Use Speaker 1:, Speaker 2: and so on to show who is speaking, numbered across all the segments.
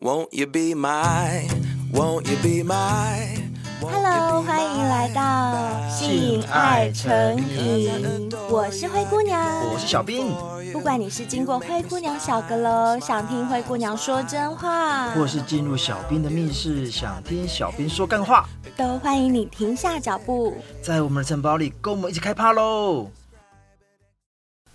Speaker 1: Won't you be my? Won't you be my?
Speaker 2: Hello，欢迎来到性爱成瘾，我是灰姑娘。
Speaker 3: 我是小兵，
Speaker 2: 不管你是经过灰姑娘小阁楼，想听灰姑娘说真话，
Speaker 3: 或是进入小兵的密室，想听小兵说干话，
Speaker 2: 都欢迎你停下脚步。
Speaker 3: 在我们的城堡里跟我们一起开趴喽！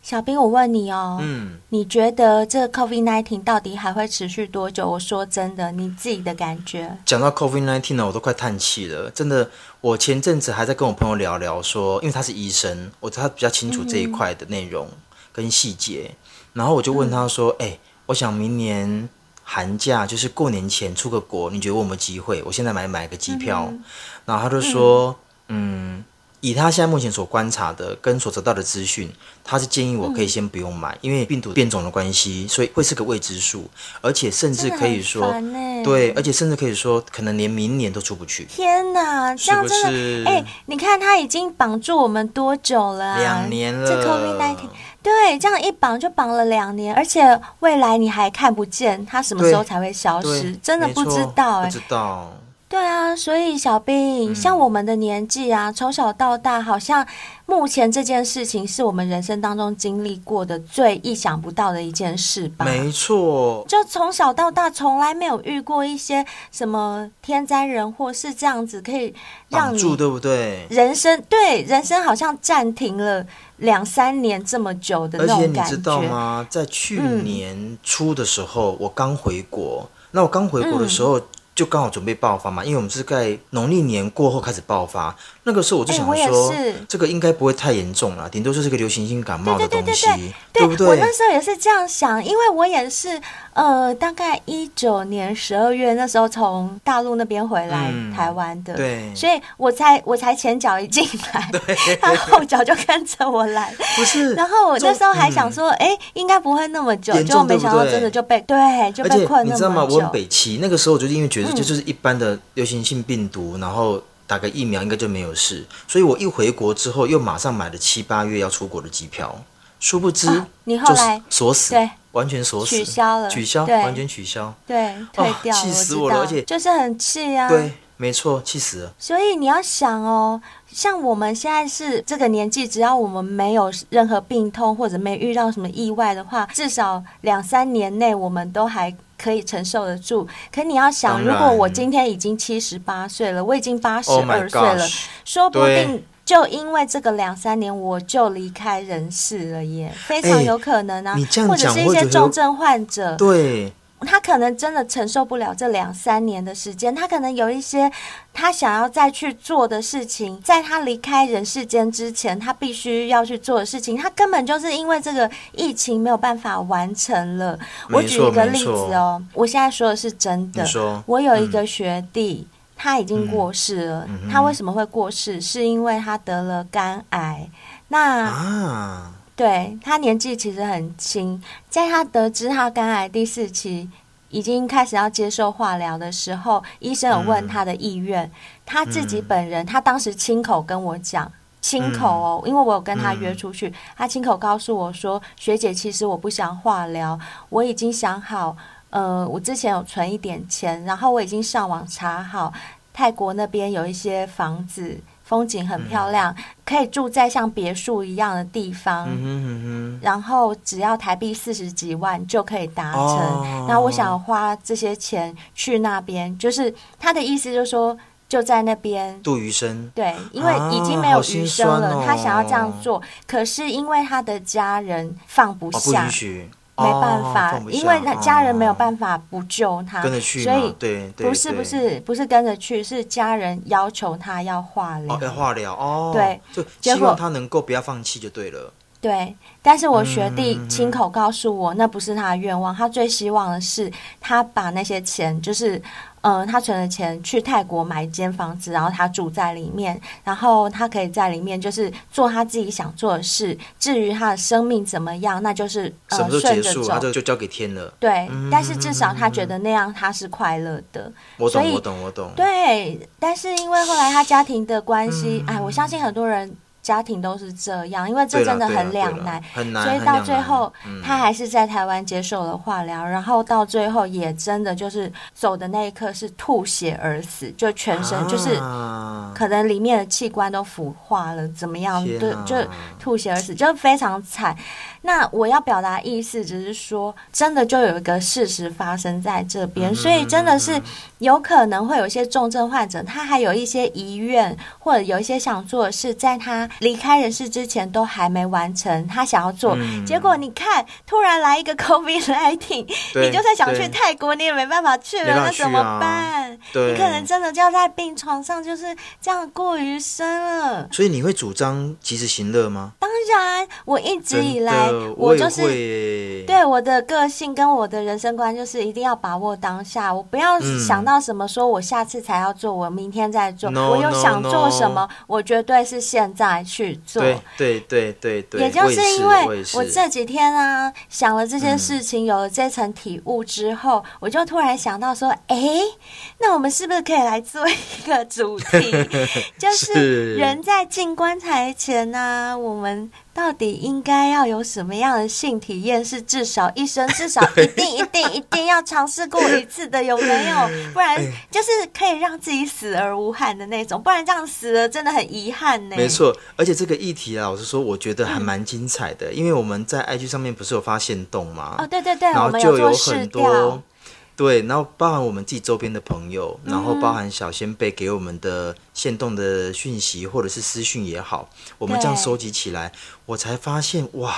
Speaker 2: 小兵，我问你哦，
Speaker 3: 嗯，
Speaker 2: 你觉得这 COVID nineteen 到底还会持续多久？我说真的，你自己的感觉。
Speaker 3: 讲到 COVID nineteen 呢，我都快叹气了。真的，我前阵子还在跟我朋友聊聊说，因为他是医生，我他比较清楚这一
Speaker 2: 嗯
Speaker 3: 块的内容跟细节。然后我就问他说：“
Speaker 2: 嗯
Speaker 3: 哎、我想明年寒假就是过年前出个国，你觉得我有没有机会？我现在买买个机票。
Speaker 2: 嗯
Speaker 3: 然后他就说：“嗯以他现在目前所观察的跟所得到的资讯，他是建议我
Speaker 2: 嗯
Speaker 3: 可以先不用买，因为病毒变种的关系，所以会是个未知数，而且甚至
Speaker 2: 真的
Speaker 3: 可以
Speaker 2: 很
Speaker 3: 说，
Speaker 2: 烦欸
Speaker 3: 对，而且甚至可以说，可能连明年都出不去。
Speaker 2: 天哪，这样真的，
Speaker 3: 是
Speaker 2: 哎、你看他已经绑住我们多久了、啊？
Speaker 3: 两年了
Speaker 2: 这 COVID nineteen，对，这样一绑就绑了两年，而且未来你还看不见它什么时候
Speaker 3: 对
Speaker 2: 才会消失
Speaker 3: 对，，
Speaker 2: 真的
Speaker 3: 没
Speaker 2: 不
Speaker 3: 错
Speaker 2: 知道哎、
Speaker 3: 不知嗯道。
Speaker 2: 对啊，所以小兵，像我们的年纪啊，从小到大，好像目前这件事情是我们人生当中经历过的最意想不到的一件事吧。
Speaker 3: 没错，
Speaker 2: 就从小到大，从来没有遇过一些什么天灾人祸是这样子，可以让
Speaker 3: 绑住
Speaker 2: 你
Speaker 3: 对不对？
Speaker 2: 人生对人生好像暂停了两三年这么久的
Speaker 3: 而
Speaker 2: 那
Speaker 3: 且
Speaker 2: 种
Speaker 3: 你
Speaker 2: 感
Speaker 3: 知道
Speaker 2: 觉。
Speaker 3: 吗？在去
Speaker 2: 嗯
Speaker 3: 年初的时候，我刚回国。那我刚回
Speaker 2: 嗯
Speaker 3: 国的时候，就刚好准备爆发嘛，因为我们是在农历年过后开始爆发。那个时候我就
Speaker 2: 哎
Speaker 3: 想
Speaker 2: 我也
Speaker 3: 说，
Speaker 2: 是
Speaker 3: 这个应该不会太严重啦，顶多就是个流行性感冒
Speaker 2: 对
Speaker 3: 的
Speaker 2: 对
Speaker 3: 东
Speaker 2: 对
Speaker 3: 西，
Speaker 2: 对
Speaker 3: 不
Speaker 2: 我
Speaker 3: 对？
Speaker 2: 那时候也是这样想，因为我也是，呃，大概一九年十二月那时候从大陆那边回来
Speaker 3: 嗯
Speaker 2: 台湾的，
Speaker 3: 对
Speaker 2: 所以我才我才前脚一进来， 他后脚就跟着我来，
Speaker 3: 不是，
Speaker 2: 然后我那时候还想
Speaker 3: 嗯
Speaker 2: 说，哎、应该不会那么久，
Speaker 3: 严
Speaker 2: 结果
Speaker 3: 重
Speaker 2: 没想到
Speaker 3: 对不对
Speaker 2: 真的就被对就
Speaker 3: 而
Speaker 2: 被
Speaker 3: 且
Speaker 2: 困
Speaker 3: 你
Speaker 2: 那
Speaker 3: 知道吗？
Speaker 2: 么
Speaker 3: 我很
Speaker 2: 久。
Speaker 3: 北齐，那个时候我就因为觉得
Speaker 2: 嗯
Speaker 3: 这就是一般的流行性病毒，然后打个疫苗应该就没有事，所以我一回国之后又马上买了七八月要出国的机票，殊不知、
Speaker 2: 啊你后来
Speaker 3: 就锁死，
Speaker 2: 对
Speaker 3: 完全锁死，
Speaker 2: 取消了
Speaker 3: 取消，
Speaker 2: 对
Speaker 3: 完全取消，
Speaker 2: 对，退掉了，
Speaker 3: 哦气死
Speaker 2: 我
Speaker 3: 我了而
Speaker 2: 知道
Speaker 3: 且
Speaker 2: 就是很气啊。
Speaker 3: 对，没错，气死了，
Speaker 2: 所以你要想哦，像我们现在是这个年纪，只要我们没有任何病痛或者没遇到什么意外的话，至少两三年内我们都还可以承受得住。可你要想，
Speaker 3: 当
Speaker 2: 如
Speaker 3: 然
Speaker 2: 果我今天已经七十八岁了，我已经八十
Speaker 3: Oh my
Speaker 2: 二岁了
Speaker 3: gosh
Speaker 2: 说不
Speaker 3: 对
Speaker 2: 定。就因为这个两三年，我就离开人世了耶，非常
Speaker 3: 哎
Speaker 2: 有可能啊，
Speaker 3: 你这样
Speaker 2: 或者
Speaker 3: 讲
Speaker 2: 是一
Speaker 3: 我
Speaker 2: 些
Speaker 3: 觉得
Speaker 2: 重症患者，
Speaker 3: 对，
Speaker 2: 他可能真的承受不了这两三年的时间，他可能有一些他想要再去做的事情，在他离开人世间之前，他必须要去做的事情，他根本就是因为这个疫情没有办法完成了。我
Speaker 3: 没
Speaker 2: 举
Speaker 3: 错
Speaker 2: 一个
Speaker 3: 没
Speaker 2: 例子
Speaker 3: 错
Speaker 2: 哦，我现在说的是真的
Speaker 3: 你说，嗯
Speaker 2: 我有一个学弟。他已经过世了。他为什么会过世？是因为他得了肝癌。那、
Speaker 3: 啊，
Speaker 2: 对他年纪其实很轻，在他得知他肝癌第四期已经开始要接受化疗的时候，医生有问他的意愿，他自己本人，他当时亲口跟我讲。亲口哦，因为我有跟他约出去，他亲口告诉我说：“学姐，其实我不想化疗，我已经想好，呃，我之前有存一点钱，然后我已经上网查好，泰国那边有一些房子，风景很漂亮，可以住在像别墅一样的地方。
Speaker 3: 嗯哼哼哼，
Speaker 2: 然后只要台币四十几万就可以达成。
Speaker 3: 哦
Speaker 2: 然后我想花这些钱去那边，就是他的意思就是说就在那边。
Speaker 3: 杜余生，
Speaker 2: 对，因为已经没
Speaker 3: 啊
Speaker 2: 有
Speaker 3: 好
Speaker 2: 余
Speaker 3: 心
Speaker 2: 生
Speaker 3: 酸
Speaker 2: 了，
Speaker 3: 哦
Speaker 2: 他想要这样做，可是因为他的家人放不
Speaker 3: 哦，不
Speaker 2: 下，
Speaker 3: 允许，
Speaker 2: 没办法，
Speaker 3: 哦、放不
Speaker 2: 因
Speaker 3: 下
Speaker 2: 为他家人没有
Speaker 3: 哦
Speaker 2: 办法不救他，
Speaker 3: 跟着去
Speaker 2: 所
Speaker 3: 嘛，
Speaker 2: 以
Speaker 3: 对对，
Speaker 2: 不是
Speaker 3: 对
Speaker 2: 不是不是跟着去，是家人要求他要化疗。
Speaker 3: 哦，要化疗哦，
Speaker 2: 对，
Speaker 3: 就
Speaker 2: 结
Speaker 3: 希
Speaker 2: 果
Speaker 3: 望他能够不要放弃就对了。
Speaker 2: 对，但是我学弟亲口告诉我，那不是他的愿望，他最希望的是他把那些钱，就是嗯、呃他存的钱去泰国买一间房子，然后他住在里面，然后他可以在里面就是做他自己想做的事。至于他的生命怎么样，那就是呃
Speaker 3: 什么时候
Speaker 2: 顺
Speaker 3: 结
Speaker 2: 着
Speaker 3: 束，啊
Speaker 2: 走
Speaker 3: 他。就就交给天了。
Speaker 2: 对，但是至少他觉得那样他是快乐的。
Speaker 3: 我
Speaker 2: 所
Speaker 3: 懂，
Speaker 2: 以啊
Speaker 3: 我懂，我懂。
Speaker 2: 对，但是因为后来他家庭的关系，哎，我相信很多人家庭都是这样，因为这
Speaker 3: 嗯对啦
Speaker 2: 真的
Speaker 3: 对啦
Speaker 2: 很
Speaker 3: 对
Speaker 2: 两
Speaker 3: 啦
Speaker 2: 难。
Speaker 3: 很难，
Speaker 2: 所以
Speaker 3: 很
Speaker 2: 到
Speaker 3: 两
Speaker 2: 最
Speaker 3: 难
Speaker 2: 后，
Speaker 3: 嗯
Speaker 2: 他还是在台湾接受了化疗，然后到最后也真的就是走的那一刻是吐血而死，就全身就是
Speaker 3: 啊
Speaker 2: 可能里面的器官都腐化了，怎么样，
Speaker 3: 天
Speaker 2: 对
Speaker 3: 啊，
Speaker 2: 就吐血而死，就非常惨。那我要表达意思只是说，真的就有一个事实发生在这边，所以真的
Speaker 3: 嗯
Speaker 2: 是有可能会有一些重症患者，他还有一些遗愿或者有一些想做的事，在他离开人世之前都还没完成，他想要做，
Speaker 3: 嗯
Speaker 2: 结果你看，突然来一个 COVID 1 9
Speaker 3: 对
Speaker 2: 你就算想
Speaker 3: 对
Speaker 2: 去泰国，你也没办法去了，
Speaker 3: 没办法
Speaker 2: 那
Speaker 3: 去
Speaker 2: 怎么
Speaker 3: 啊
Speaker 2: 办？
Speaker 3: 对，
Speaker 2: 你可能真的就要在病床上就是这样过余生了。
Speaker 3: 所以你会主张及时行乐吗？
Speaker 2: 当然，我一直以
Speaker 3: 真
Speaker 2: 来
Speaker 3: 的
Speaker 2: 我
Speaker 3: 我
Speaker 2: 就
Speaker 3: 也
Speaker 2: 是
Speaker 3: 会耶，
Speaker 2: 对我的个性跟我的人生观就是一定要把握当下，我不要
Speaker 3: 嗯
Speaker 2: 想到什么说我下次才要做，我明天再做
Speaker 3: No,
Speaker 2: 我又
Speaker 3: no,
Speaker 2: 想做
Speaker 3: no
Speaker 2: 什么我绝对是现在去做。
Speaker 3: 对对对对对，
Speaker 2: 也就
Speaker 3: 我
Speaker 2: 是
Speaker 3: 是
Speaker 2: 因为
Speaker 3: 也
Speaker 2: 我
Speaker 3: 是
Speaker 2: 这几天啊想了这些事情，有了这层体悟之后，我就突然想到说，哎、那我们是不是可以来做一个主 题，就是
Speaker 3: 是
Speaker 2: 人在进棺材前呢、我们到底应该要有什么样的性体验，是至少一生至少一定一定一定要尝试过一次的，有没有？ 不然就是可以让自己死而无憾的那种，不然这样死了真的很遗憾呢、嗯
Speaker 3: 没，错，而且这个议题啊，老实说，我觉得还蛮精彩的，因为我们在 IG 上面不是有发现动吗？
Speaker 2: 哦，对对对，
Speaker 3: 然
Speaker 2: 我
Speaker 3: 后
Speaker 2: 们
Speaker 3: 就
Speaker 2: 做试
Speaker 3: 很
Speaker 2: 调
Speaker 3: 多。。对，然后包含我们自己周边的朋友，然
Speaker 2: 嗯
Speaker 3: 后包含小先辈给我们的线动的讯息或者是私讯也好，我们这样
Speaker 2: 对
Speaker 3: 收集起来，我才发现哇，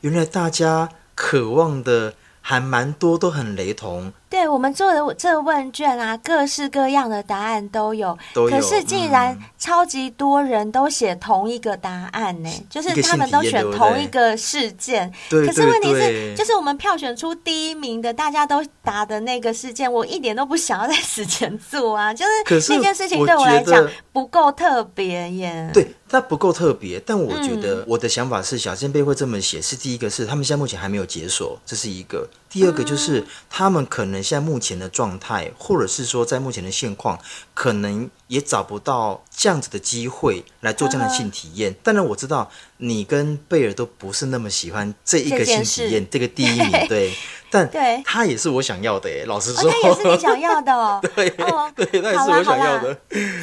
Speaker 3: 原来大家渴望的还蛮多，都很雷同。
Speaker 2: 对我们做的这个问卷啊，各式各样的答案都有，
Speaker 3: 都有
Speaker 2: 可是竟然
Speaker 3: 嗯
Speaker 2: 超级多人都写同一个答案呢、就是
Speaker 3: 一个
Speaker 2: 他们
Speaker 3: 性
Speaker 2: 都
Speaker 3: 体验
Speaker 2: 选
Speaker 3: 对不
Speaker 2: 同
Speaker 3: 对
Speaker 2: 一个事件。
Speaker 3: 对
Speaker 2: 可是
Speaker 3: 对
Speaker 2: 问题是，
Speaker 3: 对
Speaker 2: 就是我们票选出第一名的，大家都答的那个事件，我一点都不想要在死前做啊， 就
Speaker 3: 可
Speaker 2: 是
Speaker 3: 是
Speaker 2: 那件事情
Speaker 3: 我
Speaker 2: 对我来
Speaker 3: 觉得
Speaker 2: 讲不够特别耶。
Speaker 3: 对，它不够特别，但我觉
Speaker 2: 嗯
Speaker 3: 得我的想法是，小先辈会这么写，是第一个是他们现在目前还没有解锁，这是一个；第二个就是、
Speaker 2: 嗯
Speaker 3: 他们可能现在目前的状态，或者是说在目前的现况，可能也找不到这样子的机会来做这样的性体
Speaker 2: 嗯
Speaker 3: 验。当然我知道你跟贝尔都不是那么喜欢这一
Speaker 2: 这
Speaker 3: 个
Speaker 2: 件
Speaker 3: 性
Speaker 2: 事
Speaker 3: 体验，这个第一名 对，但
Speaker 2: 对
Speaker 3: 他也是我想要的耶，老实
Speaker 2: 哦，
Speaker 3: 说，
Speaker 2: 那也是你想要的哦。
Speaker 3: 对
Speaker 2: 哦
Speaker 3: 对，那也
Speaker 2: 好
Speaker 3: 是
Speaker 2: 啦
Speaker 3: 我想
Speaker 2: 好啦
Speaker 3: 要的。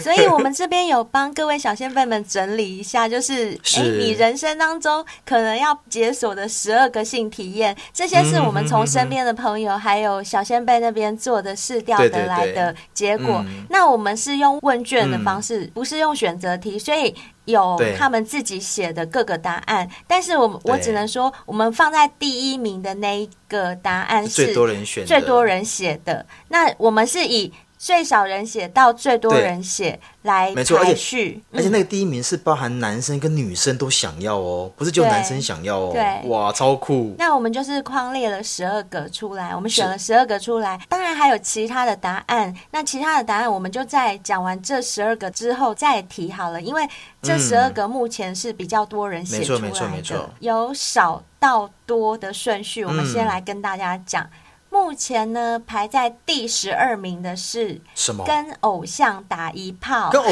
Speaker 2: 所以我们这边有帮各位小先辈们整理一下，就是哎，
Speaker 3: 是
Speaker 2: 诶你人生当中可能要解锁的十二个性体验，这些
Speaker 3: 嗯
Speaker 2: 是我们从身边的朋友还有小先辈那边做的试调
Speaker 3: 对对
Speaker 2: 得来
Speaker 3: 对
Speaker 2: 的结果。
Speaker 3: 嗯
Speaker 2: 那我们是用问卷的方式，不是用选择题，所以。有
Speaker 3: 对
Speaker 2: 他们自己写的各个答案，但是我我
Speaker 3: 对
Speaker 2: 只能说，我们放在第一名的那一个答案是
Speaker 3: 最多人选的，
Speaker 2: 最多人写的。那我们是以最少人写到最多人写来
Speaker 3: 没错而且
Speaker 2: 排序，
Speaker 3: 而且
Speaker 2: 嗯
Speaker 3: 那个第一名是包含男生跟女生都想要哦，不是就
Speaker 2: 对
Speaker 3: 男生想要哦。
Speaker 2: 对
Speaker 3: 哇，超酷！
Speaker 2: 那我们就是框列了十二个出来，我们选了十二个出来，当然还有其他的答案。那其他的答案我们就在讲完这十二个之后再提好了，因为这
Speaker 3: 嗯
Speaker 2: 十二个目前是比较多人写
Speaker 3: 没
Speaker 2: 出
Speaker 3: 错
Speaker 2: 来的，
Speaker 3: 没错没错
Speaker 2: 由少到多的顺序，我们先来跟大家讲。
Speaker 3: 嗯
Speaker 2: 目前呢，排在第十二名的是
Speaker 3: 什么？
Speaker 2: 跟偶像打一炮，
Speaker 3: 跟偶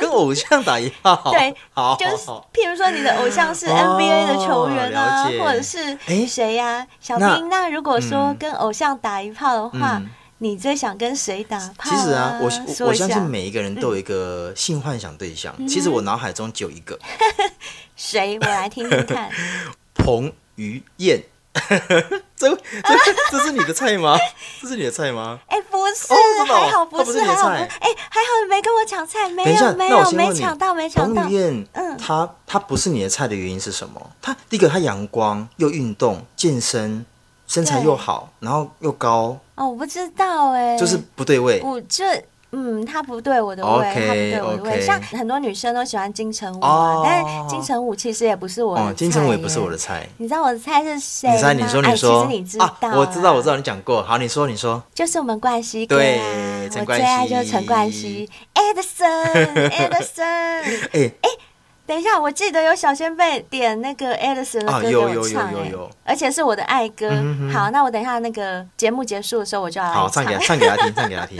Speaker 3: 跟偶像打一炮？
Speaker 2: 对
Speaker 3: 好，
Speaker 2: 就是
Speaker 3: 好
Speaker 2: 譬如说你的偶像是
Speaker 3: 哦
Speaker 2: NBA 的球员啊，
Speaker 3: 了解
Speaker 2: 或者是
Speaker 3: 诶
Speaker 2: 谁呀、小
Speaker 3: 那
Speaker 2: 兵。那如果说
Speaker 3: 嗯
Speaker 2: 跟偶像打一炮的话，
Speaker 3: 嗯
Speaker 2: 你最想跟谁打炮、
Speaker 3: 其实啊，我我
Speaker 2: 呃说
Speaker 3: 我
Speaker 2: 一下嗯
Speaker 3: 相信每一个人都有一个性幻想对象。其实我脑海中只有一个
Speaker 2: 谁，我来听听 看。
Speaker 3: 彭于晏。 这这这是你的菜吗？这是你的菜吗？
Speaker 2: 哎、不是，
Speaker 3: 哦真的哦
Speaker 2: 还好
Speaker 3: 他
Speaker 2: 是，
Speaker 3: 不是你的
Speaker 2: 还好不
Speaker 3: 菜
Speaker 2: 哎、还好你没跟我抢菜，没
Speaker 3: 等一下，
Speaker 2: 有没
Speaker 3: 那我
Speaker 2: 有
Speaker 3: 先
Speaker 2: 没
Speaker 3: 问你，
Speaker 2: 抢到没抢到
Speaker 3: 彭于。晏，
Speaker 2: 嗯
Speaker 3: 他他不是你的菜的原因是什么？他第一个他阳光又运动健身，身材
Speaker 2: 对
Speaker 3: 又好，然后又高，
Speaker 2: 哦，我不知道哎、
Speaker 3: 就是不对位。
Speaker 2: 我这。嗯，他不对我的胃
Speaker 3: OK，
Speaker 2: 他不对我的胃。
Speaker 3: OK
Speaker 2: 像很多女生都喜欢金城武啊
Speaker 3: 哦
Speaker 2: 但是金城武其实也不是我的菜耶、
Speaker 3: 哦，金城武也不是我的菜。
Speaker 2: 你知道我的菜是谁吗？
Speaker 3: 你猜，你说，
Speaker 2: 哎
Speaker 3: 你说，
Speaker 2: 其实你知道、
Speaker 3: 啊，我知道，我知，道，你讲过。好，你说，你说，
Speaker 2: 就是我们冠希哥、啊，
Speaker 3: 对陈
Speaker 2: 我
Speaker 3: 冠
Speaker 2: 最
Speaker 3: 希
Speaker 2: 爱就是陈冠希，Edison，Edison
Speaker 3: 。哎、
Speaker 2: 等一下，我记得有小先辈点那个 Edison 的
Speaker 3: 啊
Speaker 2: 歌给
Speaker 3: 有
Speaker 2: 我
Speaker 3: 有有
Speaker 2: 唱、哎
Speaker 3: 有有
Speaker 2: 而且是我的爱歌。
Speaker 3: 嗯哼哼
Speaker 2: 好，那我等一下那个节目结束的时候，我就要来
Speaker 3: 好，唱给他，唱给他听，唱给他听。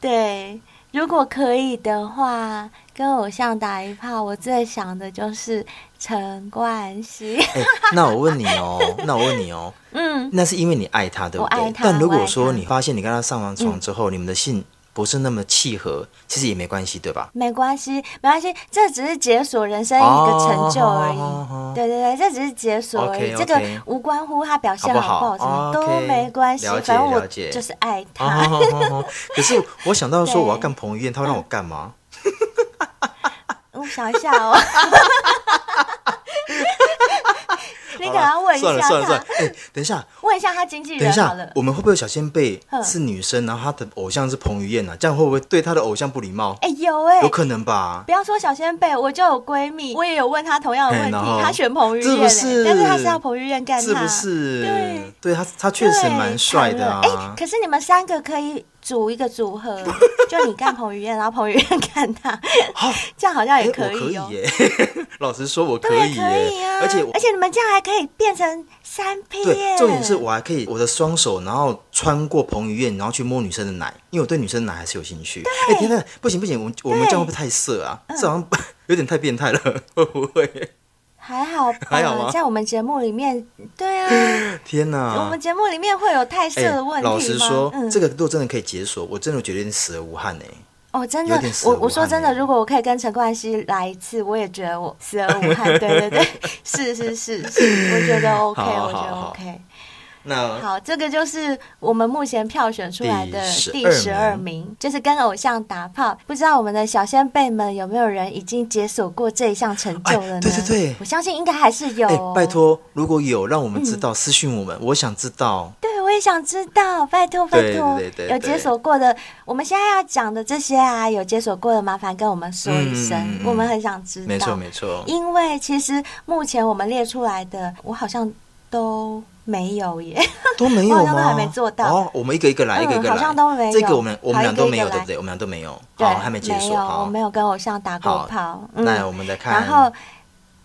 Speaker 2: 对，如果可以的话，跟偶像打一炮，我最想的就是陈冠希。
Speaker 3: 哎、那我问你哦，那我问你哦，
Speaker 2: 嗯，
Speaker 3: 那是因为你爱他，对不
Speaker 2: 我爱
Speaker 3: 对？
Speaker 2: 他
Speaker 3: 但如
Speaker 2: 我
Speaker 3: 果
Speaker 2: 爱
Speaker 3: 说
Speaker 2: 他
Speaker 3: 你发现你跟他上完床之后，你们的性不是那么契合，其实也没关系，对吧？
Speaker 2: 没关系，没关系，这只是解锁人生一个成就而已。
Speaker 3: 哦好好好
Speaker 2: 对对对，这只是解锁而已
Speaker 3: OK，OK
Speaker 2: 这个无关乎他表现
Speaker 3: 好
Speaker 2: 好不好，
Speaker 3: 不好
Speaker 2: 什么
Speaker 3: OK，
Speaker 2: 都没关系
Speaker 3: 了解
Speaker 2: 反正我
Speaker 3: 了解
Speaker 2: 就是爱他。
Speaker 3: 啊，好好好可是我想到说
Speaker 2: 对
Speaker 3: 我要干彭于晏，他会让我干嘛？
Speaker 2: 我想一下 哦，你可能要问一
Speaker 3: 算
Speaker 2: 下
Speaker 3: 了算了算了
Speaker 2: 他，，
Speaker 3: 哎、等一下，
Speaker 2: 问一下他经纪
Speaker 3: 等
Speaker 2: 人
Speaker 3: 一
Speaker 2: 好
Speaker 3: 下
Speaker 2: 了，。嗯
Speaker 3: 我们会不会有小先辈
Speaker 2: 哼
Speaker 3: 是女生，然后她的偶像是彭于晏啊？这样会不会对她的偶像不礼貌？
Speaker 2: 哎、有哎、
Speaker 3: 有可能吧。
Speaker 2: 不要说小先辈，我就有闺蜜，我也有问她同样的问
Speaker 3: 哎
Speaker 2: 题
Speaker 3: 然后，
Speaker 2: 她选彭于
Speaker 3: 是
Speaker 2: 晏、
Speaker 3: 不
Speaker 2: 欸，
Speaker 3: 是
Speaker 2: 但是她是要彭于晏干她，
Speaker 3: 是不是？
Speaker 2: 对，
Speaker 3: 他他确实蛮帅的啊。
Speaker 2: 对哎、可是你们三个可以组一个组 合，就你干彭于晏，然后彭于晏干他，
Speaker 3: 好，
Speaker 2: 这样好像
Speaker 3: 哎，
Speaker 2: 也
Speaker 3: 我可
Speaker 2: 以哦、
Speaker 3: 耶。 老实说，我可
Speaker 2: 对，
Speaker 3: 以
Speaker 2: 可以
Speaker 3: 耶
Speaker 2: 啊。。
Speaker 3: 而且我
Speaker 2: 而且你们这样还可以变成三 P 耶
Speaker 3: 对，。重点是我还可以我的双手，然后穿过彭于晏，然后去摸女生的奶，因为我对女生的奶还是有兴趣。哎，天呐，不行不行，我们我们这样会不会太色啊？这好像 有点太变态了，会不会？
Speaker 2: 还好吧，
Speaker 3: 还好吗
Speaker 2: 在我们节目里面，对 啊，
Speaker 3: 天
Speaker 2: 我
Speaker 3: 呐
Speaker 2: 们！节目里面会有太色
Speaker 3: 哎，
Speaker 2: 的问题吗？
Speaker 3: 老实说，
Speaker 2: 嗯
Speaker 3: 这个如果真的可以解锁，我真的觉得有点死而无憾哎。
Speaker 2: 哦，真
Speaker 3: 有
Speaker 2: 的
Speaker 3: 点，死而
Speaker 2: 我
Speaker 3: 无
Speaker 2: 我说
Speaker 3: 憾
Speaker 2: 真的，
Speaker 3: 欸
Speaker 2: 如果我可以跟陈冠希来一次，我也觉得我 死而无憾。对对对，是是是是，我觉 得 OK，
Speaker 3: 好
Speaker 2: 我觉得
Speaker 3: 好好
Speaker 2: OK。
Speaker 3: 那
Speaker 2: 好，这个就是我们目前票选出来的
Speaker 3: 第
Speaker 2: 第十
Speaker 3: 12
Speaker 2: 二名，就是跟偶像打炮。不知道我们的小先辈们有没有人已经解锁过这一项成就了呢？
Speaker 3: 哎对对对
Speaker 2: 我相信应该还是有、哦
Speaker 3: 哎、拜，托，如果有让我们知道，私讯我们，
Speaker 2: 嗯
Speaker 3: 我想知道。
Speaker 2: 对我也想知道，拜托拜
Speaker 3: 对
Speaker 2: 托
Speaker 3: 对对，对
Speaker 2: 有解锁过的，我们现在要讲的这些啊，有解锁过的，麻烦跟我们说一声，
Speaker 3: 嗯嗯嗯
Speaker 2: 我们很想知道。
Speaker 3: 没错没错，
Speaker 2: 因为其实目前我们列出来的，我好像都没有耶。
Speaker 3: 都没
Speaker 2: 我
Speaker 3: 有
Speaker 2: 好像都
Speaker 3: 吗？
Speaker 2: 还没做到
Speaker 3: 哦，我们一个一个来，
Speaker 2: 嗯
Speaker 3: 一个一个来，
Speaker 2: 好像都没有
Speaker 3: 这个我们我们
Speaker 2: 好
Speaker 3: 俩都没有，
Speaker 2: 一个一个
Speaker 3: 对
Speaker 2: 来
Speaker 3: 不对？我们俩都没有，
Speaker 2: 对，
Speaker 3: 好，还没结束。
Speaker 2: 有，我
Speaker 3: 好
Speaker 2: 没，有跟偶像打过
Speaker 3: 好
Speaker 2: 炮。
Speaker 3: 那
Speaker 2: 嗯，
Speaker 3: 我们再看，
Speaker 2: 然后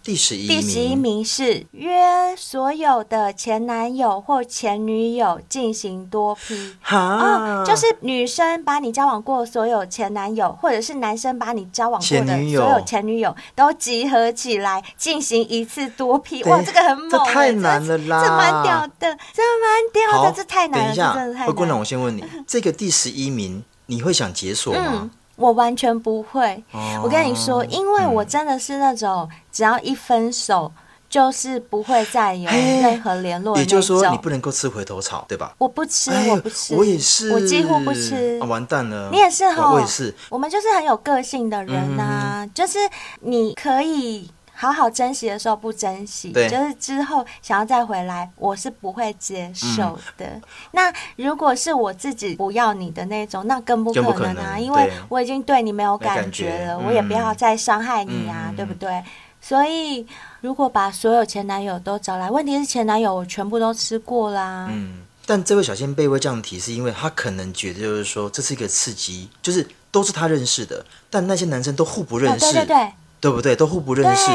Speaker 3: 第十一
Speaker 2: 第十一名是约所有的前男友或前女友进行多批。
Speaker 3: 哈、啊
Speaker 2: 哦，就是女生把你交往过所有前男友，或者是男生把你交往过的
Speaker 3: 前
Speaker 2: 所
Speaker 3: 女友
Speaker 2: 有前女友都集合起来进行一次多批。
Speaker 3: 等一
Speaker 2: 哇，这个很猛、
Speaker 3: 这
Speaker 2: 欸，
Speaker 3: 太难了啦
Speaker 2: 这蛮屌的，这蛮屌
Speaker 3: 好
Speaker 2: 的，这太难
Speaker 3: 等
Speaker 2: 了，
Speaker 3: 一
Speaker 2: 这
Speaker 3: 下哦
Speaker 2: 真的，太
Speaker 3: 灰姑
Speaker 2: 难
Speaker 3: 娘，
Speaker 2: 了。
Speaker 3: 我先 问你，这个第十一名你会想解锁吗
Speaker 2: 嗯？，我完全不会。
Speaker 3: 哦嗯
Speaker 2: 我跟你说，因为我真的是那种只要一分手，就是不会再有
Speaker 3: 嘿
Speaker 2: 任何联络的
Speaker 3: 也
Speaker 2: 那
Speaker 3: 就是说，你
Speaker 2: 种。
Speaker 3: 不能够吃回头草，对吧？
Speaker 2: 我不吃，
Speaker 3: 哎
Speaker 2: 我不吃，
Speaker 3: 我也是，
Speaker 2: 我几乎不吃
Speaker 3: 啊、。完蛋了，
Speaker 2: 你也是
Speaker 3: 我
Speaker 2: 吼，
Speaker 3: 我也是，嗯
Speaker 2: 我们就是很有个性的人呐、就是你可以好好珍惜的时候不珍惜，
Speaker 3: 对
Speaker 2: 就是之后想要再回来，我是不会接受的。
Speaker 3: 嗯
Speaker 2: 那如果是我自己不要你的那种，那更不可
Speaker 3: 更不可
Speaker 2: 能啊，
Speaker 3: 能
Speaker 2: 因为
Speaker 3: 对
Speaker 2: 我已经对你没有
Speaker 3: 没感
Speaker 2: 感觉
Speaker 3: 觉
Speaker 2: 了，
Speaker 3: 嗯
Speaker 2: 我也不要再伤害你啊，
Speaker 3: 嗯
Speaker 2: 对不对？所以，如果把所有前男友都找来，问题是前男友我全部都吃过啦。
Speaker 3: 嗯，但这位小先辈会这样提，是因为他可能觉得就是说这是一个刺激，就是都是他认识的，但那些男生都互不认
Speaker 2: 哦，对
Speaker 3: 识，
Speaker 2: 对对
Speaker 3: 对不对？都互不认识，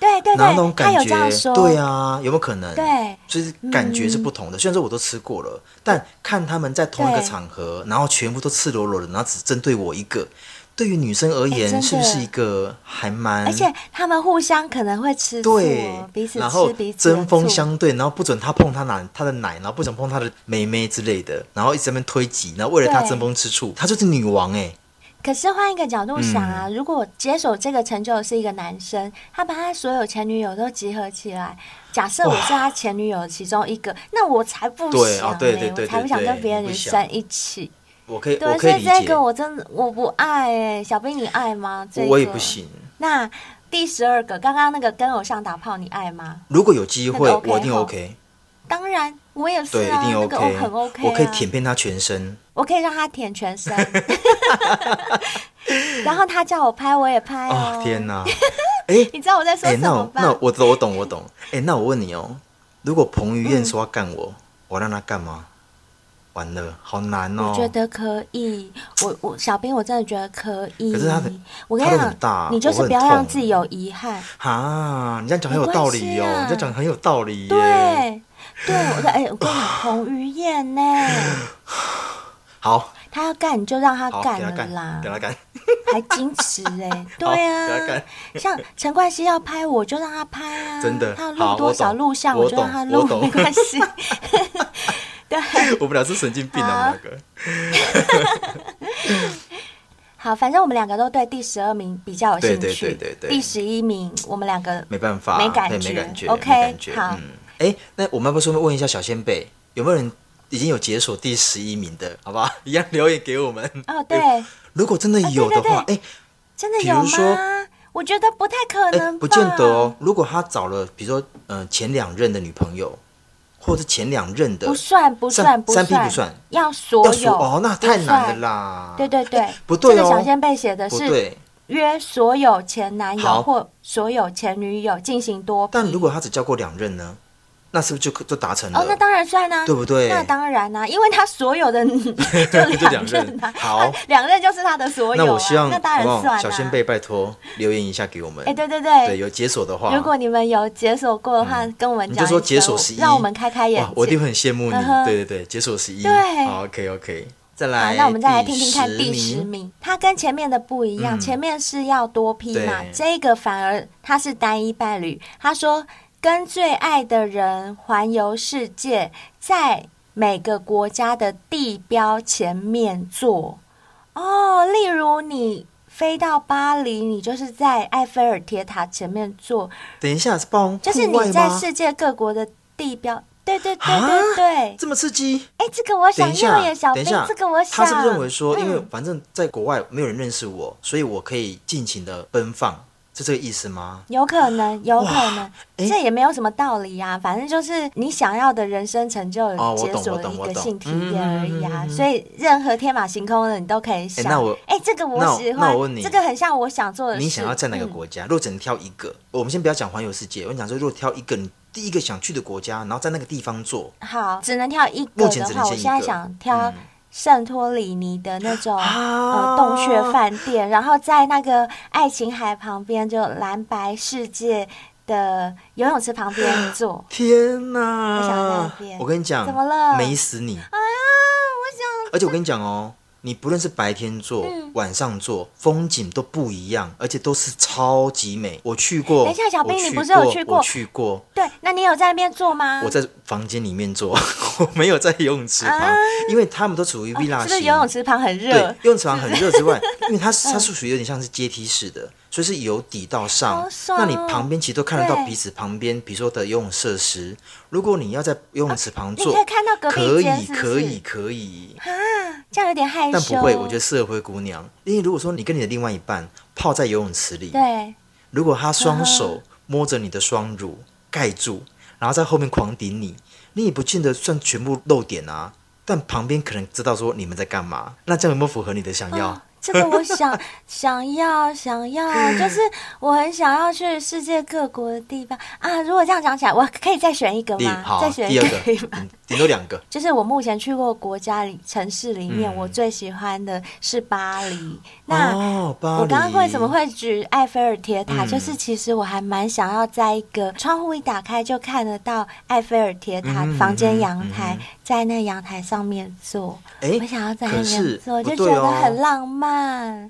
Speaker 2: 对对对
Speaker 3: 然后那种
Speaker 2: 对，他
Speaker 3: 感
Speaker 2: 有这样
Speaker 3: 觉，
Speaker 2: 说，
Speaker 3: 对啊，有没有可能？
Speaker 2: 对嗯
Speaker 3: 就是感觉是不同的。虽然说我都吃过了，但看他们在同一个场合，然后全部都赤裸裸的，然后只针对我一个，对于女生而言，
Speaker 2: 哎真的
Speaker 3: 是不是一个还蛮？
Speaker 2: 而且他们互相可能会吃醋
Speaker 3: 嗯对
Speaker 2: 哦，彼此
Speaker 3: 然后
Speaker 2: 吃彼此的
Speaker 3: 针锋
Speaker 2: 醋
Speaker 3: 相对，然后不准他碰他奶他的奶，然后不准碰他的妹妹之类的，然后一直在那边推挤，然后为了他
Speaker 2: 对
Speaker 3: 争风吃醋，她就是女王哎、
Speaker 2: 可是换一个角
Speaker 3: 嗯
Speaker 2: 度想啊，如果接手这个成就的是一个男生，他把他所有前女友都集合起来，假设我是他前女友其中一个，那我才不想、
Speaker 3: 对
Speaker 2: 欸
Speaker 3: 哦对对对
Speaker 2: 我才不想
Speaker 3: 对对
Speaker 2: 跟别的
Speaker 3: 你不
Speaker 2: 女
Speaker 3: 想
Speaker 2: 生一起。
Speaker 3: 我可以，我
Speaker 2: 对，
Speaker 3: 可
Speaker 2: 所
Speaker 3: 以理
Speaker 2: 以这
Speaker 3: 解，
Speaker 2: 个我真的我不爱哎、小兵你爱吗？这个、
Speaker 3: 我也不。行。
Speaker 2: 那第十二个，刚刚那个跟偶像打炮，你爱吗？
Speaker 3: 如果有机会，
Speaker 2: 那个 OK
Speaker 3: 我一定
Speaker 2: 吼
Speaker 3: OK，
Speaker 2: 当然，我也是
Speaker 3: 对，
Speaker 2: 啊，
Speaker 3: 一定
Speaker 2: 那
Speaker 3: OK，,、
Speaker 2: 个我很 OK，、啊、
Speaker 3: 我可以舔遍他全身。
Speaker 2: 我可以让他舔全 身， 然后他叫我拍，我也拍
Speaker 3: 啊、
Speaker 2: 哦。
Speaker 3: 天！哪！哎
Speaker 2: 你知道我在说
Speaker 3: 哎、
Speaker 2: 什
Speaker 3: 那
Speaker 2: 么
Speaker 3: 我
Speaker 2: 吧？
Speaker 3: 那我我懂我懂。哎、那我问你哦，如果彭于
Speaker 2: 嗯
Speaker 3: 晏说要干我，我让他干吗？完了，好难哦。
Speaker 2: 我觉得可以，我我小兵我真的觉得可以。
Speaker 3: 可是他的
Speaker 2: 我跟你
Speaker 3: 他的
Speaker 2: 讲
Speaker 3: 很大啊，
Speaker 2: 你就是
Speaker 3: 我会
Speaker 2: 不要
Speaker 3: 很
Speaker 2: 让
Speaker 3: 痛
Speaker 2: 自己有遗憾。
Speaker 3: 啊，你这样讲很
Speaker 2: 没
Speaker 3: 有道
Speaker 2: 关
Speaker 3: 理
Speaker 2: 系
Speaker 3: 哦，
Speaker 2: 啊
Speaker 3: 你这样讲很有道理耶。
Speaker 2: 对对，我哎、我跟你讲，彭于晏呢，
Speaker 3: 好，
Speaker 2: 他要干你就让他
Speaker 3: 好，
Speaker 2: 干
Speaker 3: 给他
Speaker 2: 了
Speaker 3: 干
Speaker 2: 啦，，
Speaker 3: 给他干，
Speaker 2: 还矜持哎、
Speaker 3: 好
Speaker 2: 对
Speaker 3: 给他
Speaker 2: 啊
Speaker 3: 干，
Speaker 2: 像陈冠希要拍我就让他拍啊，
Speaker 3: 真的
Speaker 2: 他要
Speaker 3: 好
Speaker 2: 录多
Speaker 3: 我
Speaker 2: 少
Speaker 3: 懂
Speaker 2: 录像
Speaker 3: 我
Speaker 2: 就让他
Speaker 3: 懂我
Speaker 2: 录，
Speaker 3: 懂
Speaker 2: 没关系。 对，
Speaker 3: 我们俩是神经病啊，我们两个。
Speaker 2: 好，反正我们两个都对第十二名比较有兴
Speaker 3: 对
Speaker 2: 趣，
Speaker 3: 对对对对
Speaker 2: 第十一名我们两个
Speaker 3: 没办法，
Speaker 2: 没感
Speaker 3: 对
Speaker 2: 觉
Speaker 3: 没感觉
Speaker 2: OK，
Speaker 3: 没感觉
Speaker 2: 好
Speaker 3: 嗯，哎、那我们要不要顺便问一下小先辈，有没有人已经有解锁第十一名的，好不 好？一样留言给我们。
Speaker 2: 哦对，
Speaker 3: 如果真的
Speaker 2: 啊
Speaker 3: 有的话，哎、
Speaker 2: 真的
Speaker 3: 呃比
Speaker 2: 有
Speaker 3: 如说
Speaker 2: 吗？我觉得不太可
Speaker 3: 哎、
Speaker 2: 能吧，
Speaker 3: 不见得哦。如果他找了，比如说，嗯、前两任的女朋友，或者前两任的，
Speaker 2: 不算不
Speaker 3: 三
Speaker 2: 算不
Speaker 3: 三
Speaker 2: 算，
Speaker 3: 批不算
Speaker 2: 要所
Speaker 3: 要说
Speaker 2: 有
Speaker 3: 哦，那太难了。啦。
Speaker 2: 对对对，
Speaker 3: 不对哦
Speaker 2: 这个小先辈写的
Speaker 3: 不
Speaker 2: 是
Speaker 3: 对。哦
Speaker 2: 约所有前男
Speaker 3: 好
Speaker 2: 友或所有前女友进行多批，
Speaker 3: 但如果他只交过两任呢，那是不是就就达成了？
Speaker 2: 哦，那当然算啊，
Speaker 3: 对不对
Speaker 2: 那当然啦、因为他所有 的就
Speaker 3: 就
Speaker 2: 两
Speaker 3: 两
Speaker 2: 任
Speaker 3: 任
Speaker 2: 啊，
Speaker 3: 好
Speaker 2: 他 两任就是他的所有、啊。
Speaker 3: 那我希望，
Speaker 2: 那当然
Speaker 3: 好不好
Speaker 2: 算、啊、
Speaker 3: 小先辈，拜托留言一下给我们。
Speaker 2: 哎、对对对。
Speaker 3: 对，有解锁的话，嗯
Speaker 2: 如果你们有解锁过的话，跟我们
Speaker 3: 你
Speaker 2: 讲
Speaker 3: 就
Speaker 2: 一声，
Speaker 3: 说解锁十一，
Speaker 2: 让我们开开眼
Speaker 3: 哇
Speaker 2: 界。
Speaker 3: 我一定会很羡慕你。
Speaker 2: 嗯哼
Speaker 3: 对对对，解锁十一。
Speaker 2: 对
Speaker 3: 好，OK OK，再
Speaker 2: 好
Speaker 3: 来，，
Speaker 2: 那我们再来听听看第
Speaker 3: 第
Speaker 2: 十
Speaker 3: 名。
Speaker 2: 名，它跟前面的不一样，
Speaker 3: 嗯
Speaker 2: 前面是要多批嘛，
Speaker 3: 对
Speaker 2: 这个反而它是单一伴侣。他说跟最爱的人环游世界，在每个国家的地标前面坐。哦，例如你飞到巴黎，你就是在埃菲尔铁塔前面坐，
Speaker 3: 等一下，是霸王
Speaker 2: 就是
Speaker 3: 户外
Speaker 2: 你在
Speaker 3: 吗
Speaker 2: 世界各国的地标。对对对
Speaker 3: 啊
Speaker 2: 对对，
Speaker 3: 这么刺激？
Speaker 2: 哎，这个我想
Speaker 3: 等一
Speaker 2: 要耶，
Speaker 3: 下，
Speaker 2: 小兵
Speaker 3: 等一下，，
Speaker 2: 这个我想。
Speaker 3: 他是不是认为说，因为
Speaker 2: 嗯
Speaker 3: 反正在国外没有人认识我，所以我可以尽情的奔放，是这个意思吗？
Speaker 2: 有可能，有可能，
Speaker 3: 诶
Speaker 2: 这也没有什么道理啊。反正就是你想要的人生成就
Speaker 3: 哦我
Speaker 2: 解
Speaker 3: 懂
Speaker 2: 锁
Speaker 3: 我
Speaker 2: 的
Speaker 3: 懂
Speaker 2: 一
Speaker 3: 我
Speaker 2: 个
Speaker 3: 懂
Speaker 2: 性体验而已啊。
Speaker 3: 嗯嗯嗯嗯嗯
Speaker 2: 所以任何天马行空的你都可以想。
Speaker 3: 诶那我
Speaker 2: 诶这个
Speaker 3: 那
Speaker 2: 我
Speaker 3: 我
Speaker 2: 喜欢，
Speaker 3: 那我问你
Speaker 2: 这个很像我想做的事。
Speaker 3: 你想要在哪个
Speaker 2: 嗯
Speaker 3: 国家？如果只能挑一个，我们先不要讲环游世界，我想说，如果挑一个你第一个想去的国家，然后在那个地方做，
Speaker 2: 好，只能挑一个
Speaker 3: 目前
Speaker 2: 的
Speaker 3: 只能
Speaker 2: 话，
Speaker 3: 先
Speaker 2: 我
Speaker 3: 一
Speaker 2: 现在
Speaker 3: 个
Speaker 2: 想挑
Speaker 3: 嗯
Speaker 2: 圣托里尼的那 种、呃
Speaker 3: 啊
Speaker 2: 洞穴饭店，然后在那个爱琴海旁边，就蓝白世界的游泳池旁边坐。
Speaker 3: 天
Speaker 2: 我想要那
Speaker 3: 呐！
Speaker 2: 边
Speaker 3: 我跟你讲，
Speaker 2: 怎么了
Speaker 3: 美死你！
Speaker 2: 啊，我
Speaker 3: 而且我跟你讲哦， 你不论是白天做、
Speaker 2: 嗯
Speaker 3: 晚上做，风景都不一样，而且都是超级美。我去过，
Speaker 2: 等一下小兵
Speaker 3: 我去
Speaker 2: 你不是有去
Speaker 3: 去
Speaker 2: 过
Speaker 3: 我去过，
Speaker 2: 想对，那你有在那边坐吗？
Speaker 3: 我在房间里面做， 我没有在游泳池旁，
Speaker 2: 啊
Speaker 3: 因为他们都属于 villa 型、
Speaker 2: 哦是不是游泳池旁很
Speaker 3: 对，
Speaker 2: 热？嗯
Speaker 3: 游泳池旁很热之外，因为它是它是属于有点像是阶梯式的，所以是由底到上
Speaker 2: 好。爽哦
Speaker 3: 那你旁边其实都看得到
Speaker 2: 对
Speaker 3: 彼此旁边，比如说的游泳设施。如果你要在游泳池旁
Speaker 2: 你
Speaker 3: 坐，
Speaker 2: 可以看到隔
Speaker 3: 可
Speaker 2: 壁
Speaker 3: 以
Speaker 2: 间，是不是
Speaker 3: 可以可以，
Speaker 2: 啊，这样有点害羞。
Speaker 3: 但不会，我觉得适合灰姑娘。因为如果说你跟你的另外一半泡在游泳池里，
Speaker 2: 对，
Speaker 3: 如果他双
Speaker 2: 啊
Speaker 3: 手摸着你的双乳盖住，然后在后面狂顶你，你也不见得算全部露点啊。但旁边可能知道说你们在干嘛，那这样有没有符合你的想要？
Speaker 2: 啊这个我 想想要想要，就是我很想要去世界各国的地方啊。如果这样讲起来，我可以再选一个
Speaker 3: 第
Speaker 2: 吗？
Speaker 3: 好
Speaker 2: 再
Speaker 3: 啊，
Speaker 2: 选
Speaker 3: 第
Speaker 2: 一
Speaker 3: 二
Speaker 2: 个
Speaker 3: 个
Speaker 2: 可以吗？，
Speaker 3: 嗯顶多两个。
Speaker 2: 就是我目前去过国家里城市里面，
Speaker 3: 嗯
Speaker 2: 我最喜欢的是巴黎。 那、
Speaker 3: 哦，巴黎，
Speaker 2: 我刚刚为什么？会举埃菲尔铁塔？
Speaker 3: 嗯
Speaker 2: 就是其实我还蛮想要在一个窗户一打开就看得到埃菲尔铁塔，
Speaker 3: 嗯
Speaker 2: 房间
Speaker 3: 嗯
Speaker 2: 阳台，
Speaker 3: 嗯
Speaker 2: 在那阳台上面坐，
Speaker 3: 哎
Speaker 2: 我想要在那
Speaker 3: 可
Speaker 2: 边
Speaker 3: 是
Speaker 2: 坐，就
Speaker 3: 不
Speaker 2: 觉
Speaker 3: 对
Speaker 2: 得很
Speaker 3: 哦。
Speaker 2: 浪漫。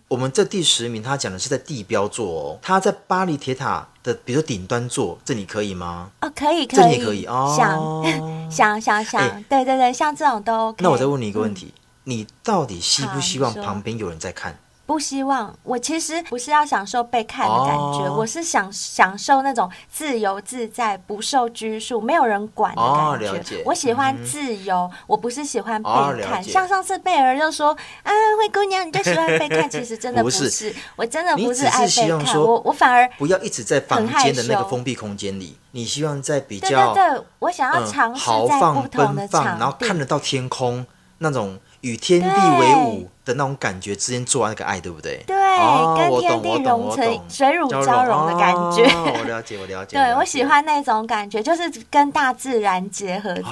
Speaker 3: 我们这第十名，他讲的是在地标座哦，他在巴黎铁塔的，比如说顶端座，这你可以吗？
Speaker 2: 哦，可以，
Speaker 3: 这
Speaker 2: 可
Speaker 3: 你
Speaker 2: 以，
Speaker 3: 也可以哦
Speaker 2: 想 想想想
Speaker 3: 哎，
Speaker 2: 对对对，像这种都 OK。
Speaker 3: 那我再问你一个问题，你到底希
Speaker 2: 嗯好
Speaker 3: 不
Speaker 2: 你
Speaker 3: 希望
Speaker 2: 说
Speaker 3: 旁边有人在看？
Speaker 2: 不希望，我其实不是要享受被看的感觉，
Speaker 3: 哦
Speaker 2: 我是想享受那种自由自在、不受拘束、没有人管的
Speaker 3: 哦
Speaker 2: 感觉。
Speaker 3: 了解
Speaker 2: 我喜欢自由，我不是喜欢被
Speaker 3: 哦
Speaker 2: 看。
Speaker 3: 了解
Speaker 2: 像上次贝儿就说：“啊，灰姑娘，你就喜欢被看。”其实真的不
Speaker 3: 不
Speaker 2: 是，
Speaker 3: 是
Speaker 2: 我真的不
Speaker 3: 你只是
Speaker 2: 爱被
Speaker 3: 希望
Speaker 2: 看，
Speaker 3: 说
Speaker 2: 我我反而
Speaker 3: 不要一直在房间的那
Speaker 2: 很害
Speaker 3: 个
Speaker 2: 羞
Speaker 3: 封闭空间里，你希望在比
Speaker 2: 对
Speaker 3: 较
Speaker 2: 对对，我想要
Speaker 3: 嗯
Speaker 2: 尝试
Speaker 3: 豪
Speaker 2: 在不
Speaker 3: 放
Speaker 2: 同的
Speaker 3: 奔放，
Speaker 2: 场
Speaker 3: 然后
Speaker 2: 地。
Speaker 3: 看得到天空那种与天地为伍的那种感觉之间做那个爱，对不对？
Speaker 2: 对，
Speaker 3: 哦
Speaker 2: 跟
Speaker 3: 我
Speaker 2: 天
Speaker 3: 懂
Speaker 2: 地
Speaker 3: 我懂
Speaker 2: 融
Speaker 3: 我
Speaker 2: 成
Speaker 3: 懂
Speaker 2: 水乳交融的感觉。
Speaker 3: 哦我了解，我了解。
Speaker 2: 对，
Speaker 3: 了解
Speaker 2: 我喜欢那种感觉，就是跟大自然结合在一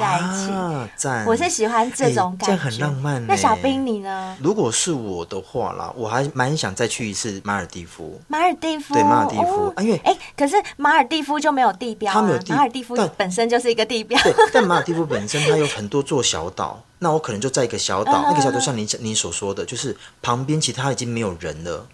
Speaker 2: 起。
Speaker 3: 啊，赞！
Speaker 2: 我是喜欢这种感觉，
Speaker 3: 哎这样很浪漫呢
Speaker 2: 那小兵你呢？
Speaker 3: 如果是我的话啦，我还蛮想再去一次马尔蒂夫。
Speaker 2: 马尔蒂夫，
Speaker 3: 对马尔蒂夫
Speaker 2: 哦
Speaker 3: 啊因为
Speaker 2: 哎、可是马尔蒂夫就没有地标、啊，
Speaker 3: 它没有地
Speaker 2: 马尔蒂夫
Speaker 3: 但
Speaker 2: 本身就是一个地标。
Speaker 3: 对，但马尔蒂夫本身它有很多座小岛，那我可能就在一个小岛，
Speaker 2: 嗯
Speaker 3: 那个小岛像你你所说的，就是旁边其他已经没有人了。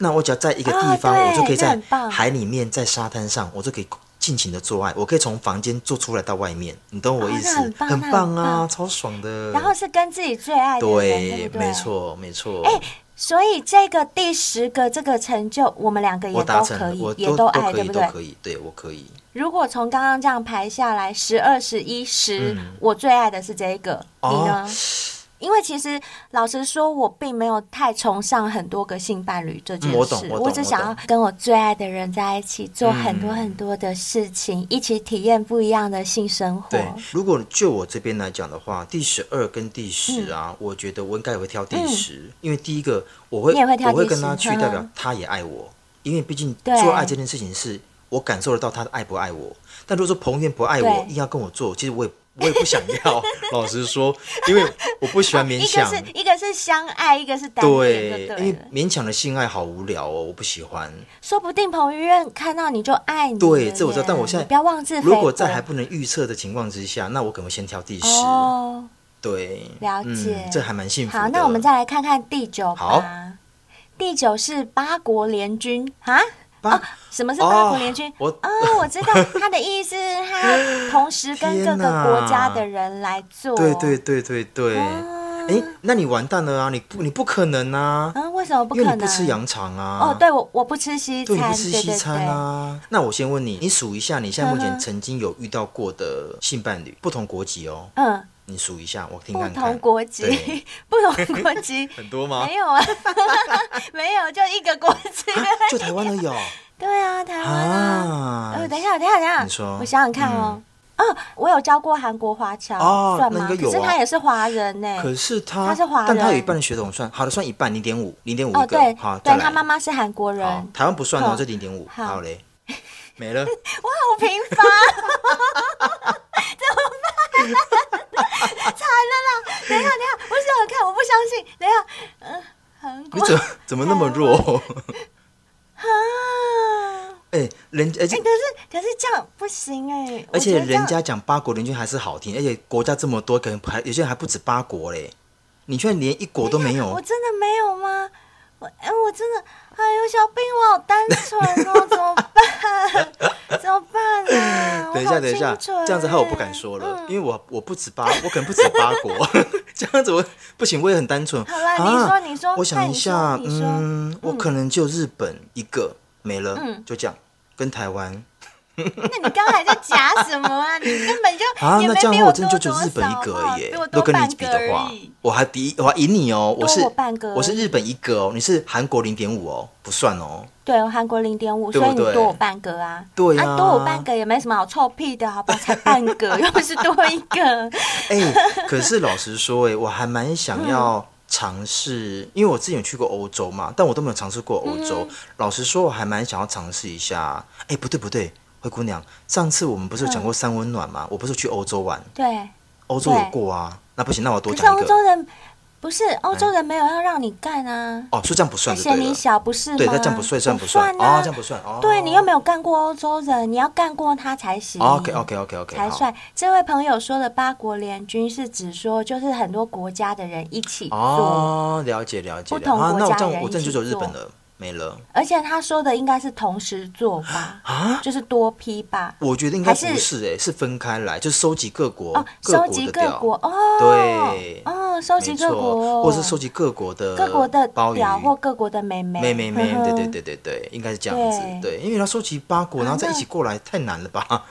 Speaker 3: 那我只要在一个地方，
Speaker 2: 哦对
Speaker 3: 我就可以
Speaker 2: 这
Speaker 3: 在
Speaker 2: 很棒
Speaker 3: 海里面，在沙滩上，我就可以尽情的做爱。我可以从房间做出来到外面，你懂我意思？
Speaker 2: 哦那很棒那很
Speaker 3: 啊，
Speaker 2: 棒
Speaker 3: 超爽的。
Speaker 2: 然后是跟自己最爱的人，对
Speaker 3: 对，
Speaker 2: 不对
Speaker 3: 没。错，没错。
Speaker 2: 哎所以这个第十个这个成就，我们两个
Speaker 3: 我
Speaker 2: 也
Speaker 3: 达
Speaker 2: 都
Speaker 3: 成
Speaker 2: 可
Speaker 3: 了，
Speaker 2: 以
Speaker 3: 我，
Speaker 2: 也
Speaker 3: 都
Speaker 2: 爱，
Speaker 3: 可
Speaker 2: 对
Speaker 3: 以，
Speaker 2: 不
Speaker 3: 都
Speaker 2: 对？
Speaker 3: 可以，对我可以。
Speaker 2: 如果从刚刚这样排下来，十二、十一、十
Speaker 3: 嗯，
Speaker 2: 我最爱的是这一个，
Speaker 3: 哦
Speaker 2: 你呢？因为其实老实说，我并没有太崇尚很多个性伴侣这件
Speaker 3: 嗯我
Speaker 2: 事
Speaker 3: 懂，我懂
Speaker 2: 我只想
Speaker 3: 我
Speaker 2: 要
Speaker 3: 懂
Speaker 2: 跟我最爱的人在一起，做很多
Speaker 3: 嗯
Speaker 2: 很多的事情，一起体验不一样的性生活。
Speaker 3: 对，如果就我这边来讲的话，第十二跟第
Speaker 2: 嗯
Speaker 3: 十啊，我觉得我应该也会挑第十，因为第一个我会
Speaker 2: 你也会挑
Speaker 3: 我会
Speaker 2: 第
Speaker 3: 跟他
Speaker 2: 十
Speaker 3: 去，
Speaker 2: 嗯
Speaker 3: 代表他也爱我，因为毕竟
Speaker 2: 对
Speaker 3: 做爱这件事情是我感受得到他爱不爱我。但如果说彭于晏不爱我，
Speaker 2: 对
Speaker 3: 硬要跟我做，其实我也我也不想 要。老实说，因为我不喜欢勉
Speaker 2: 哦一个
Speaker 3: 强。
Speaker 2: 是一个是相爱，一个是单恋，
Speaker 3: 对
Speaker 2: 就，对
Speaker 3: 因为
Speaker 2: 了。
Speaker 3: 勉强的性爱好无聊哦，我不喜欢。
Speaker 2: 说不定彭于晏看到你就爱你了耶。
Speaker 3: 对，这我知道，但我现在
Speaker 2: 你不要妄自菲薄。
Speaker 3: 如果在还不能预测的情况之下，那我可能会先挑第十。
Speaker 2: 哦，
Speaker 3: 对，
Speaker 2: 了解
Speaker 3: 嗯，这还蛮幸福的。
Speaker 2: 好，那我们再来看看第九
Speaker 3: 好
Speaker 2: 吧。第九是八国联军啊。
Speaker 3: 八
Speaker 2: 哦，什么是八国联军
Speaker 3: 哦？我
Speaker 2: 啊、我知道，他的意思是他同时跟各
Speaker 3: 天
Speaker 2: 个
Speaker 3: 哪
Speaker 2: 国家的人来做。
Speaker 3: 对对对对对，
Speaker 2: 哦啊
Speaker 3: 哎、那你完蛋了啊！你不你不可能啊，
Speaker 2: 嗯，为什么不
Speaker 3: 因
Speaker 2: 可
Speaker 3: 为
Speaker 2: 能？
Speaker 3: 你不吃羊肠啊。
Speaker 2: 哦，对，我我不吃西
Speaker 3: 对，
Speaker 2: 餐，
Speaker 3: 你不吃
Speaker 2: 对
Speaker 3: 西餐。啊。那我先问你，你数一下你现在目
Speaker 2: 嗯
Speaker 3: 前
Speaker 2: 哼
Speaker 3: 曾经有遇到过的性伴侣，不同国籍哦，
Speaker 2: 对对嗯，
Speaker 3: 你数一下，我听
Speaker 2: 不
Speaker 3: 看看。
Speaker 2: 同国籍
Speaker 3: 对，
Speaker 2: 不同国籍
Speaker 3: 很多吗
Speaker 2: 没？有啊， 没有，就一个国 籍。
Speaker 3: 就台湾而 已哦。
Speaker 2: 对啊，台湾啊。
Speaker 3: 啊
Speaker 2: 呃，等一下，等一下，等一下，
Speaker 3: 你说嗯
Speaker 2: 我想想看哦。哦，我有教过韩国华侨，
Speaker 3: 哦
Speaker 2: 算
Speaker 3: 那
Speaker 2: 吗？
Speaker 3: 应该有
Speaker 2: 可是
Speaker 3: 啊
Speaker 2: 他也是华人呢。
Speaker 3: 可是他，
Speaker 2: 啊他是华
Speaker 3: 但他有一
Speaker 2: 人
Speaker 3: 半的血统算好的，算一半，零点五，零点五
Speaker 2: 哦，
Speaker 3: 一个。
Speaker 2: 对
Speaker 3: 好，，再
Speaker 2: 对
Speaker 3: 来
Speaker 2: 他妈妈是韩国人，
Speaker 3: 好，台湾不算哦
Speaker 2: 哦，
Speaker 3: 这零点五。
Speaker 2: 好
Speaker 3: 好嘞，没了。
Speaker 2: 好平凡，怎么 办？ 惨了啦！等一下，等一下，我想想看，我不相信。等一下，嗯、韩
Speaker 3: 你
Speaker 2: 国
Speaker 3: 怎么怎么那么 弱？
Speaker 2: 啊，
Speaker 3: 哎、人而且、
Speaker 2: 哎、可是可是这样不行哎、
Speaker 3: 而
Speaker 2: 我
Speaker 3: 且
Speaker 2: 觉得这样
Speaker 3: 人家讲八国联军还是好听，而且国家这么多，可能还有些人还不止八国嘞。你居然连一国都没
Speaker 2: 我
Speaker 3: 有，
Speaker 2: 真的没有吗？我哎、我真的，哎呦，小兵，我好单纯哦，怎么办？怎么办 啊？
Speaker 3: 等一下，等一下，这
Speaker 2: 哎
Speaker 3: 样子害我不敢说了，
Speaker 2: 嗯
Speaker 3: 因为我我不止八，我可能不止八国， 这样子我不行，我也很单纯。
Speaker 2: 好啦
Speaker 3: 啊
Speaker 2: 你说你说
Speaker 3: 我想一下，
Speaker 2: 那你说你说
Speaker 3: 嗯，我可能就日本一个没了，
Speaker 2: 嗯
Speaker 3: 就这样，跟台湾
Speaker 2: 为那你刚才在假什么啊？你 根本就
Speaker 3: 啊，
Speaker 2: 也
Speaker 3: 那
Speaker 2: 没
Speaker 3: 这样
Speaker 2: 比
Speaker 3: 的话
Speaker 2: 我
Speaker 3: 我真的就只有
Speaker 2: 多
Speaker 3: 日本一
Speaker 2: 多
Speaker 3: 个
Speaker 2: 少嘛
Speaker 3: 而已耶
Speaker 2: 比我，多
Speaker 3: 都跟
Speaker 2: 半
Speaker 3: 你比
Speaker 2: 个
Speaker 3: 的
Speaker 2: 而
Speaker 3: 话
Speaker 2: 已，
Speaker 3: 我还比我还赢你哦，我
Speaker 2: 多
Speaker 3: 是
Speaker 2: 我半个而已
Speaker 3: 我是日本一个哦，你是韩国零点五哦，不算哦。
Speaker 2: 对，韩国零点五，
Speaker 3: 对
Speaker 2: 所
Speaker 3: 不
Speaker 2: 以你
Speaker 3: 对
Speaker 2: 多我半个啊。
Speaker 3: 对
Speaker 2: 啊，
Speaker 3: 啊
Speaker 2: 多我半个也没什么好臭屁的，好吧？才半个，又不是多一 个。
Speaker 3: 哎、可是老实说、哎，我还蛮
Speaker 2: 嗯
Speaker 3: 想要尝试，因为我之前有去过欧洲嘛，但我都没有尝试过欧洲。
Speaker 2: 嗯
Speaker 3: 老实说，我还蛮想要尝试一下。哎、不对不对，灰姑娘，上次我们不是有讲过三温暖吗？我不是去欧洲玩，
Speaker 2: 嗯对，
Speaker 3: 欧洲有过啊。那不行，那我多
Speaker 2: 可
Speaker 3: 讲
Speaker 2: 是欧
Speaker 3: 一个。
Speaker 2: 洲人不是欧洲人没有要让你干啊。
Speaker 3: 哦，所以这样不算就
Speaker 2: 嫌
Speaker 3: 对
Speaker 2: 你
Speaker 3: 了。
Speaker 2: 小不是吗？
Speaker 3: 对，那这样不算，这样不算。
Speaker 2: 啊
Speaker 3: 哦，这样不算。哦，
Speaker 2: 对你又没有干过欧洲人，你要干过他才行。
Speaker 3: 哦 OK OK OK
Speaker 2: 嗯
Speaker 3: OK，
Speaker 2: 才帅。这位朋友说的八国联军是指说，就是很多国家的人一起做，
Speaker 3: 哦，了解了解。
Speaker 2: 不同
Speaker 3: 了解啊，那
Speaker 2: 国
Speaker 3: 我
Speaker 2: 家
Speaker 3: 这样
Speaker 2: 人
Speaker 3: 我这样就
Speaker 2: 一起
Speaker 3: 只有日
Speaker 2: 做
Speaker 3: 本了，没了
Speaker 2: 而且他说的应该是同时做吧，
Speaker 3: 啊。
Speaker 2: 就是多批吧。
Speaker 3: 我觉得应
Speaker 2: 还
Speaker 3: 该
Speaker 2: 是
Speaker 3: 不是哎、是分开来，就收集各国、
Speaker 2: 哦，
Speaker 3: 各
Speaker 2: 收
Speaker 3: 国
Speaker 2: 集
Speaker 3: 的
Speaker 2: 各
Speaker 3: 调，
Speaker 2: 国哦，
Speaker 3: 对
Speaker 2: 哦，收集
Speaker 3: 没
Speaker 2: 各
Speaker 3: 错
Speaker 2: 国，
Speaker 3: 或是收集各国的
Speaker 2: 各国的
Speaker 3: 鲍鱼、
Speaker 2: 屌或各国的妹妹，
Speaker 3: 妹妹妹，
Speaker 2: 呵呵
Speaker 3: 对对，对对对，应该是这样子，
Speaker 2: 对啊
Speaker 3: 对，因为要收集八国，然后再一起过来，太难了吧？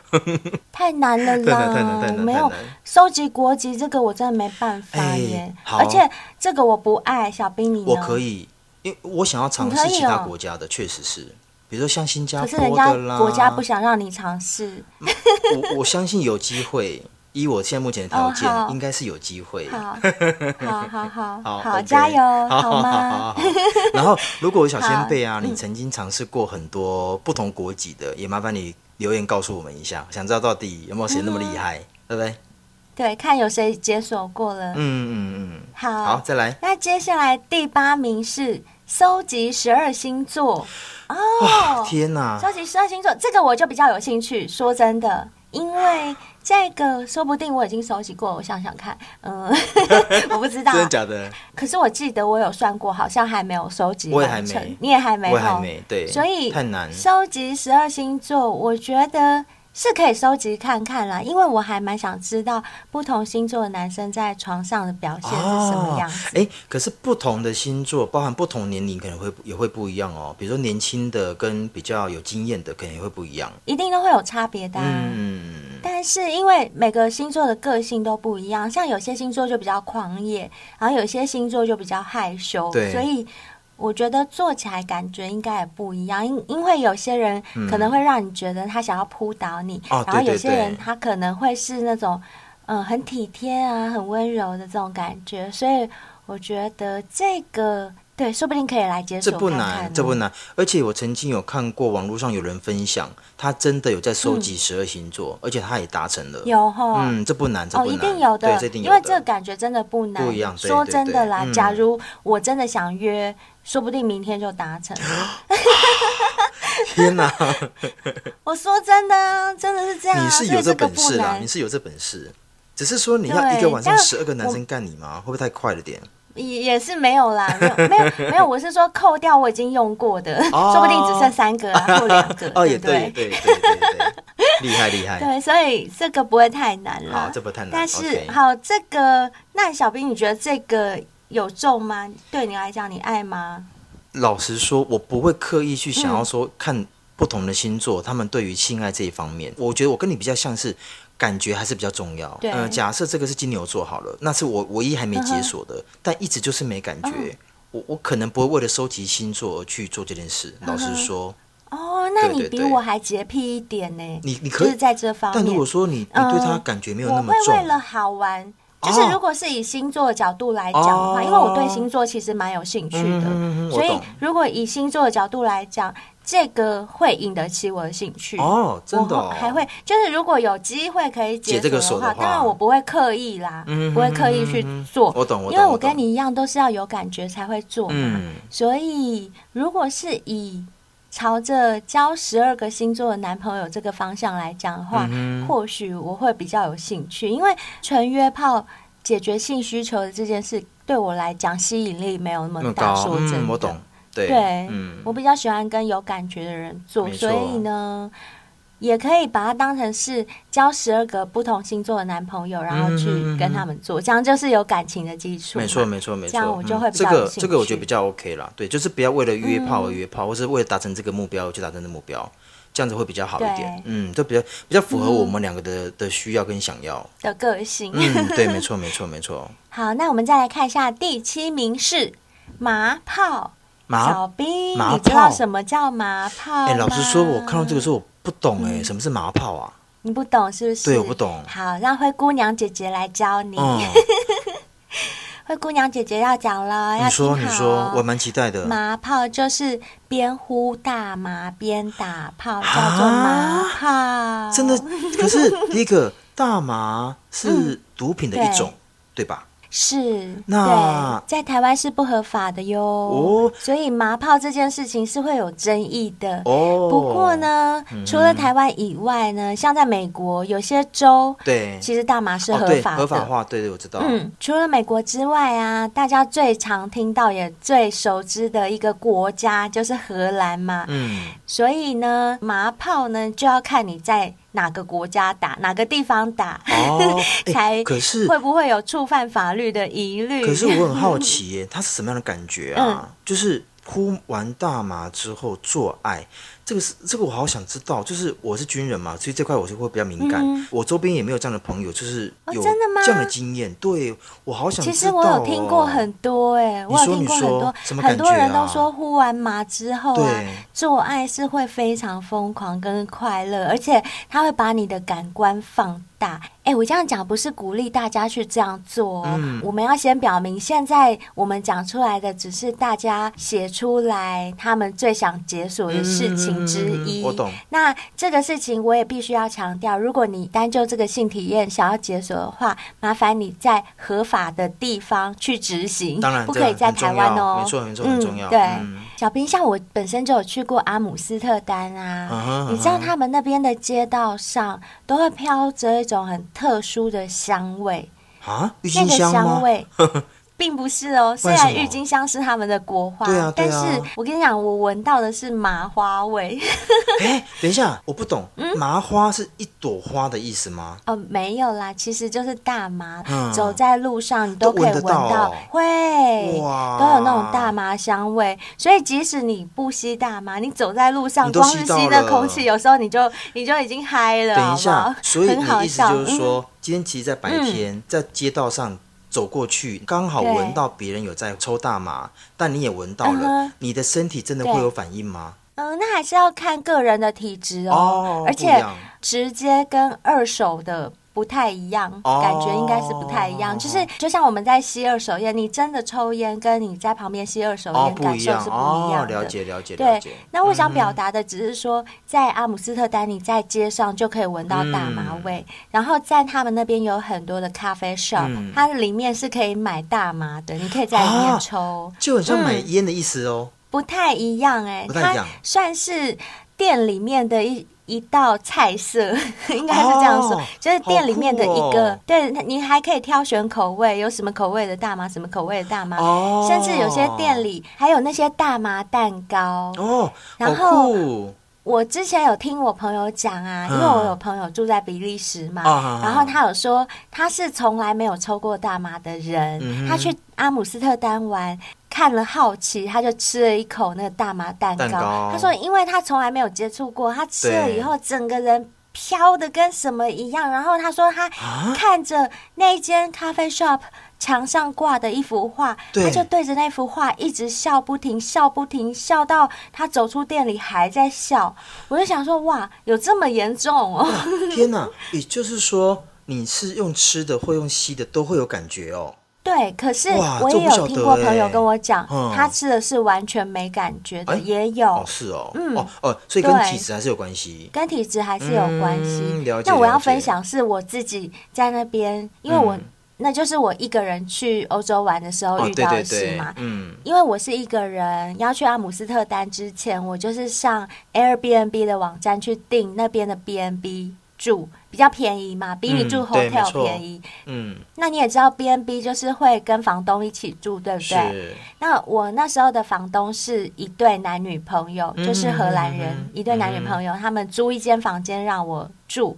Speaker 2: 太难了
Speaker 3: 太难太
Speaker 2: 啦
Speaker 3: 难太，难
Speaker 2: 没
Speaker 3: 太
Speaker 2: 有
Speaker 3: 难
Speaker 2: 收集国籍这个我真的没办法
Speaker 3: 哎
Speaker 2: 耶，
Speaker 3: 好
Speaker 2: 而且这个我不爱，小兵你呢
Speaker 3: 我可，以，因为我想要尝
Speaker 2: 你可
Speaker 3: 试
Speaker 2: 以
Speaker 3: 其他
Speaker 2: 哦
Speaker 3: 国家的，确实是，比如说像新加
Speaker 2: 可
Speaker 3: 坡
Speaker 2: 是
Speaker 3: 啊的
Speaker 2: 人家
Speaker 3: 啦，
Speaker 2: 国家不想让你尝试，
Speaker 3: 我我相信有机会，以我现在目前的条件，
Speaker 2: 哦好
Speaker 3: 应该是有机会。
Speaker 2: 好，好好好
Speaker 3: 好
Speaker 2: 好，
Speaker 3: OK
Speaker 2: 加油，
Speaker 3: 好好
Speaker 2: 吗？
Speaker 3: 好 好好然后，如果有小
Speaker 2: 好嗯
Speaker 3: 先辈啊，你曾经尝试过很多不同国籍的，也麻烦你留言告诉我们一下，想知道到底有没有谁那么厉
Speaker 2: 嗯
Speaker 3: 害，对不对？
Speaker 2: 对，看有谁解锁过了。
Speaker 3: 嗯嗯嗯。好，
Speaker 2: 好，
Speaker 3: 再来。
Speaker 2: 那接下来第八名是搜集十二星座哦，
Speaker 3: 天哪！
Speaker 2: 收集十二星座，这个我就比较有兴趣。说真的，因为这个说不定我已经收集过，我想想看，嗯， 我不知道
Speaker 3: 真，的假的？
Speaker 2: 可是我记得我有算过，好像还没有收集
Speaker 3: 我也还
Speaker 2: 完成
Speaker 3: 没，
Speaker 2: 你也还没
Speaker 3: 我也还
Speaker 2: 吼
Speaker 3: 没对，
Speaker 2: 所以
Speaker 3: 太难。
Speaker 2: 收集十二星座，我觉得是可以收集看看啦，因为我还蛮想知道不同星座的男生在床上的表现是什么样子。
Speaker 3: 哎、可是不同的星座，包含不同年龄，可能会也会不一样哦。比如说年轻的跟比较有经验的，可能也会不一样。
Speaker 2: 一定都会有差别的、啊，
Speaker 3: 嗯，
Speaker 2: 但是因为每个星座的个性都不一样，像有些星座就比较狂野，然后有些星座就比较害羞，
Speaker 3: 对
Speaker 2: 所以我觉得做起来感觉应该也不一样。因因为有些人可能会让你觉得他想要扑倒你，
Speaker 3: 嗯哦
Speaker 2: 然后
Speaker 3: 对
Speaker 2: 有
Speaker 3: 对
Speaker 2: 些人
Speaker 3: 对
Speaker 2: 他可能会是那种嗯很体贴啊、很温柔的这种感觉，所以我觉得这个对，说不定可以来解
Speaker 3: 这
Speaker 2: 锁
Speaker 3: 不
Speaker 2: 看
Speaker 3: 难，
Speaker 2: 看哦
Speaker 3: 这不难。而且我曾经有看过网络上有人分享，他真的有在收集十二星座，而且他也达成了。
Speaker 2: 嗯有哈。
Speaker 3: 嗯，这不难，这
Speaker 2: 哦，
Speaker 3: 不难，
Speaker 2: 一定有的，
Speaker 3: 对，这一定有
Speaker 2: 因
Speaker 3: 的。
Speaker 2: 为这个感觉真的不难。
Speaker 3: 不一样对
Speaker 2: 说
Speaker 3: 对
Speaker 2: 真的
Speaker 3: 对
Speaker 2: 啦，
Speaker 3: 嗯
Speaker 2: 假如我真的想约，说不定明天就达成了。
Speaker 3: 天哪，
Speaker 2: 我说真的啊，真的是这样啊。
Speaker 3: 你是有
Speaker 2: 所以这个
Speaker 3: 本
Speaker 2: 不
Speaker 3: 事啦，
Speaker 2: 难
Speaker 3: 你是有这本事。只是说你要一个晚上
Speaker 2: 对
Speaker 3: 十二个男
Speaker 2: 但
Speaker 3: 生干你吗？会不会太快了点？
Speaker 2: 也也是没有啦，没有没有没有，我是说扣掉我已经用过 的，
Speaker 3: 哦
Speaker 2: 说不定只剩三个啊或两个，
Speaker 3: 哦，
Speaker 2: 对
Speaker 3: 也
Speaker 2: 不
Speaker 3: 对，也对，对 对对，厉害厉害。
Speaker 2: 对，所以这个不会太难啦
Speaker 3: 好，。这不太难。
Speaker 2: 但是
Speaker 3: OK
Speaker 2: 好，这个那小兵，你觉得这个有中吗？对你来讲，你爱吗？
Speaker 3: 老实说，我不会刻意去
Speaker 2: 嗯
Speaker 3: 想要说看不同的星座，他们对于性爱这一方面，我觉得我跟你比较像是。感觉还是比较重要。
Speaker 2: 对嗯
Speaker 3: 呃，假设这个是金牛座好了，那是我唯一还没解锁的，但一直就是没感觉。我我可能不会为了收集星座而去做这件事。老
Speaker 2: 嗯
Speaker 3: 实说，
Speaker 2: 哦，那
Speaker 3: 对
Speaker 2: 你
Speaker 3: 对
Speaker 2: 比
Speaker 3: 对
Speaker 2: 我还洁癖一点呢。
Speaker 3: 你你
Speaker 2: 就
Speaker 3: 可以
Speaker 2: 是，在这方面。
Speaker 3: 但如果说你你对他
Speaker 2: 嗯
Speaker 3: 感觉没有
Speaker 2: 我
Speaker 3: 那么
Speaker 2: 会
Speaker 3: 重，
Speaker 2: 为了好玩，就是
Speaker 3: 哦
Speaker 2: 如果是以星座的角度来讲的话，因为我对星座其实蛮有兴趣的，
Speaker 3: 嗯嗯嗯嗯
Speaker 2: 所
Speaker 3: 我
Speaker 2: 以
Speaker 3: 懂
Speaker 2: 如果以星座的角度来讲，这个会引得起我的兴趣。
Speaker 3: 哦，真的、
Speaker 2: 我
Speaker 3: 哦、
Speaker 2: 还会就是，如果有机会可以
Speaker 3: 解这个
Speaker 2: 锁
Speaker 3: 锁
Speaker 2: 的
Speaker 3: 的
Speaker 2: 话，
Speaker 3: 话
Speaker 2: 当然我不会刻意啦，
Speaker 3: 嗯
Speaker 2: 不会刻意去
Speaker 3: 嗯嗯嗯
Speaker 2: 做。
Speaker 3: 我懂我懂
Speaker 2: 因为我
Speaker 3: 我懂
Speaker 2: 跟你一样都是要有感觉才会做嘛。
Speaker 3: 嗯
Speaker 2: 所以，如果是以朝着交十二个星座的男朋友这个方向来讲的话，
Speaker 3: 嗯
Speaker 2: 或许我会比较有兴趣，因为纯约炮解决性需求的这件事对我来讲吸引力没有那
Speaker 3: 那
Speaker 2: 么
Speaker 3: 么
Speaker 2: 大。
Speaker 3: 高，
Speaker 2: 说真的，
Speaker 3: 嗯，我懂，对
Speaker 2: 对，
Speaker 3: 嗯，
Speaker 2: 我比较喜欢跟有感觉的人做，
Speaker 3: 没错
Speaker 2: 所以呢，也可以把它当成是交十二个不同星座的男朋友，然后去
Speaker 3: 嗯嗯嗯嗯
Speaker 2: 跟他们做，这样就是有感情的基础嘛。
Speaker 3: 没错，没错，没错。
Speaker 2: 这样我就会比
Speaker 3: 这
Speaker 2: 较有
Speaker 3: 个
Speaker 2: 兴
Speaker 3: 这个我
Speaker 2: 趣嗯
Speaker 3: 觉得比较 OK 啦。对，就是不要为了约炮而约炮，或是为了达成这个目标而去达成这个目标，这样子会比较好一点
Speaker 2: 对。嗯
Speaker 3: 嗯，这比较比较符合我们两个的、的需要跟想要。
Speaker 2: 的个性。
Speaker 3: 嗯，对，没错，没错，没错。
Speaker 2: 好，那我们再来看一下第七名是麻炮。
Speaker 3: 麻
Speaker 2: 小兵，
Speaker 3: 麻
Speaker 2: 你知道
Speaker 3: 炮
Speaker 2: 什么叫麻炮？
Speaker 3: 哎、老实说，我看到这个，时候我不懂哎、什么是麻炮啊？
Speaker 2: 你不懂是不是？
Speaker 3: 对我不懂
Speaker 2: 好，让灰姑娘姐姐来教你。
Speaker 3: 嗯，
Speaker 2: 灰姑娘姐姐要讲了，要
Speaker 3: 你说
Speaker 2: 听
Speaker 3: 你
Speaker 2: 好
Speaker 3: 说
Speaker 2: 哦，
Speaker 3: 我蛮期待的。
Speaker 2: 麻炮就是边呼大麻边打炮，叫做麻炮。
Speaker 3: 啊真的，可 是第一个大
Speaker 2: 嗯
Speaker 3: 麻是毒品的一种，对吧？
Speaker 2: 是，
Speaker 3: 那
Speaker 2: 对，在台湾是不合法的哟。
Speaker 3: 哦
Speaker 2: 所以麻炮这件事情是会有争议的。
Speaker 3: 哦，嗯
Speaker 2: 不过，呢，除了台湾以外呢，像在美国有些州，
Speaker 3: 哦对，
Speaker 2: 其实大麻是
Speaker 3: 哦
Speaker 2: 合
Speaker 3: 对
Speaker 2: 法的。
Speaker 3: 合法化，对对，我知道。
Speaker 2: 嗯，除了美国之外啊，大家最常听到也最熟知的一个国家就是荷兰嘛。
Speaker 3: 嗯，
Speaker 2: 所以呢，麻炮呢就要看你在哪个国家打，哪个地方打，
Speaker 3: 哦哎
Speaker 2: 才
Speaker 3: 可是
Speaker 2: 会不嗯会有触犯法律的疑虑？
Speaker 3: 可是我很好奇耶，它是什么样的感觉
Speaker 2: 嗯
Speaker 3: 啊？就是呼完大麻之后做爱，这个是这个我好想知道。就是我是军人嘛，所以这块我是会比较敏感。我周边也没有这样的朋友，就是
Speaker 2: 嗯哦
Speaker 3: 有
Speaker 2: 真的吗
Speaker 3: 这样的经验。对我好想知
Speaker 2: 其
Speaker 3: 道、哦。
Speaker 2: 实我有听过很多哎、我有
Speaker 3: 说
Speaker 2: 听过
Speaker 3: 你
Speaker 2: 很
Speaker 3: 说
Speaker 2: 多，
Speaker 3: 什么
Speaker 2: 很
Speaker 3: 感
Speaker 2: 多
Speaker 3: 觉
Speaker 2: 人都
Speaker 3: 啊
Speaker 2: 说呼完麻之后啊
Speaker 3: 对，
Speaker 2: 做爱是会非常疯狂跟快乐，而且它会把你的感官放大。哎、我这样讲不是鼓励大家去这样做哦，
Speaker 3: 嗯
Speaker 2: 我们要先表明，现在我们讲出来的只是大家写出来他们最想解锁的事情情之一。
Speaker 3: 我懂。
Speaker 2: 那这个事情我也必须要强调，如果你单就这个性体验想要解锁的话，麻烦你在合法的地方去执行，
Speaker 3: 当然
Speaker 2: 不
Speaker 3: 这
Speaker 2: 可以在
Speaker 3: 很重
Speaker 2: 台湾
Speaker 3: 要
Speaker 2: 哦。
Speaker 3: 没错没错很重
Speaker 2: 嗯、
Speaker 3: 要
Speaker 2: 对，
Speaker 3: 嗯
Speaker 2: 小兵，像我本身就有去过阿姆斯特丹啊，
Speaker 3: 嗯哼
Speaker 2: 你知道
Speaker 3: 嗯哼
Speaker 2: 他们那边的街道上都会飘着一种很特殊的香味，
Speaker 3: 啊，郁
Speaker 2: 那
Speaker 3: 金
Speaker 2: 个
Speaker 3: 香吗
Speaker 2: 香？味并不是哦，虽
Speaker 3: 为什
Speaker 2: 然
Speaker 3: 么
Speaker 2: 郁金香是他们的国花，
Speaker 3: 对啊对
Speaker 2: 但
Speaker 3: 啊
Speaker 2: 是我跟你讲，我闻到的是麻花味。
Speaker 3: 哎、等一下，我不懂，
Speaker 2: 嗯
Speaker 3: 麻花是一朵花的意思吗？
Speaker 2: 哦，没有啦，其实就是大麻，
Speaker 3: 嗯
Speaker 2: 走在路上你都
Speaker 3: 都
Speaker 2: 可以
Speaker 3: 闻得
Speaker 2: 闻到，
Speaker 3: 到哦
Speaker 2: 会
Speaker 3: 哇
Speaker 2: 都有那种大麻香味。所以即使你不吸大麻，你走在路上，
Speaker 3: 你都
Speaker 2: 光
Speaker 3: 吸
Speaker 2: 是
Speaker 3: 到
Speaker 2: 吸那
Speaker 3: 了
Speaker 2: 空气，有时候你就你就已经嗨了，
Speaker 3: 等一
Speaker 2: 啊好不
Speaker 3: 下
Speaker 2: 好，
Speaker 3: 所以
Speaker 2: 很
Speaker 3: 你
Speaker 2: 好
Speaker 3: 的意思
Speaker 2: 笑
Speaker 3: 就是
Speaker 2: 嗯
Speaker 3: 说，今天其实，在白天、在街道上走过去，刚好
Speaker 2: 对
Speaker 3: 闻到别人有在抽大麻，但你也闻到了，
Speaker 2: 嗯哼
Speaker 3: 你的身体真的
Speaker 2: 对
Speaker 3: 会有反应吗？
Speaker 2: 嗯，那还是要看个人的体质
Speaker 3: 哦
Speaker 2: 哦，而
Speaker 3: 不一
Speaker 2: 且
Speaker 3: 样
Speaker 2: 直接跟二手的不太一样，
Speaker 3: 哦
Speaker 2: 感觉应该是不太一样。就是就像我们在吸二手烟，你真的抽烟跟你在旁边吸二手
Speaker 3: 哦
Speaker 2: 烟，
Speaker 3: 不
Speaker 2: 感
Speaker 3: 一
Speaker 2: 受
Speaker 3: 样
Speaker 2: 是不一
Speaker 3: 哦
Speaker 2: 样，
Speaker 3: 了
Speaker 2: 的。
Speaker 3: 解了解了
Speaker 2: 对
Speaker 3: 解。，嗯
Speaker 2: 那我想表达的只是说，在阿姆斯特丹，你在街上就可以闻到大麻
Speaker 3: 嗯
Speaker 2: 味，然后在他们那边有很多的咖啡 shop，、
Speaker 3: 嗯
Speaker 2: 它里面是可以买大麻的，你可以在里
Speaker 3: 啊
Speaker 2: 面抽。
Speaker 3: 就很像买
Speaker 2: 嗯
Speaker 3: 烟的意思哦。
Speaker 2: 不太一样哎、
Speaker 3: 不太一
Speaker 2: 它
Speaker 3: 样
Speaker 2: 算是店里面的一。一道菜色 应该是这样说，
Speaker 3: 哦
Speaker 2: 就是店里面的一个，
Speaker 3: 好酷哦
Speaker 2: 对你还可以挑选口味，有什么口味的大麻，什么口味的大麻，
Speaker 3: 哦
Speaker 2: 嗯甚至有些店里还有那些大麻蛋糕。
Speaker 3: 哦，
Speaker 2: 然
Speaker 3: 好
Speaker 2: 后
Speaker 3: 酷
Speaker 2: 我之前有听我朋友讲啊，
Speaker 3: 嗯
Speaker 2: 因为我有朋友住在比利时嘛，
Speaker 3: 啊
Speaker 2: 然后他有说他是从来没有抽过大麻的人，
Speaker 3: 嗯哼
Speaker 2: 他去阿姆斯特丹玩。看了好奇，他就吃了一口那个大麻蛋糕。
Speaker 3: 蛋糕
Speaker 2: 他说，因为他从来没有接触过，他吃了
Speaker 3: 对
Speaker 2: 以后整个人飘的跟什么一样。然后他说，他
Speaker 3: 啊
Speaker 2: 看着那间咖啡 shop 墙上挂的一幅画，
Speaker 3: 对
Speaker 2: 他就对着那幅画一直笑不停，笑不停，笑到他走出店里还在笑。我就想说，哇，有这么严重哦？
Speaker 3: 天哪！也就是说，你是用吃的或用吸的都会有感觉哦。
Speaker 2: 对，可是
Speaker 3: 哇
Speaker 2: 我
Speaker 3: 这
Speaker 2: 也
Speaker 3: 我不
Speaker 2: 有
Speaker 3: 晓
Speaker 2: 听
Speaker 3: 得
Speaker 2: 过
Speaker 3: 欸
Speaker 2: 朋友跟我讲，
Speaker 3: 嗯
Speaker 2: 他吃的是完全没感觉的，
Speaker 3: 哎
Speaker 2: 也有
Speaker 3: 哦，是哦，
Speaker 2: 嗯
Speaker 3: 哦哦，所以跟
Speaker 2: 对
Speaker 3: 体质还是有关系。
Speaker 2: 跟体质还是有关系。
Speaker 3: 嗯了解
Speaker 2: 那我要
Speaker 3: 了解
Speaker 2: 分享是我自己在那边，因为我、
Speaker 3: 嗯
Speaker 2: 那就是我一个人去欧洲玩的时候
Speaker 3: 哦，
Speaker 2: 遇
Speaker 3: 对
Speaker 2: 到
Speaker 3: 对
Speaker 2: 的事
Speaker 3: 对
Speaker 2: 嘛。，
Speaker 3: 嗯，
Speaker 2: 因为我是一个人，要去阿姆斯特丹之前，我就是上 Airbnb 的网站去订那边的 B&B 住，比较便宜嘛，比你住
Speaker 3: 嗯对没
Speaker 2: hotel
Speaker 3: 错
Speaker 2: 便宜。
Speaker 3: 嗯，
Speaker 2: 那你也知道 B&B 就是会跟房东一起住，对不对？
Speaker 3: 是，
Speaker 2: 那我那时候的房东是一对男女朋友，
Speaker 3: 嗯
Speaker 2: 就是荷兰人，
Speaker 3: 嗯嗯
Speaker 2: 一对男女朋友，他们租一间房间让我住。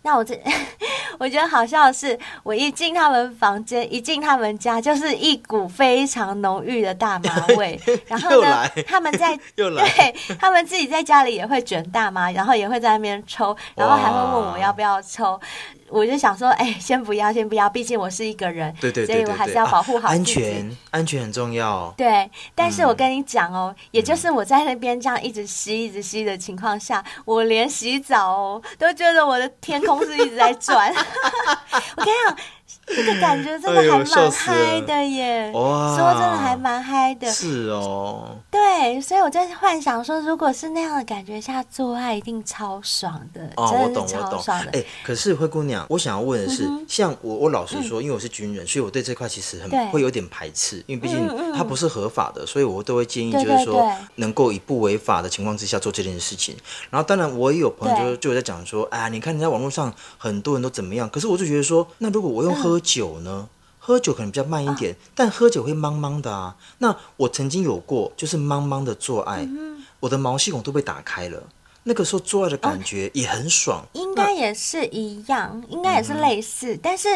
Speaker 2: 那我这 我觉得好笑的是，我一进他们房间，一进他们家，就是一股非常浓郁的大麻味。然后
Speaker 3: 又
Speaker 2: 呢
Speaker 3: 来，
Speaker 2: 他们在
Speaker 3: 又来
Speaker 2: 对他们自己在家里也会卷大麻，然后也会在那边抽，然后还会问我要不要抽。我就想说，哎、先不要，先不要，毕竟我是一个人，
Speaker 3: 对对对对
Speaker 2: 所以
Speaker 3: 对，
Speaker 2: 我还是要
Speaker 3: 啊
Speaker 2: 保护好自
Speaker 3: 安
Speaker 2: 己。
Speaker 3: 全，安全很重要。
Speaker 2: 对，但
Speaker 3: 嗯
Speaker 2: 是我跟你讲哦，也就是我在那边这样一直吸、一直吸的情况下，我连洗澡哦都觉得我的天空是一直在 转。我跟你讲，这个感觉真的
Speaker 3: 哎呦
Speaker 2: 还蛮
Speaker 3: 笑死
Speaker 2: 嗨
Speaker 3: 了
Speaker 2: 的耶！
Speaker 3: 哇
Speaker 2: 说真的还蛮嗨的。
Speaker 3: 是哦，
Speaker 2: 对，所以我在幻想说，如果是那样的感觉下做爱，一定超爽的，
Speaker 3: 哦，我
Speaker 2: 真的
Speaker 3: 懂，
Speaker 2: 是
Speaker 3: 我
Speaker 2: 超
Speaker 3: 懂。
Speaker 2: 爽的。
Speaker 3: 哎，可是灰姑娘，我想要问的是
Speaker 2: 嗯哼，
Speaker 3: 像我，我老实说，因为我是军人，所以我对这块其实
Speaker 2: 对
Speaker 3: 很会有点排斥，因为
Speaker 2: 嗯
Speaker 3: 毕
Speaker 2: 嗯嗯
Speaker 3: 竟它不是合法的，所以我都会建议，
Speaker 2: 对
Speaker 3: 就
Speaker 2: 对
Speaker 3: 是说
Speaker 2: 对
Speaker 3: 能够以不违法的情况之下做这件事情。然后，当然我也有朋友就就有在讲说，啊，你看你在网络上很多人都怎么样，可是我就觉得说，那如果我用喝酒
Speaker 2: 嗯
Speaker 3: 呢？喝酒可能比较慢一点，但喝酒会茫茫的啊。那我曾经有过，就是茫茫的做爱，
Speaker 2: 嗯
Speaker 3: 我的毛细孔都被打开了，那个时候做爱的感
Speaker 2: 哦
Speaker 3: 觉也很爽。
Speaker 2: 应
Speaker 3: 那嗯
Speaker 2: 该也是一样，应该也是类似，但是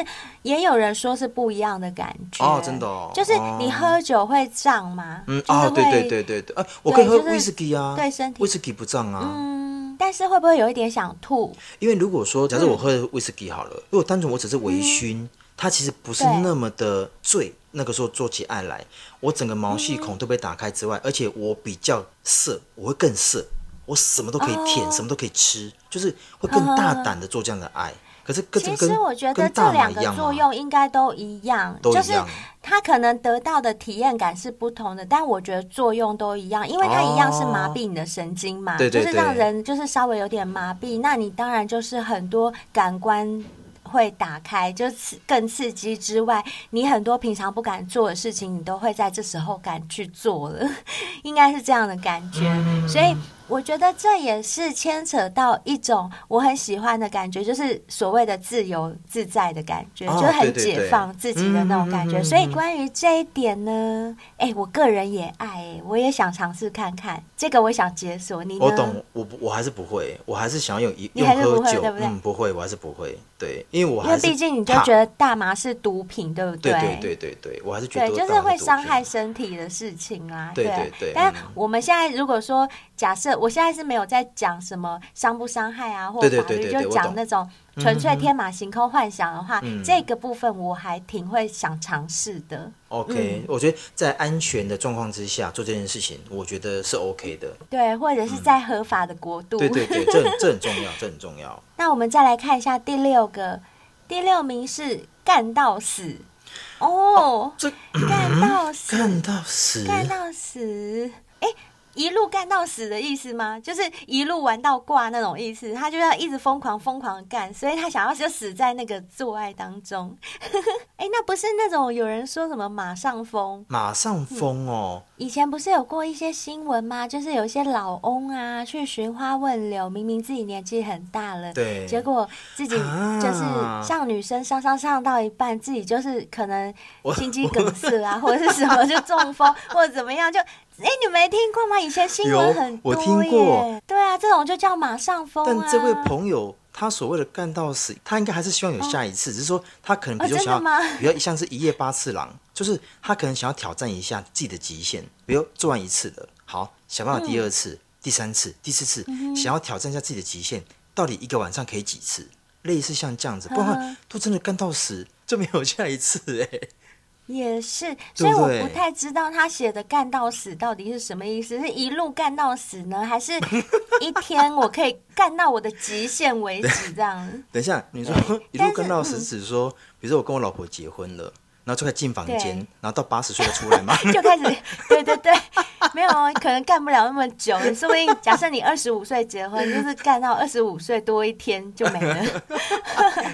Speaker 2: 也有人说是不一样的感觉
Speaker 3: 哦真的哦
Speaker 2: 就是你喝酒会胀吗？
Speaker 3: 嗯
Speaker 2: 就是会
Speaker 3: 啊，对对对对对，啊，我可以喝
Speaker 2: 就是
Speaker 3: 威士忌啊，
Speaker 2: 对身体
Speaker 3: 威士忌不胀啊，
Speaker 2: 嗯，但是会不会有一点想吐？
Speaker 3: 因为如果
Speaker 2: 嗯
Speaker 3: 说假设我喝威士忌好了，如果单纯我只是微醺，它其实不是
Speaker 2: 对
Speaker 3: 那么的醉，那个时候做起爱来，我整个毛细孔都被打开之
Speaker 2: 嗯
Speaker 3: 外，而且我比较色，我会更色，我什么都可以舔，
Speaker 2: 哦
Speaker 3: 什么都可以吃，就是会更大胆的做这样的爱。可是跟
Speaker 2: 其
Speaker 3: 跟
Speaker 2: 实我觉得
Speaker 3: 跟
Speaker 2: 这
Speaker 3: 大麻
Speaker 2: 两
Speaker 3: 一
Speaker 2: 个
Speaker 3: 样啊
Speaker 2: 作
Speaker 3: 吗
Speaker 2: 用应该都一样，
Speaker 3: 都
Speaker 2: 就
Speaker 3: 一
Speaker 2: 是
Speaker 3: 样
Speaker 2: 他可能得到的体验感是不同的，但我觉得作用都一样，因为它一样是麻痹你的神经嘛，
Speaker 3: 哦对对
Speaker 2: 就是让
Speaker 3: 对
Speaker 2: 人就是稍微有点麻痹，那你当然就是很多感官。会打开，就刺更刺激之外，你很多平常不敢做的事情，你都会在这时候敢去做了， 应该是这样的感觉。所以我觉得这也是牵扯到一种我很喜欢的感觉，就是所谓的自由自在的感觉，
Speaker 3: 哦
Speaker 2: 就是很
Speaker 3: 对对
Speaker 2: 解
Speaker 3: 对
Speaker 2: 放自己的那种感觉。
Speaker 3: 嗯嗯嗯嗯
Speaker 2: 所以关于这一点呢，哎、我个人也爱、哎我也想尝试看看，这个我想解锁。你呢？
Speaker 3: 我懂，我不，我还是不会，我还是想要用一
Speaker 2: 你
Speaker 3: 用
Speaker 2: 还是
Speaker 3: 喝
Speaker 2: 不会
Speaker 3: 酒，
Speaker 2: 对不对
Speaker 3: 嗯，不会，我还是不会，对，因为我
Speaker 2: 因为
Speaker 3: 还是
Speaker 2: 毕竟你就
Speaker 3: 怕
Speaker 2: 觉得大麻是毒品，对不
Speaker 3: 对
Speaker 2: 对
Speaker 3: 对对对对，我还是觉得
Speaker 2: 对，
Speaker 3: 我
Speaker 2: 就是
Speaker 3: 当然
Speaker 2: 会
Speaker 3: 毒
Speaker 2: 伤
Speaker 3: 品
Speaker 2: 害身体的事情啦。
Speaker 3: 对
Speaker 2: 对
Speaker 3: 对对
Speaker 2: 但
Speaker 3: 嗯
Speaker 2: 我们现在如果说假设，我现在是没有在讲什么伤不伤害啊，或
Speaker 3: 对对
Speaker 2: 法
Speaker 3: 对
Speaker 2: 律，
Speaker 3: 对
Speaker 2: 就
Speaker 3: 对我
Speaker 2: 讲
Speaker 3: 懂
Speaker 2: 那种纯粹
Speaker 3: 嗯嗯嗯
Speaker 2: 天马行空幻想的话，
Speaker 3: 嗯
Speaker 2: 这个部分我还挺会想尝试的。
Speaker 3: OK，、我觉得在安全的状况之下做这件事情，我觉得是 OK 的。
Speaker 2: 对，或者是在合法的国度。
Speaker 3: 嗯对对对，这很这很重要，这很重要。
Speaker 2: 那我们再来看一下第六个，第六名是干到死哦，
Speaker 3: 这
Speaker 2: 干到死，
Speaker 3: 干到死，
Speaker 2: 干到死，哎、一路干到死的意思吗？就是一路玩到挂那种意思，他就要一直疯狂疯狂地干，所以他想要就死在那个做爱当中。 哎、那不是那种有人说什么马上疯，
Speaker 3: 马上疯哦！
Speaker 2: 以前不是有过一些新闻吗？就是有一些老翁啊去寻花问柳，明明自己年纪很大了，
Speaker 3: 对
Speaker 2: 结果自己就是
Speaker 3: 啊
Speaker 2: 像女生上上上到一半，自己就是可能
Speaker 3: 我
Speaker 2: 心肌梗塞啊，或者是什么就中风或者怎么样，就哎、你没听过吗？以前新闻
Speaker 3: 有
Speaker 2: 很多
Speaker 3: 我听过
Speaker 2: 耶对啊，这种就叫马上风啊。
Speaker 3: 但这位朋友他所谓的干到死，他应该还是希望有下一次，只是说他可能比如
Speaker 2: 哦真
Speaker 3: 说
Speaker 2: 的
Speaker 3: 想要，
Speaker 2: 吗
Speaker 3: 比如像是一夜八次郎，就是他可能想要挑战一下自己的极限，比如做完一次了，好，想办法
Speaker 2: 嗯
Speaker 3: 第二次、第三次、第四次，想要挑战一下自己的极限，到底一个晚上可以几次？类似像这样子，不然的
Speaker 2: 嗯哼
Speaker 3: 话都真的干到死就没有下一次哎、
Speaker 2: 也是，所
Speaker 3: 对
Speaker 2: 以
Speaker 3: 不
Speaker 2: 我
Speaker 3: 对
Speaker 2: 不太知道他写的“干到死”到底是什么意思，是一路干到死呢，还 是一天我可以干到我的极限为止这样？
Speaker 3: 等一下，你说一
Speaker 2: 但
Speaker 3: 路
Speaker 2: 是
Speaker 3: 跟到
Speaker 2: 嗯
Speaker 3: 死，指说，比如说我跟我老婆结婚了，然后就开始进房
Speaker 2: 对
Speaker 3: 间，然后到八十岁才出来嘛。
Speaker 2: 就开始，对对对，没有，可能干不了那么久，说不定假设你二十五岁结婚，就是干到二十五岁多一天就没了。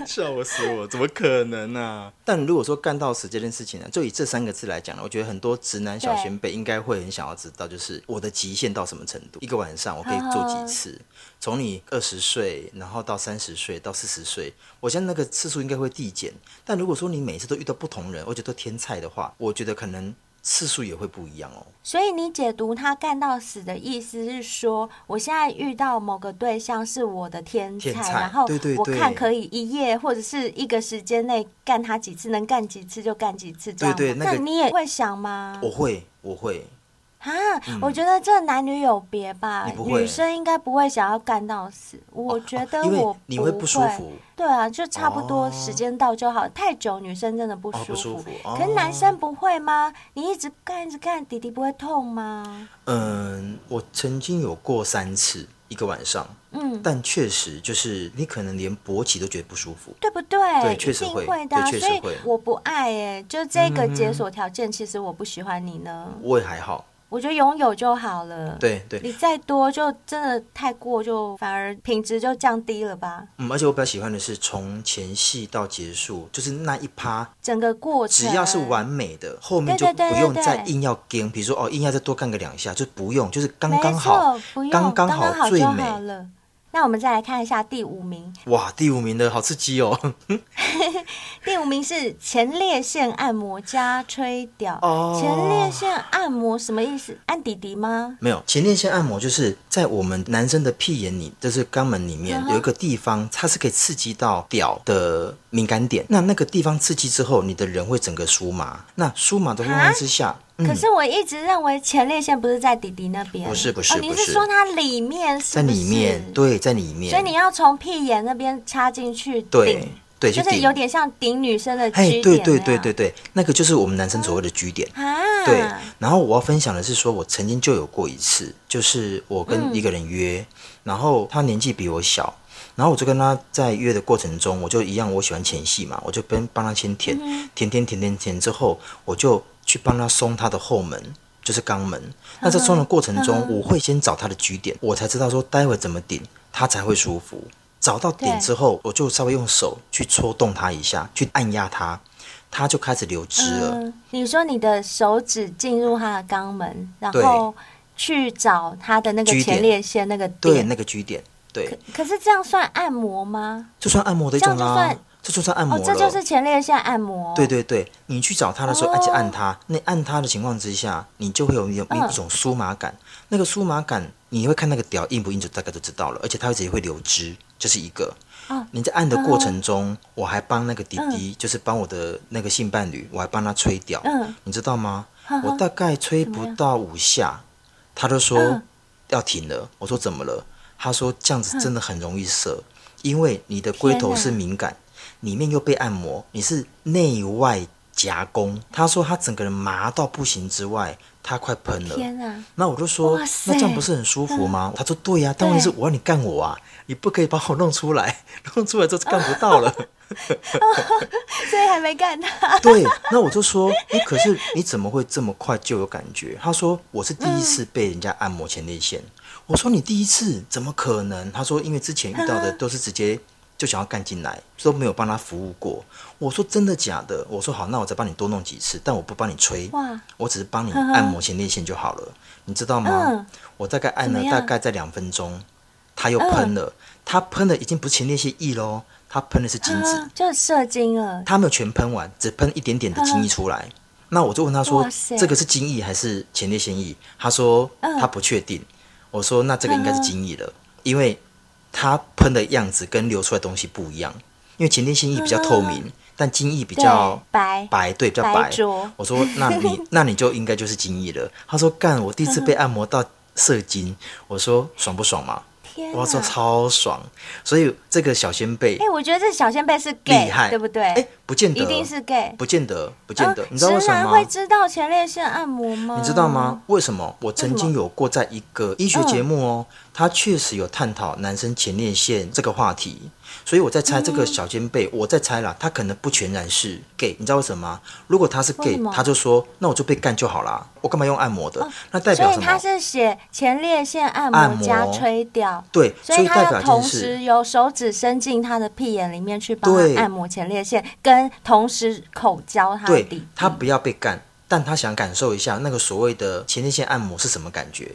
Speaker 3: 笑死我！怎么可能啊呢、但如果说干到死这件事情呢、就以这三个字来讲呢，我觉得很多直男小先辈应该会很想要知道，就是我的极限到什么程度，一个晚上我可以做几次？从你二十岁，然后到三十岁，到四十岁，我相信那个次数应该会递减。但如果说你每次都遇到不同人，而且都天菜的话，我觉得可能次数也会不一样哦。
Speaker 2: 所以你解读他干到死的意思是说，我现在遇到某个对象是我的天才，
Speaker 3: 天才
Speaker 2: 然后
Speaker 3: 对对
Speaker 2: 我
Speaker 3: 对
Speaker 2: 看可以一夜或者是一个时间内干他几次，能干几次就干几次这样吗。
Speaker 3: 对对那个
Speaker 2: 你也会想吗？
Speaker 3: 我会，我会，
Speaker 2: 啊，我觉得这男女有别吧
Speaker 3: 你，不会
Speaker 2: 女生应该不会想要干到死，我觉得
Speaker 3: 哦因为
Speaker 2: 我
Speaker 3: 你会不舒服
Speaker 2: 对啊，就差不多
Speaker 3: 哦
Speaker 2: 时间到就好，太久女生真的不舒
Speaker 3: 哦
Speaker 2: 服。
Speaker 3: 不舒服哦
Speaker 2: 可是男生不会吗？你一直干一直干，弟弟不会痛吗？
Speaker 3: 嗯，我曾经有过三次一个晚上，
Speaker 2: 嗯，
Speaker 3: 但确实就是你可能连勃起都觉得不舒服。
Speaker 2: 对不对？
Speaker 3: 对
Speaker 2: 一
Speaker 3: 确实
Speaker 2: 定
Speaker 3: 会
Speaker 2: 的啊、
Speaker 3: 对确
Speaker 2: 所
Speaker 3: 实
Speaker 2: 以
Speaker 3: 会
Speaker 2: 我不爱哎、就这个解锁条件，其实我不喜欢你呢。
Speaker 3: 我也还好，
Speaker 2: 我觉得拥有就好了。。
Speaker 3: 对对，
Speaker 2: 你再多就真的太过，就反而品质就降低了吧。
Speaker 3: 嗯，而且我比较喜欢的是从前戏到结束，就是那一趴，
Speaker 2: 整个过
Speaker 3: 只
Speaker 2: 程
Speaker 3: 要是完美的，后面
Speaker 2: 嗯
Speaker 3: 就
Speaker 2: 对
Speaker 3: 不
Speaker 2: 对对
Speaker 3: 用
Speaker 2: 对对
Speaker 3: 再硬要跟，比如说哦，硬要再多干个两下，就不用，就是刚
Speaker 2: 没
Speaker 3: 刚
Speaker 2: 错，
Speaker 3: 好，
Speaker 2: 不用
Speaker 3: 刚
Speaker 2: 刚
Speaker 3: 刚好
Speaker 2: 好
Speaker 3: 最
Speaker 2: 就
Speaker 3: 美
Speaker 2: 好了。那我们再来看一下第五名，
Speaker 3: 哇，第五名的好刺激哦，
Speaker 2: 第五名是前列腺按摩加吹屌。
Speaker 3: 哦
Speaker 2: 前列腺按摩什么意思？按底底吗？
Speaker 3: 没有前列腺按摩就是在我们男生的屁眼里，就是肛门里面
Speaker 2: 嗯哼
Speaker 3: 有一个地方，它是可以刺激到屌的敏感点，那那个地方刺激之后，你的人会整个酥麻，那酥麻的状
Speaker 2: 啊
Speaker 3: 况之下，
Speaker 2: 可
Speaker 3: 嗯。
Speaker 2: 是我一直认为前列腺不是在底底那边，
Speaker 3: 不是不是
Speaker 2: 哦，你
Speaker 3: 不
Speaker 2: 是
Speaker 3: 是
Speaker 2: 说它里面是
Speaker 3: 在
Speaker 2: 不是
Speaker 3: 里面，，对，在里面，
Speaker 2: 所以你要从屁眼那边插进去顶，
Speaker 3: 对对，去
Speaker 2: 就是
Speaker 3: 顶
Speaker 2: 有点像顶女生的 G
Speaker 3: 嘿，
Speaker 2: 点啊
Speaker 3: 对
Speaker 2: 那
Speaker 3: 对
Speaker 2: 样
Speaker 3: 对对对，那个就是我们男生所谓的 G 点。
Speaker 2: 啊，
Speaker 3: 对，然后我要分享的是说，我曾经就有过一次，就是我跟一个人约，然后他年纪比我小，然后我就跟他在约的过程中，我就一样，我喜欢前戏嘛，我就边帮他先舔，舔舔舔舔舔之后，我就去帮他松他的后门，就是肛门。那在松的过程中，我会先找他的局点，我才知道说待会怎么顶，他才会舒服。找到点之后，我就稍微用手去戳动他一下，去按压他，他就开始流汁了。
Speaker 2: 嗯，你说你的手指进入他的肛门，然
Speaker 3: 对
Speaker 2: 后去找他的那个
Speaker 3: 居点
Speaker 2: 前列腺那个
Speaker 3: 对，
Speaker 2: 点，
Speaker 3: 那个居点，对，
Speaker 2: 可是这样算按摩吗？
Speaker 3: 就算按摩的一种
Speaker 2: 这样就
Speaker 3: 啦
Speaker 2: 算，
Speaker 3: 这就算按摩
Speaker 2: 哦，
Speaker 3: 了。
Speaker 2: 这就是前列腺按摩。
Speaker 3: 对对对，你去找他的时候，
Speaker 2: 哦
Speaker 3: 而且按他，那按他的情况之下，你就会有一种
Speaker 2: 嗯
Speaker 3: 一种酥麻感。那个酥麻感，你会看那个屌硬不硬，就大概就知道了。而且它会直接会流汁，这是一个。
Speaker 2: 哦嗯
Speaker 3: 你在按的过程中，我还帮那个弟弟，就是帮我的那个性伴侣，我还帮他吹屌，
Speaker 2: 嗯
Speaker 3: 你知道吗？
Speaker 2: 呵呵
Speaker 3: 我大概吹
Speaker 2: 怎么
Speaker 3: 不
Speaker 2: 样
Speaker 3: 到五下，他就说、
Speaker 2: 嗯
Speaker 3: 要停了。我说怎么了？他说这样子真的很容易射，因为你的龟
Speaker 2: 天
Speaker 3: 头
Speaker 2: 哪
Speaker 3: 是敏感，里面又被按摩，你是内外夹攻。他说他整个人麻到不行之外，他快喷了。
Speaker 2: 天啊！
Speaker 3: 那我就说
Speaker 2: 哇，塞
Speaker 3: 那这样不是很舒服吗？他说对呀、但问题是
Speaker 2: 对
Speaker 3: 我要你干我啊，你不可以把我弄出来， 弄出来之后就干不到了。
Speaker 2: 所以还没干他。
Speaker 3: 对，那我就说，哎、可是你怎么会这么快就有感觉？他说我是第一
Speaker 2: 嗯
Speaker 3: 次被人家按摩前列腺。我说你第一次怎么可能？他说因为之前遇到
Speaker 2: 嗯
Speaker 3: 的都是直接就想要干进来，都没有帮他服务过。我说真的假的？我说好，那我再帮你多弄几次，但我不帮你吹
Speaker 2: 哇，
Speaker 3: 我只是帮你按摩前列腺就好了，你知道吗？
Speaker 2: 嗯
Speaker 3: 我大概按
Speaker 2: 怎
Speaker 3: 了
Speaker 2: 么样嗯
Speaker 3: 大概在两分钟，他又喷了，他喷的已经不是前列腺液喽，他喷的是精子。
Speaker 2: 啊就射精了。
Speaker 3: 他没有全喷完，只喷一点点的精液出来。那我就问他说
Speaker 2: 嗯哇：“塞
Speaker 3: 这个是精液还是前列腺液？”他说：“
Speaker 2: 嗯
Speaker 3: 他不确定。我说：“那这个应该是精液了，因为他喷的样子跟流出来的东西不一样。因为前列腺液比较透明，但精液比
Speaker 2: 嗯对
Speaker 3: 较
Speaker 2: 白
Speaker 3: 白，对，比较
Speaker 2: 白
Speaker 3: 白。
Speaker 2: 灼
Speaker 3: 我说：“那 你那你就应该就是精液了。”他说：“干，我第一次被按摩到射精。”我说：“爽不爽嘛？”
Speaker 2: 嗯天
Speaker 3: 我说：“
Speaker 2: 啊！
Speaker 3: 超爽。”所以这个小先辈
Speaker 2: 哎、我觉得这小先辈是
Speaker 3: 厉
Speaker 2: gay，
Speaker 3: 害，
Speaker 2: 对不对？
Speaker 3: 哎，不见得，
Speaker 2: 一定是 gay。
Speaker 3: 不见得，不见得，
Speaker 2: 啊
Speaker 3: 你知道为什
Speaker 2: 直
Speaker 3: 么
Speaker 2: 男
Speaker 3: 吗？
Speaker 2: 会嗯知道前列腺按摩吗？
Speaker 3: 你知道？吗？为什么？我曾经有过在一个医学节目
Speaker 2: 嗯
Speaker 3: 哦，他确实有探讨男生前列腺这个话题，所以我在猜这个小尖
Speaker 2: 嗯
Speaker 3: 贝，我在猜啦，他可能不全然是 gay，你知道为什么吗？如果他是
Speaker 2: 为
Speaker 3: gay，
Speaker 2: 什么哦
Speaker 3: 他就说那我就被干就好啦，我干嘛用按摩的？那代表
Speaker 2: 所以
Speaker 3: 什
Speaker 2: 他
Speaker 3: 么？
Speaker 2: 是写前列腺按
Speaker 3: 按
Speaker 2: 摩
Speaker 3: 摩
Speaker 2: 加吹掉，
Speaker 3: 对，
Speaker 2: 所
Speaker 3: 所
Speaker 2: 以他
Speaker 3: 代表
Speaker 2: 要
Speaker 3: 一件
Speaker 2: 同
Speaker 3: 事
Speaker 2: 时由手指伸进他的屁眼里面去帮
Speaker 3: 对
Speaker 2: 他按摩前列腺，跟同时口交他的
Speaker 3: 对
Speaker 2: 底。
Speaker 3: 他不要被干，但他想感受一下那个所谓的前列腺按摩是什么感觉。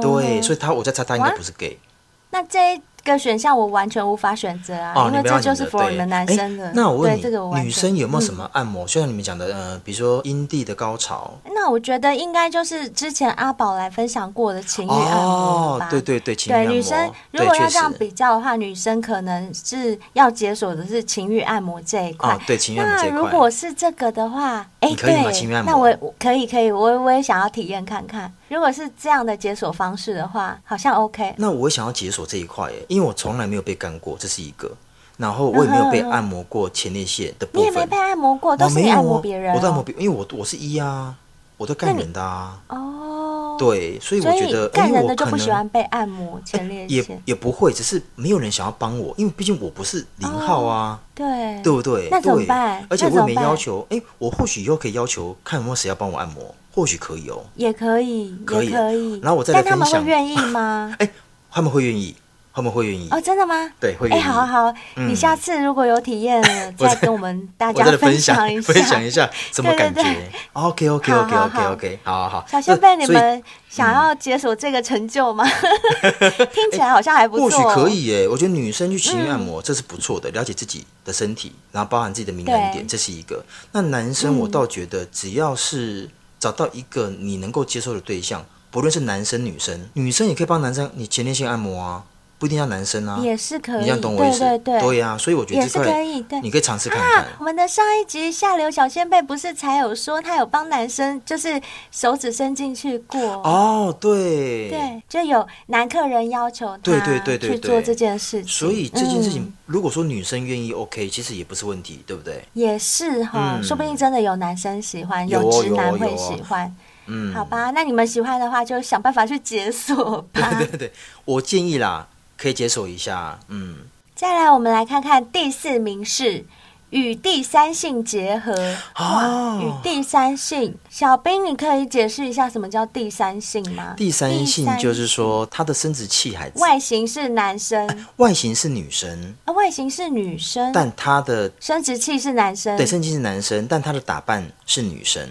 Speaker 3: 对，所
Speaker 2: 以
Speaker 3: 以他我在猜他应该
Speaker 2: 哇
Speaker 3: 不是 gay。
Speaker 2: 哦那这个选项我完全无法选择啊，
Speaker 3: 哦，
Speaker 2: 因
Speaker 3: 你
Speaker 2: 为
Speaker 3: 不要
Speaker 2: 这
Speaker 3: 你
Speaker 2: 就是
Speaker 3: 的
Speaker 2: for
Speaker 3: 对，
Speaker 2: 你们男生的。
Speaker 3: 诶那我问
Speaker 2: 对
Speaker 3: 你，
Speaker 2: 这个我完全
Speaker 3: 女生有没有什
Speaker 2: 嗯
Speaker 3: 么按摩？就像你们讲的，呃，比如说阴蒂的高潮。
Speaker 2: 那我觉得应该就是之前阿宝来分享过的情欲按摩
Speaker 3: 哦
Speaker 2: 吧。，
Speaker 3: 对对对，情欲
Speaker 2: 对，
Speaker 3: 按摩
Speaker 2: 女生如
Speaker 3: 对
Speaker 2: 果
Speaker 3: 确
Speaker 2: 要这样
Speaker 3: 实
Speaker 2: 比较的话，女生可能是要解锁的是情欲按摩这一块。
Speaker 3: 哦对情欲按摩这
Speaker 2: 那
Speaker 3: 一块
Speaker 2: 如果是这个的话，哎，
Speaker 3: 你可以吗
Speaker 2: 对
Speaker 3: 情欲按摩
Speaker 2: 那我我可以可以，我我也想要体验看看。如果是这样的解锁方式的话，好像 OK。
Speaker 3: 那我也想要解锁这一块耶，因为我从来没有被干过，这是一个。然后我也没有被
Speaker 2: 嗯哼嗯哼
Speaker 3: 按摩过前列腺的
Speaker 2: 你
Speaker 3: 部
Speaker 2: 也没
Speaker 3: 分
Speaker 2: 被，按摩过，都
Speaker 3: 我
Speaker 2: 是
Speaker 3: 没
Speaker 2: 你
Speaker 3: 有
Speaker 2: 按
Speaker 3: 哦
Speaker 2: 摩别人、哦。
Speaker 3: 我都按摩别，因为我我是一啊，我都干
Speaker 2: 那你
Speaker 3: 人的啊，
Speaker 2: 哦。。
Speaker 3: 对，所以我
Speaker 2: 所
Speaker 3: 觉
Speaker 2: 以
Speaker 3: 得，
Speaker 2: 干
Speaker 3: 因为
Speaker 2: 人
Speaker 3: 我
Speaker 2: 的就
Speaker 3: 可
Speaker 2: 不
Speaker 3: 能哎
Speaker 2: 喜欢被按摩前列
Speaker 3: 也
Speaker 2: 腺，哦
Speaker 3: 也不会，只是没有人想要帮我，因为毕竟我不是零号啊。
Speaker 2: 对
Speaker 3: 对不对？
Speaker 2: 那怎么
Speaker 3: 对
Speaker 2: 办
Speaker 3: 而且
Speaker 2: 那
Speaker 3: 我也
Speaker 2: 怎么
Speaker 3: 没
Speaker 2: 办
Speaker 3: 要求，哎，我或许以后可以要求看有没有谁要帮我按摩，或许可以哦。
Speaker 2: 也可以，
Speaker 3: 可以
Speaker 2: 也可以。
Speaker 3: 然后我再来
Speaker 2: 但他们
Speaker 3: 分
Speaker 2: 会
Speaker 3: 享
Speaker 2: 愿意 吗？
Speaker 3: 哎，他们会愿意，他们会愿意，
Speaker 2: 哦，真的吗？
Speaker 3: 对，会
Speaker 2: 哎、
Speaker 3: 愿意。
Speaker 2: 好好，
Speaker 3: 嗯
Speaker 2: 你下次如果有体验了，
Speaker 3: 我
Speaker 2: 再
Speaker 3: 再
Speaker 2: 跟我们大
Speaker 3: 我
Speaker 2: 家
Speaker 3: 再来
Speaker 2: 分
Speaker 3: 享
Speaker 2: 一下。
Speaker 3: 分享 一下什么感觉
Speaker 2: 对对对。
Speaker 3: OK OK OK
Speaker 2: 好好
Speaker 3: OK
Speaker 2: 好
Speaker 3: OK，好好好。
Speaker 2: 小仙贝，
Speaker 3: 那
Speaker 2: 你
Speaker 3: 所以嗯
Speaker 2: 们想要解锁这个成就吗？ 听起来好像还不
Speaker 3: 或许
Speaker 2: 错、哦嗯
Speaker 3: 可。以耶，我觉得女生去情欲按摩、这是不错的，了解自己的身体，然后包含自己的敏感点，
Speaker 2: 对嗯
Speaker 3: 这是一个。那男生我倒觉得，只要是找到一个你能够接受的对象，不论是男生女生，女生也可以帮男生你前列腺按摩啊，不一定要男生啊。
Speaker 2: 也是可以，
Speaker 3: 你这样懂我意思？
Speaker 2: 对对对，
Speaker 3: 呀、所以我觉得
Speaker 2: 也
Speaker 3: 这
Speaker 2: 是
Speaker 3: 块
Speaker 2: 可以对
Speaker 3: 你可以尝试看看。
Speaker 2: 啊，我们的上一集下流小仙贝不是才有说他有帮男生就是手指伸进去过，
Speaker 3: 哦，对，
Speaker 2: 对，就有男客人要求他
Speaker 3: 对对对对
Speaker 2: 去
Speaker 3: 对
Speaker 2: 做这件事情，
Speaker 3: 所以这件事情，
Speaker 2: 嗯
Speaker 3: 如果说女生愿意 OK，其实也不是问题，对不对？
Speaker 2: 也是哈、
Speaker 3: 嗯
Speaker 2: 说不定真的有男生喜欢，
Speaker 3: 有哦
Speaker 2: 直男
Speaker 3: 有哦有
Speaker 2: 会
Speaker 3: 哦
Speaker 2: 喜欢。
Speaker 3: 嗯，
Speaker 2: 好吧，那你们喜欢的话就 想办法去解锁吧。
Speaker 3: 对对对，我建议啦，可以接受一下，嗯，
Speaker 2: 再来，我们来看看第四名是与第三性结合。哇，
Speaker 3: 哦
Speaker 2: 与第三性，小兵，你可以解释一下什么叫第三性吗？
Speaker 3: 第三性就
Speaker 2: 第
Speaker 3: 是说，她的生殖器还
Speaker 2: 三外形是男生，
Speaker 3: 外形是女生，
Speaker 2: 啊，外形是女生，
Speaker 3: 但她的
Speaker 2: 生殖器是男生。
Speaker 3: 对身体是男生，但她的打扮是女生，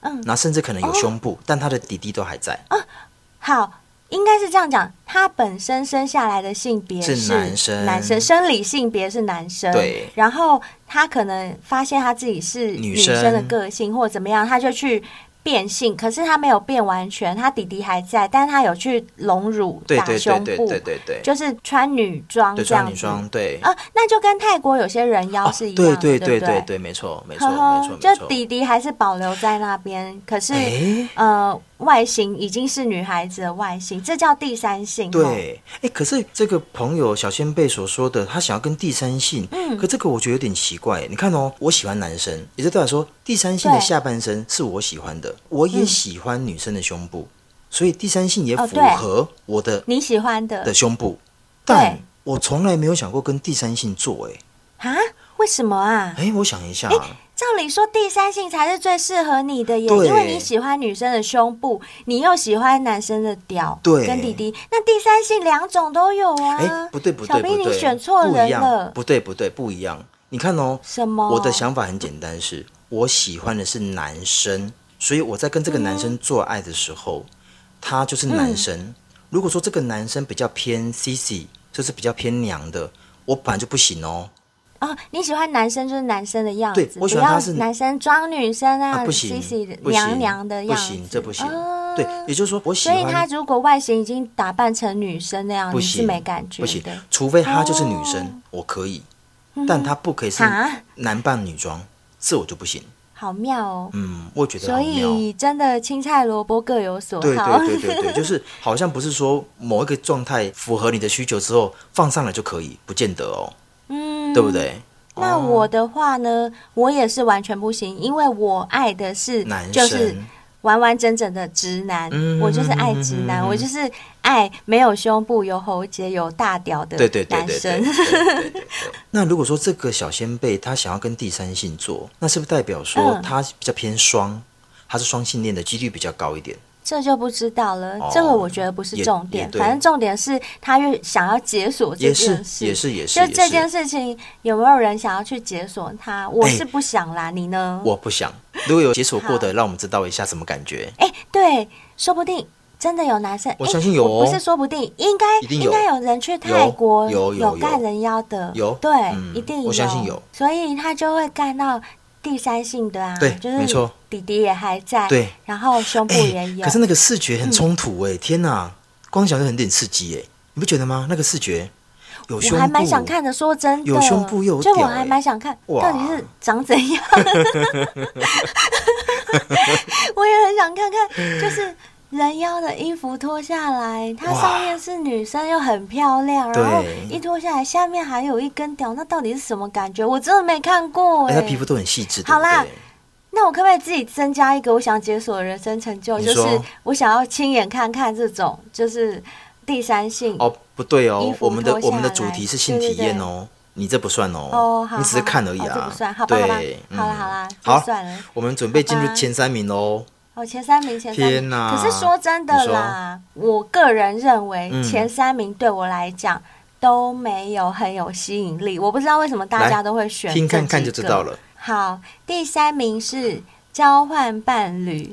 Speaker 2: 嗯哦
Speaker 3: 然后甚至可能有胸部，但她的底底都还在，
Speaker 2: 好，应该是这样讲，他本身生下来的性别
Speaker 3: 是男生
Speaker 2: 男生生理性别是男生，
Speaker 3: 对
Speaker 2: 然后他可能发现他自己是女
Speaker 3: 女
Speaker 2: 生
Speaker 3: 生
Speaker 2: 的个性或怎么样，他就去。变性，可是他没有变完全，他底底还在，但他有去隆乳、
Speaker 3: 对
Speaker 2: 打
Speaker 3: 对
Speaker 2: 胸
Speaker 3: 对
Speaker 2: 部，
Speaker 3: 对对对对，
Speaker 2: 就是穿女装这
Speaker 3: 对
Speaker 2: 样
Speaker 3: 穿
Speaker 2: 子。
Speaker 3: 女装，对，
Speaker 2: 啊，那就跟泰国有些人妖
Speaker 3: 哦
Speaker 2: 是一样的，
Speaker 3: 对对
Speaker 2: 对
Speaker 3: 对
Speaker 2: 不
Speaker 3: 对对，没错没错
Speaker 2: 呵
Speaker 3: 没
Speaker 2: 呵
Speaker 3: 错，没
Speaker 2: 就
Speaker 3: 错，
Speaker 2: 底底还是保留在那边，可是、
Speaker 3: 哎
Speaker 2: 呃，外形已经是女孩子的外形，这叫第三性。哦吼，
Speaker 3: 对，哎，可是这个朋友小仙贝所说的，他想要跟第三性，嗯，可这个我觉得有点奇怪。你看哦，我喜欢男生，也就代表说第三性的
Speaker 2: 对
Speaker 3: 下半身是我喜欢的，我也喜欢女生的胸部，所以第三性也
Speaker 2: 嗯哦
Speaker 3: 符
Speaker 2: 对
Speaker 3: 合我的
Speaker 2: 你喜欢的
Speaker 3: 的胸部，
Speaker 2: 对
Speaker 3: 但我从来没有想过跟第三性做、欸，
Speaker 2: 啊？为什么啊？
Speaker 3: 哎我想一下，
Speaker 2: 照理说，第三性才是最适合你的耶，
Speaker 3: 对
Speaker 2: 因为你喜欢女生的胸部，你又喜欢男生的屌，
Speaker 3: 对
Speaker 2: 跟弟弟。那第三性两种都有啊。
Speaker 3: 哎、不对不
Speaker 2: 小
Speaker 3: 对
Speaker 2: 兵，
Speaker 3: 不
Speaker 2: 你
Speaker 3: 对，
Speaker 2: 选错
Speaker 3: 不一
Speaker 2: 人
Speaker 3: 样
Speaker 2: 了，。
Speaker 3: 不对不对不一样。你看哦，
Speaker 2: 什么？
Speaker 3: 我的想法很简单是，我喜欢的是男生，所以我在跟这个男生做爱的时候，他就是男生。
Speaker 2: 嗯
Speaker 3: 如果说这个男生比较偏 CC，就是比较偏娘的，我本来就不行哦，
Speaker 2: 哦，你喜欢男生就是男生的样子，
Speaker 3: 对我喜欢他是
Speaker 2: 不要男生装女生啊，
Speaker 3: 啊不行
Speaker 2: CC 的
Speaker 3: 不行
Speaker 2: 娘娘的
Speaker 3: 不
Speaker 2: 样子，
Speaker 3: 行，这不行。
Speaker 2: 哦
Speaker 3: 对，也就是说我喜
Speaker 2: 所以他
Speaker 3: 欢
Speaker 2: 如果外形已经打扮成女生那样，
Speaker 3: 不
Speaker 2: 你是
Speaker 3: 行，
Speaker 2: 没感觉
Speaker 3: 不行
Speaker 2: 的，
Speaker 3: 除非他就是
Speaker 2: 哦嗯
Speaker 3: 女生，我可以，但他不可以是
Speaker 2: 啊，
Speaker 3: 男扮女装，这我就不行。
Speaker 2: 好妙哦。
Speaker 3: 嗯，我觉得
Speaker 2: 所
Speaker 3: 好妙。
Speaker 2: 以真的青菜萝卜各有所
Speaker 3: 对
Speaker 2: 哦好，
Speaker 3: 对对对对，就是好像不是说某一个状态符合你的需求之后放上来就可以，不见得哦，
Speaker 2: 嗯，
Speaker 3: 对不？对？
Speaker 2: 那
Speaker 3: 哦
Speaker 2: 我的话呢，我也是完全不行，因为我爱的是
Speaker 3: 男
Speaker 2: 嗯就
Speaker 3: 生、
Speaker 2: 是完完整整的直男，
Speaker 3: 嗯
Speaker 2: 我就是爱直
Speaker 3: 嗯嗯
Speaker 2: 男，
Speaker 3: 嗯嗯
Speaker 2: 我就是爱没有胸部、有喉结、有大屌的
Speaker 3: 对对对
Speaker 2: 男
Speaker 3: 对对
Speaker 2: 生
Speaker 3: 对。对对对。那如果说这个小先辈他想要跟第三性做，那是不是代表说
Speaker 2: 嗯
Speaker 3: 他比较偏双，他是双性恋的几率比较高一点？
Speaker 2: 这就不知道了，
Speaker 3: 哦
Speaker 2: 这个我觉得不是重点
Speaker 3: 也也，对
Speaker 2: 反正重点是他越想要解锁这
Speaker 3: 也是
Speaker 2: 件事，
Speaker 3: 也是也是
Speaker 2: 就
Speaker 3: 也
Speaker 2: 这件
Speaker 3: 是，
Speaker 2: 事情有没有人想要去解锁它？我
Speaker 3: 哎
Speaker 2: 是不想啦，你呢？
Speaker 3: 我不想。如果有解锁过
Speaker 2: 哦好
Speaker 3: 的，让我们知道一下什么感觉。
Speaker 2: 哎、对，说不定真的有男生，
Speaker 3: 我
Speaker 2: 哎
Speaker 3: 相信有哦
Speaker 2: 我不是说不定，应该
Speaker 3: 一定
Speaker 2: 应
Speaker 3: 有
Speaker 2: 该有人去泰国
Speaker 3: 有有有有
Speaker 2: 干人妖的，
Speaker 3: 有
Speaker 2: 对，
Speaker 3: 嗯
Speaker 2: 一定
Speaker 3: 我相信有，
Speaker 2: 所以他就会干到第三性的啊，
Speaker 3: 对
Speaker 2: 就是
Speaker 3: 没错，
Speaker 2: 弟弟也还在，
Speaker 3: 对，哎
Speaker 2: 然后胸部也有，
Speaker 3: 可是那个视觉很冲突哎、天哪，光想就很有点刺激哎、你不觉得吗？那个视觉有胸部，
Speaker 2: 我还蛮想看的，说真的，
Speaker 3: 有胸部又有
Speaker 2: 就
Speaker 3: 屌
Speaker 2: 我还
Speaker 3: 欸
Speaker 2: 蛮想看，
Speaker 3: 哇
Speaker 2: 到底是长怎样， 我也很想看看，就是。人妖的衣服脱下来，它
Speaker 3: 哇
Speaker 2: 上面是女生又很漂亮，然后
Speaker 3: 对
Speaker 2: 一脱下来下面还有一根屌，那到底是什么感觉？我真的没看过
Speaker 3: 哎、
Speaker 2: 哎、
Speaker 3: 他皮肤都很细致，
Speaker 2: 好啦
Speaker 3: 对不对
Speaker 2: 那我可不可以自己增加一个我想解锁的人生成就？
Speaker 3: 你
Speaker 2: 就
Speaker 3: 说
Speaker 2: 是我想要亲眼看看这种，就是第三性
Speaker 3: 哦，不对
Speaker 2: 衣
Speaker 3: 哦，
Speaker 2: 服
Speaker 3: 我们的
Speaker 2: 脱下
Speaker 3: 我们的主题是性体验哦，你这不算哦，
Speaker 2: 哦，好，
Speaker 3: 你只是
Speaker 2: 好
Speaker 3: 看而已
Speaker 2: 哦这
Speaker 3: 啊，
Speaker 2: 不算，好吧，
Speaker 3: 对
Speaker 2: 好吧，，
Speaker 3: 嗯
Speaker 2: 好啦，好啦，
Speaker 3: 好
Speaker 2: 就算了。
Speaker 3: 我们准备进
Speaker 2: 好
Speaker 3: 入
Speaker 2: 吧
Speaker 3: 前三名喽，
Speaker 2: 哦，前三名，前三名。
Speaker 3: 天哪
Speaker 2: 可是说真的啦，我个人认为
Speaker 3: 嗯
Speaker 2: 前三名对我来讲都没有很有吸引力。我不知道为什么大家
Speaker 3: 来
Speaker 2: 都会选
Speaker 3: 听看
Speaker 2: 这
Speaker 3: 看
Speaker 2: 几
Speaker 3: 就知
Speaker 2: 个
Speaker 3: 道。了。
Speaker 2: 好，第三名是交换伴侣，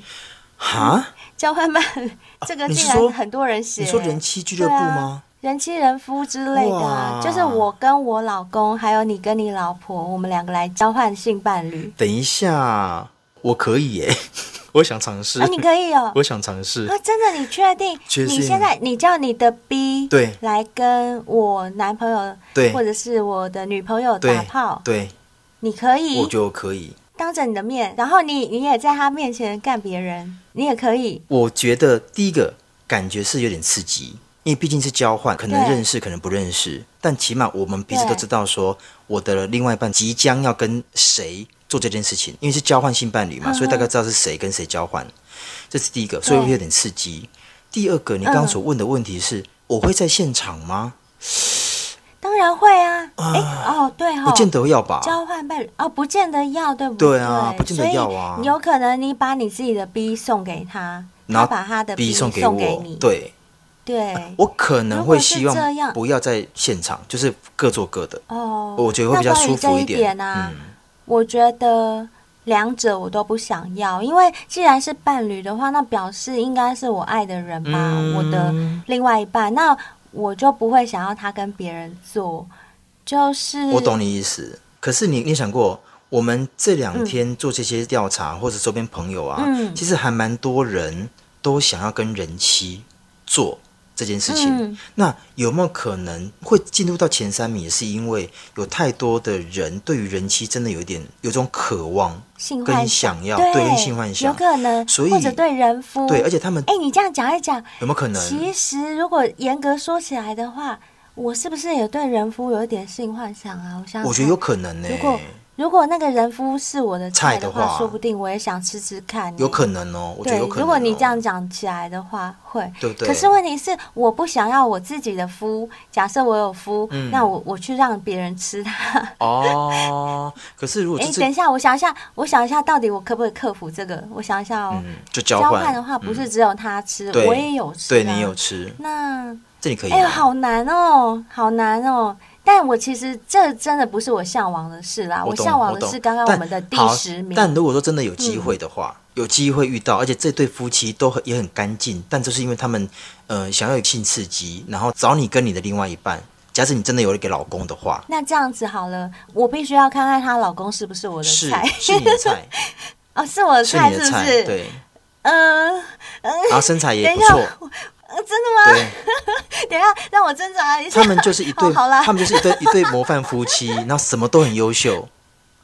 Speaker 3: 哈，
Speaker 2: 交换伴侣、这个
Speaker 3: 啊你
Speaker 2: 竟
Speaker 3: 是说
Speaker 2: 然很多人写。
Speaker 3: 你说人妻俱乐部
Speaker 2: 对啊
Speaker 3: 吗？
Speaker 2: 人妻人夫之类的啊，
Speaker 3: 哇
Speaker 2: 就是我跟我老公，还有你跟你老婆，我们两个来交换性伴侣。
Speaker 3: 等一下，我可以耶， 我想尝试
Speaker 2: 啊，，你可以哦。
Speaker 3: 我想尝试
Speaker 2: 啊，，真的？你确定？
Speaker 3: 确
Speaker 2: 你
Speaker 3: 信
Speaker 2: 现在你叫你的 B
Speaker 3: 对
Speaker 2: 来跟我男朋友
Speaker 3: 对
Speaker 2: 或者是我的女朋友
Speaker 3: 对
Speaker 2: 打炮，
Speaker 3: 对，
Speaker 2: 你可以
Speaker 3: 我觉得我可以。
Speaker 2: 当着你的面，然后你你也在他面前干别人，你也可以。
Speaker 3: 我觉得第一个感觉是有点刺激，因为毕竟是交换，可能
Speaker 2: 对
Speaker 3: 认识，可能不认识，但起码我们彼此
Speaker 2: 对
Speaker 3: 都知道说我的另外一半即将要跟谁做这件事情，因为是交换性伴侣
Speaker 2: 嗯
Speaker 3: 嘛，所以大概知道是谁跟谁交换，这是第一个，所以会有点刺激。第二个，你刚刚所问的问题是，我会在现场吗？
Speaker 2: 当然会啊，哎、哦，对哈、
Speaker 3: 不见得要吧？
Speaker 2: 交换伴侣哦，不见得要，对不
Speaker 3: 对啊不见得要啊
Speaker 2: 所以你有可能你把你自己的 B 送给他，
Speaker 3: 然
Speaker 2: 他
Speaker 3: 后
Speaker 2: 把他的
Speaker 3: B 送
Speaker 2: 给
Speaker 3: 给我
Speaker 2: 你，，
Speaker 3: 对
Speaker 2: 对，
Speaker 3: 我可能会希
Speaker 2: 如果是这
Speaker 3: 望
Speaker 2: 样
Speaker 3: 不要在现场，就是各做各的，
Speaker 2: 哦，
Speaker 3: 我觉得会比较
Speaker 2: 那关于
Speaker 3: 舒服
Speaker 2: 这
Speaker 3: 一
Speaker 2: 一
Speaker 3: 点。
Speaker 2: 啊，
Speaker 3: 嗯，
Speaker 2: 我觉得两者我都不想要，因为既然是伴侣的话，那表示应该是我爱的人吧，
Speaker 3: 嗯
Speaker 2: 我的另外一半，那我就不会想要他跟别人做，就是
Speaker 3: 我懂你意思。可是你你想过，我们这两天做这些调查，或者周边朋友啊，
Speaker 2: 嗯
Speaker 3: 其实还蛮多人都想要跟人妻做这件事情。
Speaker 2: 嗯
Speaker 3: 那有没有可能会进入到前三名，也是因为有太多的人对于人妻真的有一点有种渴望，
Speaker 2: 性
Speaker 3: 跟
Speaker 2: 幻
Speaker 3: 想要
Speaker 2: 对
Speaker 3: 对跟性幻想
Speaker 2: 有可能，
Speaker 3: 所以
Speaker 2: 或者对人夫
Speaker 3: 对，而且他们
Speaker 2: 哎、你这样讲一讲，
Speaker 3: 有没有可能？
Speaker 2: 其实如果严格说起来的话，我是不是也对人夫有一点性幻想啊？我想想
Speaker 3: 我觉得有可能欸呢、
Speaker 2: 如果如果那个人夫是我的菜
Speaker 3: 菜的
Speaker 2: 的
Speaker 3: 话
Speaker 2: 说不定我也想吃吃看欸、
Speaker 3: 有可能哦、我觉得
Speaker 2: 对
Speaker 3: 有可能哦、，
Speaker 2: 如果你这样讲起来的话，会。
Speaker 3: 对不对？
Speaker 2: 可是问题是，我不想要我自己的夫。假设我有夫，
Speaker 3: 嗯
Speaker 2: 那我我去让别人吃他。
Speaker 3: 哦，可是如果
Speaker 2: 哎、
Speaker 3: 这是
Speaker 2: 等一下，我想一下，我想一下，到底我可不可以克服这个？我想一下哦。
Speaker 3: 嗯，就
Speaker 2: 交
Speaker 3: 交换
Speaker 2: 的话，不是
Speaker 3: 嗯
Speaker 2: 只有他吃，
Speaker 3: 对
Speaker 2: 我也有吃、啊。
Speaker 3: 对你有。吃，
Speaker 2: 那
Speaker 3: 这你可以啊吗。
Speaker 2: 哎呦，好难哦，好难哦。但我其实这真的不是我向往的事啦，
Speaker 3: 我懂
Speaker 2: 向往
Speaker 3: 我
Speaker 2: 的
Speaker 3: 懂
Speaker 2: 是刚刚我
Speaker 3: 但
Speaker 2: 们的第
Speaker 3: 好
Speaker 2: 十名。嗯
Speaker 3: 但如果说真的有机会的话，有机会遇到，而且这对夫妻都很也很干净，但就是因为他们呃想要有性刺激，然后找你跟你的另外一半，假使你真的有一个老公的话，
Speaker 2: 那这样子好了，我必须要看看她老公是不是我的
Speaker 3: 是
Speaker 2: 菜
Speaker 3: 是你的菜，
Speaker 2: 哦，是我的
Speaker 3: 是
Speaker 2: 菜
Speaker 3: 你
Speaker 2: 是
Speaker 3: 的
Speaker 2: 不
Speaker 3: 菜，
Speaker 2: 是？，
Speaker 3: 对，
Speaker 2: 嗯、
Speaker 3: 然后身材也
Speaker 2: 等一
Speaker 3: 不
Speaker 2: 下
Speaker 3: 错，
Speaker 2: 呃真的吗？
Speaker 3: 对。
Speaker 2: 等一下让我挣扎一下。
Speaker 3: 他们就是一对，
Speaker 2: 哦好啦
Speaker 3: 他们就是一对一对模范夫妻，然后什么都很优秀，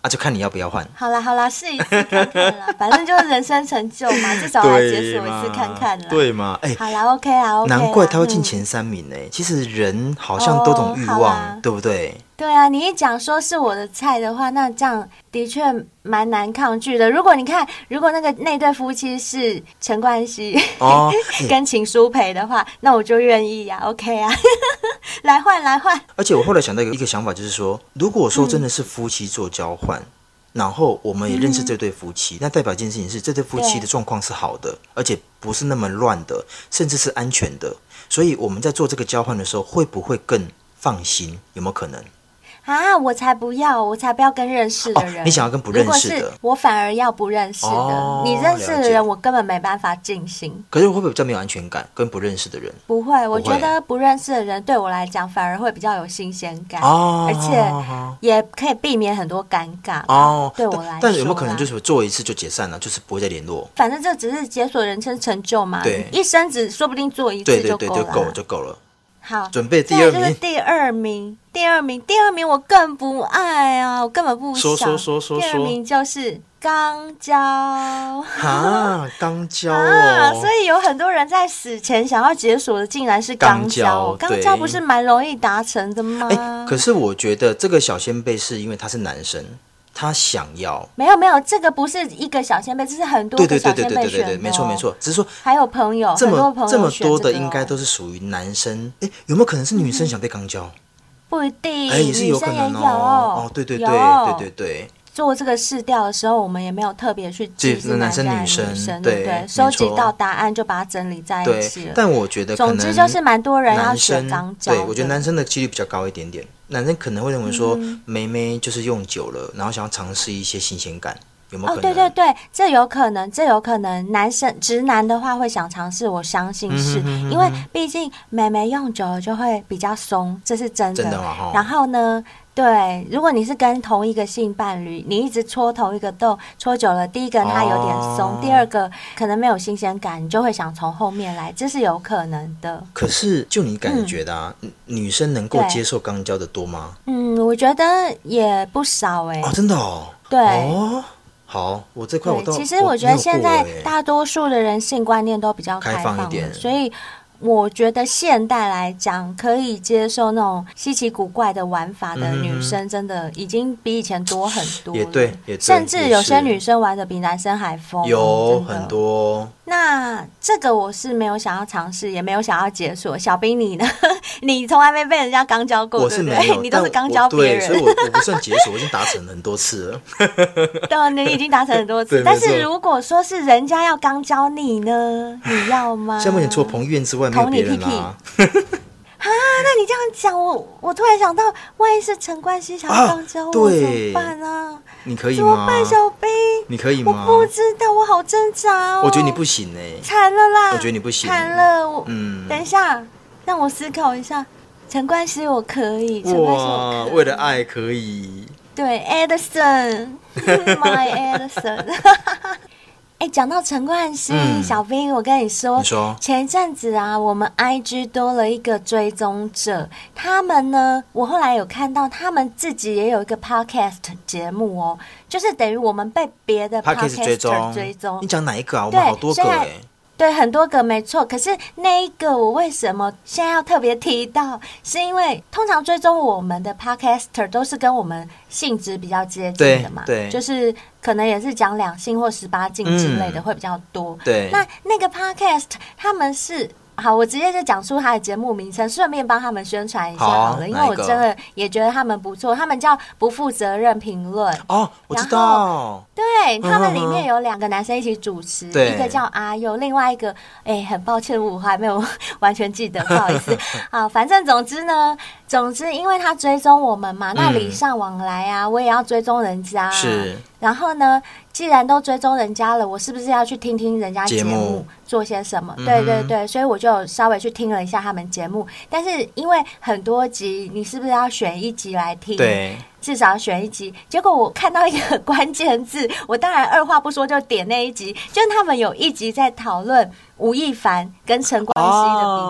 Speaker 3: 啊，就看你要不要换。
Speaker 2: 好啦好啦，试一试看看啦，反正就是人生成就嘛，至少来解锁一次看看啦。，
Speaker 3: 嘛？哎、
Speaker 2: 好啦，OK 啦，OK 啦。
Speaker 3: 难怪他会进
Speaker 2: 嗯
Speaker 3: 前三名呢、其实人好像都懂欲
Speaker 2: 哦好
Speaker 3: 望，
Speaker 2: 啦
Speaker 3: 对不对？
Speaker 2: 对啊，你一讲说是我的菜的话，那这样的确蛮难抗拒的。如果你看，如果那个那对夫妻是陈冠希、
Speaker 3: 哦哎
Speaker 2: 跟秦舒培的话，那我就愿意呀、o k 啊， 来换来换，
Speaker 3: 而且我后来想到一个一个想法，就是说，如果
Speaker 2: 嗯
Speaker 3: 说真的是夫妻做交换，然后我们也认识这对夫妻，那代表一件事情是这对夫妻
Speaker 2: 嗯对
Speaker 3: 的状况是好的，而且不是那么乱的，甚至是安全的。所以我们在做这个交换的时候，会不会更放心？有没有可能？
Speaker 2: 啊，我才不要，我才不要跟认识的人。
Speaker 3: 哦你想要跟不认识的
Speaker 2: 如果是我反而要不认识的，
Speaker 3: 哦
Speaker 2: 你认识
Speaker 3: 了
Speaker 2: 的
Speaker 3: 解
Speaker 2: 人我根本没办法进行。
Speaker 3: 可是会不会比较没有安全感？跟不认识的人
Speaker 2: 不会，我
Speaker 3: 不会
Speaker 2: 觉得不认识的人对我来讲反而会比较有新鲜感，
Speaker 3: 哦
Speaker 2: 而且也可以避免很多尴尬。
Speaker 3: 哦，
Speaker 2: 对我
Speaker 3: 但
Speaker 2: 来说
Speaker 3: 但有没有可能
Speaker 2: 啦
Speaker 3: 就是做一次就解散了，就是不会再联络？
Speaker 2: 反正这只是解锁人生成就嘛，
Speaker 3: 对
Speaker 2: 一生只说不定做一
Speaker 3: 对
Speaker 2: 次
Speaker 3: 对对，
Speaker 2: 够
Speaker 3: 就
Speaker 2: 了。啊
Speaker 3: 够就够了。
Speaker 2: 好，
Speaker 3: 准备第
Speaker 2: 再
Speaker 3: 二
Speaker 2: 来就是
Speaker 3: 名，
Speaker 2: 第二名，第二名，第二名，我更不爱啊，我根本不想。
Speaker 3: 说说说说
Speaker 2: 第二
Speaker 3: 说
Speaker 2: 名就是肛交
Speaker 3: 啊，肛交
Speaker 2: 啊，
Speaker 3: 哦
Speaker 2: 所，以有很多人在死前想要解锁的，竟然是肛交。
Speaker 3: 肛交
Speaker 2: 肛交
Speaker 3: 对
Speaker 2: 不是蛮容易达成的吗？
Speaker 3: 哎、可是我觉得这个小先辈是因为他是男生，他想要，
Speaker 2: 没有没有，这个不是一个小先辈，这是很多
Speaker 3: 对
Speaker 2: 个
Speaker 3: 对对
Speaker 2: 小
Speaker 3: 对
Speaker 2: 先
Speaker 3: 对
Speaker 2: 辈
Speaker 3: 对
Speaker 2: 选
Speaker 3: 对
Speaker 2: 的、哦
Speaker 3: 对，没错没。错，只是说
Speaker 2: 还有朋友，
Speaker 3: 这
Speaker 2: 很多
Speaker 3: 么
Speaker 2: 朋友
Speaker 3: 这么
Speaker 2: 选
Speaker 3: 多
Speaker 2: 这
Speaker 3: 的
Speaker 2: 个
Speaker 3: 应该
Speaker 2: 哦
Speaker 3: 都是属于男生，哎、有没有可能是女生想被肛交？
Speaker 2: 不一定，
Speaker 3: 哎、也是
Speaker 2: 嗯女
Speaker 3: 可
Speaker 2: 生也
Speaker 3: 能
Speaker 2: 有
Speaker 3: 哦。哦，对对对
Speaker 2: 有
Speaker 3: 对对对，
Speaker 2: 做这个试调的时候，我们也没有特别去记
Speaker 3: 记
Speaker 2: 是
Speaker 3: 男
Speaker 2: 男
Speaker 3: 生
Speaker 2: 还
Speaker 3: 女
Speaker 2: 是
Speaker 3: 生
Speaker 2: 女生，
Speaker 3: 对
Speaker 2: 对不
Speaker 3: 没
Speaker 2: 对？收集
Speaker 3: 错
Speaker 2: 到答案就把它整理在一起
Speaker 3: 对，
Speaker 2: 了。
Speaker 3: 但我觉得可
Speaker 2: 总
Speaker 3: 能
Speaker 2: 之就是蛮多人要
Speaker 3: 男
Speaker 2: 学
Speaker 3: 生
Speaker 2: 钢交
Speaker 3: 对
Speaker 2: 的。嗯
Speaker 3: 我觉得男生的几率比较高一点点，男生可能会认为说妹妹就是用久了，然后想要尝试一些新鲜感，有没有
Speaker 2: 哦，
Speaker 3: 可能？
Speaker 2: 对对对，这有可能，这有可能，男生直男的话会想尝试，我相信是、
Speaker 3: 嗯哼哼
Speaker 2: 因为毕竟美眉用久了就会比较松，这是真的。
Speaker 3: 真的嘛哈
Speaker 2: 然后呢，对，如果你是跟同一个性伴侣，你一直戳同一个洞，戳久了，第一个它有点松，
Speaker 3: 哦
Speaker 2: 第二个可能没有新鲜感，你就会想从后面来，这是有可能的。
Speaker 3: 可是就你感觉的啊，
Speaker 2: 嗯
Speaker 3: 女生能够
Speaker 2: 对
Speaker 3: 接受肛交的多吗？
Speaker 2: 嗯，我觉得也不少哎、
Speaker 3: 哦，真的哦。
Speaker 2: 对
Speaker 3: 哦，好，我这块我
Speaker 2: 对，
Speaker 3: 倒
Speaker 2: 其实我觉得现在
Speaker 3: 没有过欸
Speaker 2: 大多数的人性观念都比较
Speaker 3: 开
Speaker 2: 开放
Speaker 3: 放一
Speaker 2: 了
Speaker 3: 点
Speaker 2: 所以我觉得现代来讲，可以接受那种稀奇古怪的玩法的
Speaker 3: 嗯
Speaker 2: 女生，真的已经比以前多很多了。
Speaker 3: 也对也对
Speaker 2: 甚至有
Speaker 3: 也
Speaker 2: 些
Speaker 3: 是
Speaker 2: 女生玩的比男生还疯，
Speaker 3: 有
Speaker 2: 真的
Speaker 3: 很。多
Speaker 2: 那这个我是没有想要尝试，也没有想要解锁。小兵你呢？ 你从来没被人家刚交过，
Speaker 3: 我
Speaker 2: 哦对
Speaker 3: 是
Speaker 2: 不
Speaker 3: 没有
Speaker 2: 对？， 你都是
Speaker 3: 但
Speaker 2: 刚
Speaker 3: 我
Speaker 2: 交别
Speaker 3: 对，所以
Speaker 2: 人，
Speaker 3: 我我不算解锁，我已经达成很多次 了。
Speaker 2: 对，你已经达成很多次
Speaker 3: 对。
Speaker 2: 但
Speaker 3: 没
Speaker 2: 是
Speaker 3: 错
Speaker 2: 如果说是人家要刚交你呢，你要吗？
Speaker 3: 现在目前除了彭于晏之外，没有
Speaker 2: 捅嗯你
Speaker 3: 别人
Speaker 2: 屁
Speaker 3: 啦、
Speaker 2: 屁啊，那你这样讲，我我突然想到，万一是陈冠希想要
Speaker 3: 啊
Speaker 2: 刚交我、
Speaker 3: 对
Speaker 2: 怎么办啊？
Speaker 3: 你可以
Speaker 2: 怎么
Speaker 3: 吗？
Speaker 2: 办，小兵？
Speaker 3: 你可以
Speaker 2: 我
Speaker 3: 吗？
Speaker 2: 不知道，我好挣扎哦。
Speaker 3: 我觉得你不行哎、
Speaker 2: 惨了啦！
Speaker 3: 我觉得你不行
Speaker 2: 惨了，我
Speaker 3: 嗯
Speaker 2: 等一下，让我思考一下。陈冠希我可以，陈冠希我可以。
Speaker 3: 为了爱可以，
Speaker 2: 对 Edison，My Edison。哎，讲到陈冠希，
Speaker 3: 嗯
Speaker 2: 小兵，我跟你说，
Speaker 3: 你说
Speaker 2: 前一阵子啊，我们 IG 多了一个追踪者，他们呢，我后来有看到他们自己也有一个 podcast 节目哦，就是等于我们被别的
Speaker 3: p o d
Speaker 2: podcast
Speaker 3: c a 追踪
Speaker 2: 追踪
Speaker 3: 你，讲哪一个啊？我们好多
Speaker 2: 虽
Speaker 3: 个
Speaker 2: 然
Speaker 3: 哎、
Speaker 2: 对，很多个没错。可是那一个我为什么现在要特别提到？是因为通常追踪我们的 podcaster 都是跟我们性质比较接近的嘛，
Speaker 3: 对对
Speaker 2: 就是可能也是讲两性或十八禁之类的
Speaker 3: 嗯
Speaker 2: 会比较多。
Speaker 3: 对
Speaker 2: 那那个 podcast 他们是。好，我直接就讲出他的节目名称，顺便帮他们宣传一下
Speaker 3: 好啊
Speaker 2: 好了，因为
Speaker 3: 哪一
Speaker 2: 我
Speaker 3: 个
Speaker 2: 真的也觉得他们不错，他们叫不负责任评论。
Speaker 3: 哦，我知道，
Speaker 2: 对他们里
Speaker 3: 嗯哼
Speaker 2: 面
Speaker 3: 哼
Speaker 2: 有两个男生一起主持，
Speaker 3: 对
Speaker 2: 一个叫阿佑，另外一个哎、很抱歉，我还没有完全记得，不好意 思啊。反正总之呢，总之因为他追踪我们嘛，那
Speaker 3: 嗯
Speaker 2: 礼尚往来啊，我也要追踪人家、啊
Speaker 3: 是。
Speaker 2: 然后呢，既然都追踪人家了，我是不是要去听听人家节
Speaker 3: 节目
Speaker 2: 做些什么？
Speaker 3: 嗯哼
Speaker 2: 对对对，所以我就稍微去听了一下他们节目，但是因为很多集，你是不是要选一集来听？
Speaker 3: 对，
Speaker 2: 至少选一集。结果我看到一个关键字，我当然二话不说就点那一集，就是他们有一集在讨论吴亦凡跟陈冠希的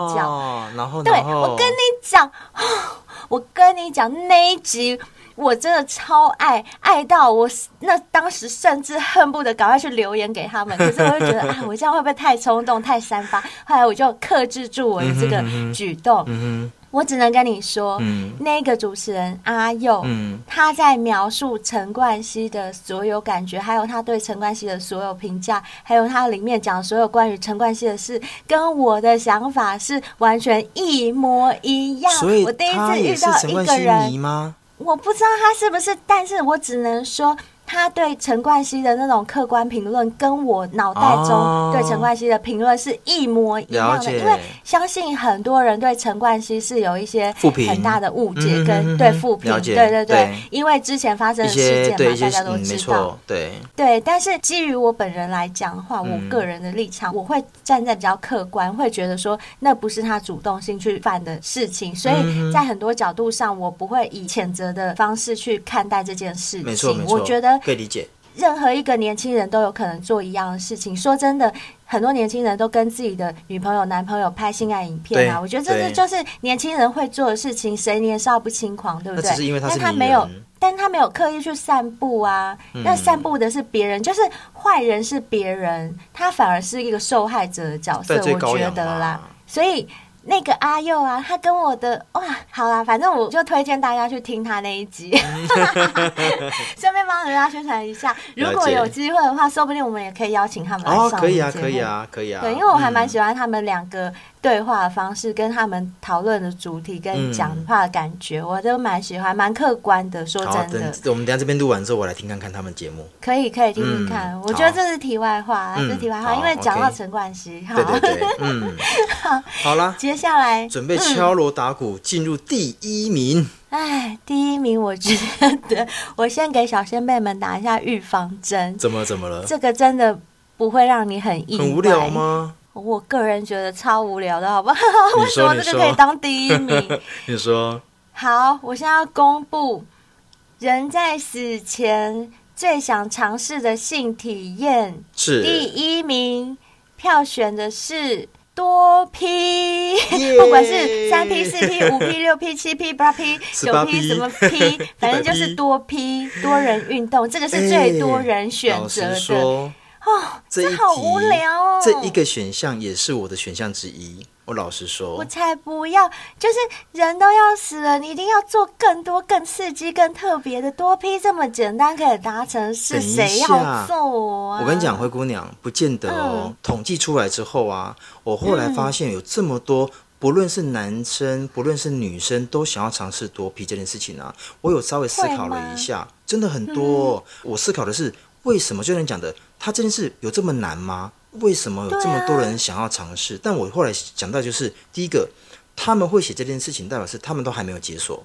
Speaker 2: 比较。
Speaker 3: 哦、然后
Speaker 2: 对
Speaker 3: 然后
Speaker 2: 我跟你讲，我跟你讲那一集。我真的超爱，爱到我那当时甚至恨不得赶快去留言给他们，可是我就觉得啊，我这样会不会太冲动、太三八？后来我就克制住我的这个
Speaker 3: 嗯哼嗯哼
Speaker 2: 举动。
Speaker 3: 嗯
Speaker 2: 我只能跟你说，
Speaker 3: 嗯
Speaker 2: 那个主持人阿佑，
Speaker 3: 哼嗯，
Speaker 2: 他在描述陈冠希的所有感觉，还有他对陈冠希的所有评价，还有他里面讲所有关于陈冠希的事，跟我的想法是完全一模一样。
Speaker 3: 所以
Speaker 2: 我第一
Speaker 3: 他
Speaker 2: 次
Speaker 3: 也
Speaker 2: 遇
Speaker 3: 是
Speaker 2: 到
Speaker 3: 陈
Speaker 2: 一
Speaker 3: 冠
Speaker 2: 个
Speaker 3: 希
Speaker 2: 人
Speaker 3: 迷，吗？
Speaker 2: 我不知道他是不是，但是我只能说。他对陈冠希的那种客观评论，跟我脑袋中
Speaker 3: 哦
Speaker 2: 对陈冠希的评论是一模一样
Speaker 3: 了
Speaker 2: 的。
Speaker 3: 解
Speaker 2: 因为相信很多人对陈冠希是有一些
Speaker 3: 负评
Speaker 2: 很大的误解
Speaker 3: 嗯
Speaker 2: 跟
Speaker 3: 嗯嗯
Speaker 2: 对
Speaker 3: 嗯
Speaker 2: 负评，
Speaker 3: 了
Speaker 2: 对
Speaker 3: 解
Speaker 2: 对对
Speaker 3: 对，
Speaker 2: 因为之前发生
Speaker 3: 一
Speaker 2: 的事
Speaker 3: 些
Speaker 2: 件
Speaker 3: 对
Speaker 2: 嘛
Speaker 3: 一，些
Speaker 2: 大家都
Speaker 3: 嗯，没
Speaker 2: 知道。
Speaker 3: 错，对，
Speaker 2: 对，但是基于我本人来讲话，我
Speaker 3: 嗯
Speaker 2: 个人的立场，我会站在比较客观，会觉得说那不是他主动性去犯的事情，所以
Speaker 3: 嗯
Speaker 2: 在很多角度上，我不会以谴责的方式去看待这件事情。
Speaker 3: 没错没错，
Speaker 2: 我觉得
Speaker 3: 可以理解，
Speaker 2: 任何一个年轻人都有可能做一样的事情。说真的，很多年轻人都跟自己的女朋友、男朋友拍性爱影片啊，
Speaker 3: 对
Speaker 2: 我觉得这是
Speaker 3: 对
Speaker 2: 就是年轻人会做的事情，谁年少不轻狂，对不
Speaker 3: 那
Speaker 2: 对？
Speaker 3: 只是因为他
Speaker 2: 但
Speaker 3: 是
Speaker 2: 他
Speaker 3: 名
Speaker 2: 没有
Speaker 3: 人，嗯
Speaker 2: 但他没有刻意去散步啊。那散步的是别人，就是坏人是别人，他反而是一个受害者的角色，
Speaker 3: 戴罪
Speaker 2: 我
Speaker 3: 羔
Speaker 2: 觉
Speaker 3: 羊
Speaker 2: 得啦
Speaker 3: 嘛。
Speaker 2: 所以那个阿佑啊，他跟我的哇，好啦，反正我就推荐大家去听他那一集，顺便帮人家宣传一下。如果有机会的话，说不定我们也可以邀请他们来上、
Speaker 3: 哦，可以啊，可以。啊，可以啊，
Speaker 2: 对，因为我还蛮
Speaker 3: 嗯
Speaker 2: 喜欢他们两个对话的方式，跟他们讨论的主题跟
Speaker 3: 嗯
Speaker 2: 讲话的感觉，我都蛮喜欢，蛮客观的。说
Speaker 3: 好，
Speaker 2: 真的，
Speaker 3: 等我们等一下这边录完之后，我来听看看他们节目。
Speaker 2: 可以可以听听
Speaker 3: 嗯
Speaker 2: 看。我觉得
Speaker 3: 好
Speaker 2: 这是题外话，啊，
Speaker 3: 嗯
Speaker 2: 这是题外话，
Speaker 3: 好
Speaker 2: 因为讲到
Speaker 3: OK
Speaker 2: 陈冠希，好
Speaker 3: 对，对对， 嗯，好啦，
Speaker 2: 接下来嗯
Speaker 3: 准备敲锣打鼓进入第一名。
Speaker 2: 哎，第一名，我觉得我先给小先辈们打一下预防针，
Speaker 3: 怎么怎么了？
Speaker 2: 这个真的不会让你很意外。
Speaker 3: 很无聊？吗？
Speaker 2: 我个人觉得超无聊的，好不 好？
Speaker 3: 你
Speaker 2: 为什么
Speaker 3: 说
Speaker 2: 这
Speaker 3: 你
Speaker 2: 个
Speaker 3: 说
Speaker 2: 可以当第一 名？
Speaker 3: 你说
Speaker 2: 好，我现在要公布，人在死前最想尝试的性体验，第
Speaker 3: 是？
Speaker 2: 一名票选的是。多批
Speaker 3: 耶
Speaker 2: 不管是三批、四批、五 批、六批、七批、八批、九
Speaker 3: 18
Speaker 2: 批
Speaker 3: 批
Speaker 2: 什么批，反正就是多批多人运动，这个是最多人选择
Speaker 3: 哎
Speaker 2: 的。
Speaker 3: 老实说，
Speaker 2: 哦，
Speaker 3: 这一题
Speaker 2: 好无聊哦。
Speaker 3: 这一个选项也是我的选项之一。我老实说
Speaker 2: 我，才不要！就是人都要死了，你一定要做更多、更刺激、更特别的多批，这么简单可以达成，是
Speaker 3: 等一
Speaker 2: 谁要
Speaker 3: 下
Speaker 2: 揍我、啊？嗯
Speaker 3: 我跟你讲，，灰姑娘不见得哦。统计出来之后啊，我后来发现有这么多，不论是男生，不论是女生，都想要尝试多批这件事情啊。我有稍微思考了一下，真的很多、哦。
Speaker 2: 嗯
Speaker 3: 我思考的是，为什么就像你讲的，他这件事有这么难吗？为什么有这么多人想要尝试？但我后来想到，就是第一个，他们会写这件事情，代表是他们都还没有解锁，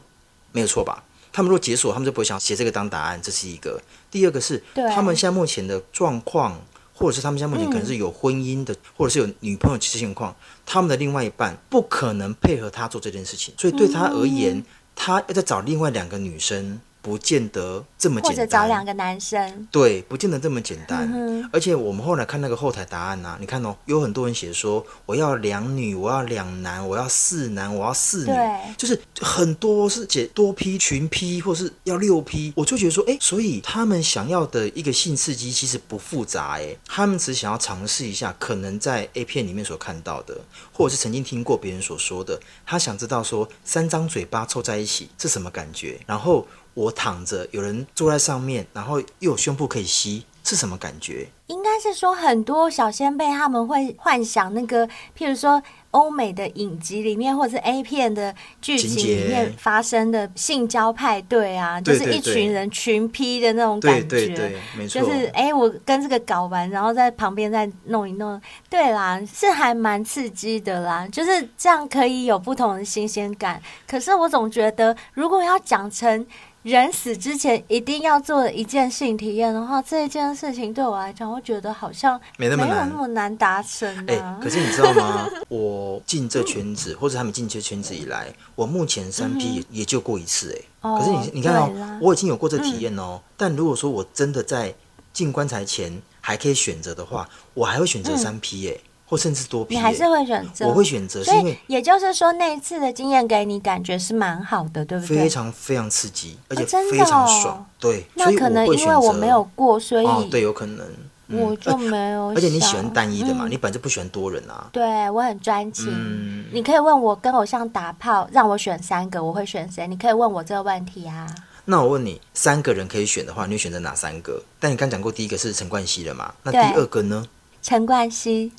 Speaker 3: 没有错吧？他们如果解锁，他们就不会想写这个当答案，这是一个。第二个是
Speaker 2: 对嗯
Speaker 3: 他们现在目前的状况，或者是他们现在目前可能是有婚姻的，或者是有女朋友这些情况，他们的另外一半不可能配合他做这件事情，所以对他而言，
Speaker 2: 嗯
Speaker 3: 他要再找另外两个女生，不见得这么
Speaker 2: 或
Speaker 3: 简
Speaker 2: 者
Speaker 3: 单。
Speaker 2: 找两个男生，
Speaker 3: 对，不见得这么简单。
Speaker 2: 嗯
Speaker 3: 而且我们后来看那个后台答案呐、你看哦，有很多人写说我要两女，我要两男，我要四男，我要四女
Speaker 2: 对，
Speaker 3: 就是很多是解多批、群批，或是要六批，我就觉得说，哎，所以他们想要的一个性刺激其实不复杂，哎，他们只想要尝试一下可能在 A 片里面所看到的，或者是曾经听过别人所说的，他想知道说三张嘴巴凑在一起是什么感觉，然后。我躺着，有人坐在上面，然后又有胸部可以吸，是什么感觉？
Speaker 2: 应该是说很多小先辈他们会幻想那个，譬如说欧美的影集里面，或者是 A 片的剧情
Speaker 3: 情节
Speaker 2: 里面发生的性交派对啊，
Speaker 3: 对
Speaker 2: 就是一
Speaker 3: 对对
Speaker 2: 群人群批的那种感
Speaker 3: 对
Speaker 2: 觉。
Speaker 3: 对对，没错，
Speaker 2: 就是哎、诶我跟这个搞完，然后在旁边再弄一弄，对啦，是还蛮刺激的啦，就是这样可以有不同的新鲜感。可是我总觉得，如果要讲成人死之前一定要做的一件性体验的话，这一件事情对我来讲，我觉得好像
Speaker 3: 没那么
Speaker 2: 有
Speaker 3: 难
Speaker 2: 那么难达成
Speaker 3: 哎、
Speaker 2: 啊。
Speaker 3: 可是你知道吗？ 我进这圈子，或者他们进这圈子以来，我目前三 P 也也就过一次、哎、
Speaker 2: 嗯哦
Speaker 3: 可是你你看
Speaker 2: 对啦嗯
Speaker 3: 哦，我已经有过这体验哦、但如果说我真的在进棺材前还可以选择的话，我还会选择三 P 哎、或甚至多
Speaker 2: 嗯
Speaker 3: P、
Speaker 2: 你
Speaker 3: 哎
Speaker 2: 还是会选择，
Speaker 3: 我会选择，是
Speaker 2: 所
Speaker 3: 因
Speaker 2: 以
Speaker 3: 为
Speaker 2: 也就是说，那一次的经验给你感觉是蛮好的，对不对？
Speaker 3: 非常非常刺激，而且
Speaker 2: 真的
Speaker 3: 非常
Speaker 2: 哦
Speaker 3: 爽。对，所
Speaker 2: 那
Speaker 3: 以
Speaker 2: 可能
Speaker 3: 我会
Speaker 2: 因
Speaker 3: 选
Speaker 2: 为
Speaker 3: 择
Speaker 2: 我没有过，所以、
Speaker 3: 哦，对，有可能。嗯
Speaker 2: 我就
Speaker 3: 而
Speaker 2: 没有
Speaker 3: 而且你喜欢
Speaker 2: 想
Speaker 3: 单一的嘛，
Speaker 2: 嗯
Speaker 3: 你本来就不喜欢多人啊。
Speaker 2: 对我很专情。
Speaker 3: 嗯
Speaker 2: 你可以问我跟偶像打炮，让我选三个，我会选谁？你可以问我这个问题啊。
Speaker 3: 那我问你，三个人可以选的话，你会选择哪三个？但你刚讲过第一个是陈冠希了嘛？那
Speaker 2: 对
Speaker 3: 第二个呢？
Speaker 2: 陈冠希，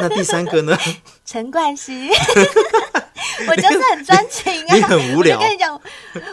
Speaker 3: 那第三 个呢？
Speaker 2: 陈冠 希，我就是很专情啊。
Speaker 3: 你很无聊
Speaker 2: 我就跟你讲，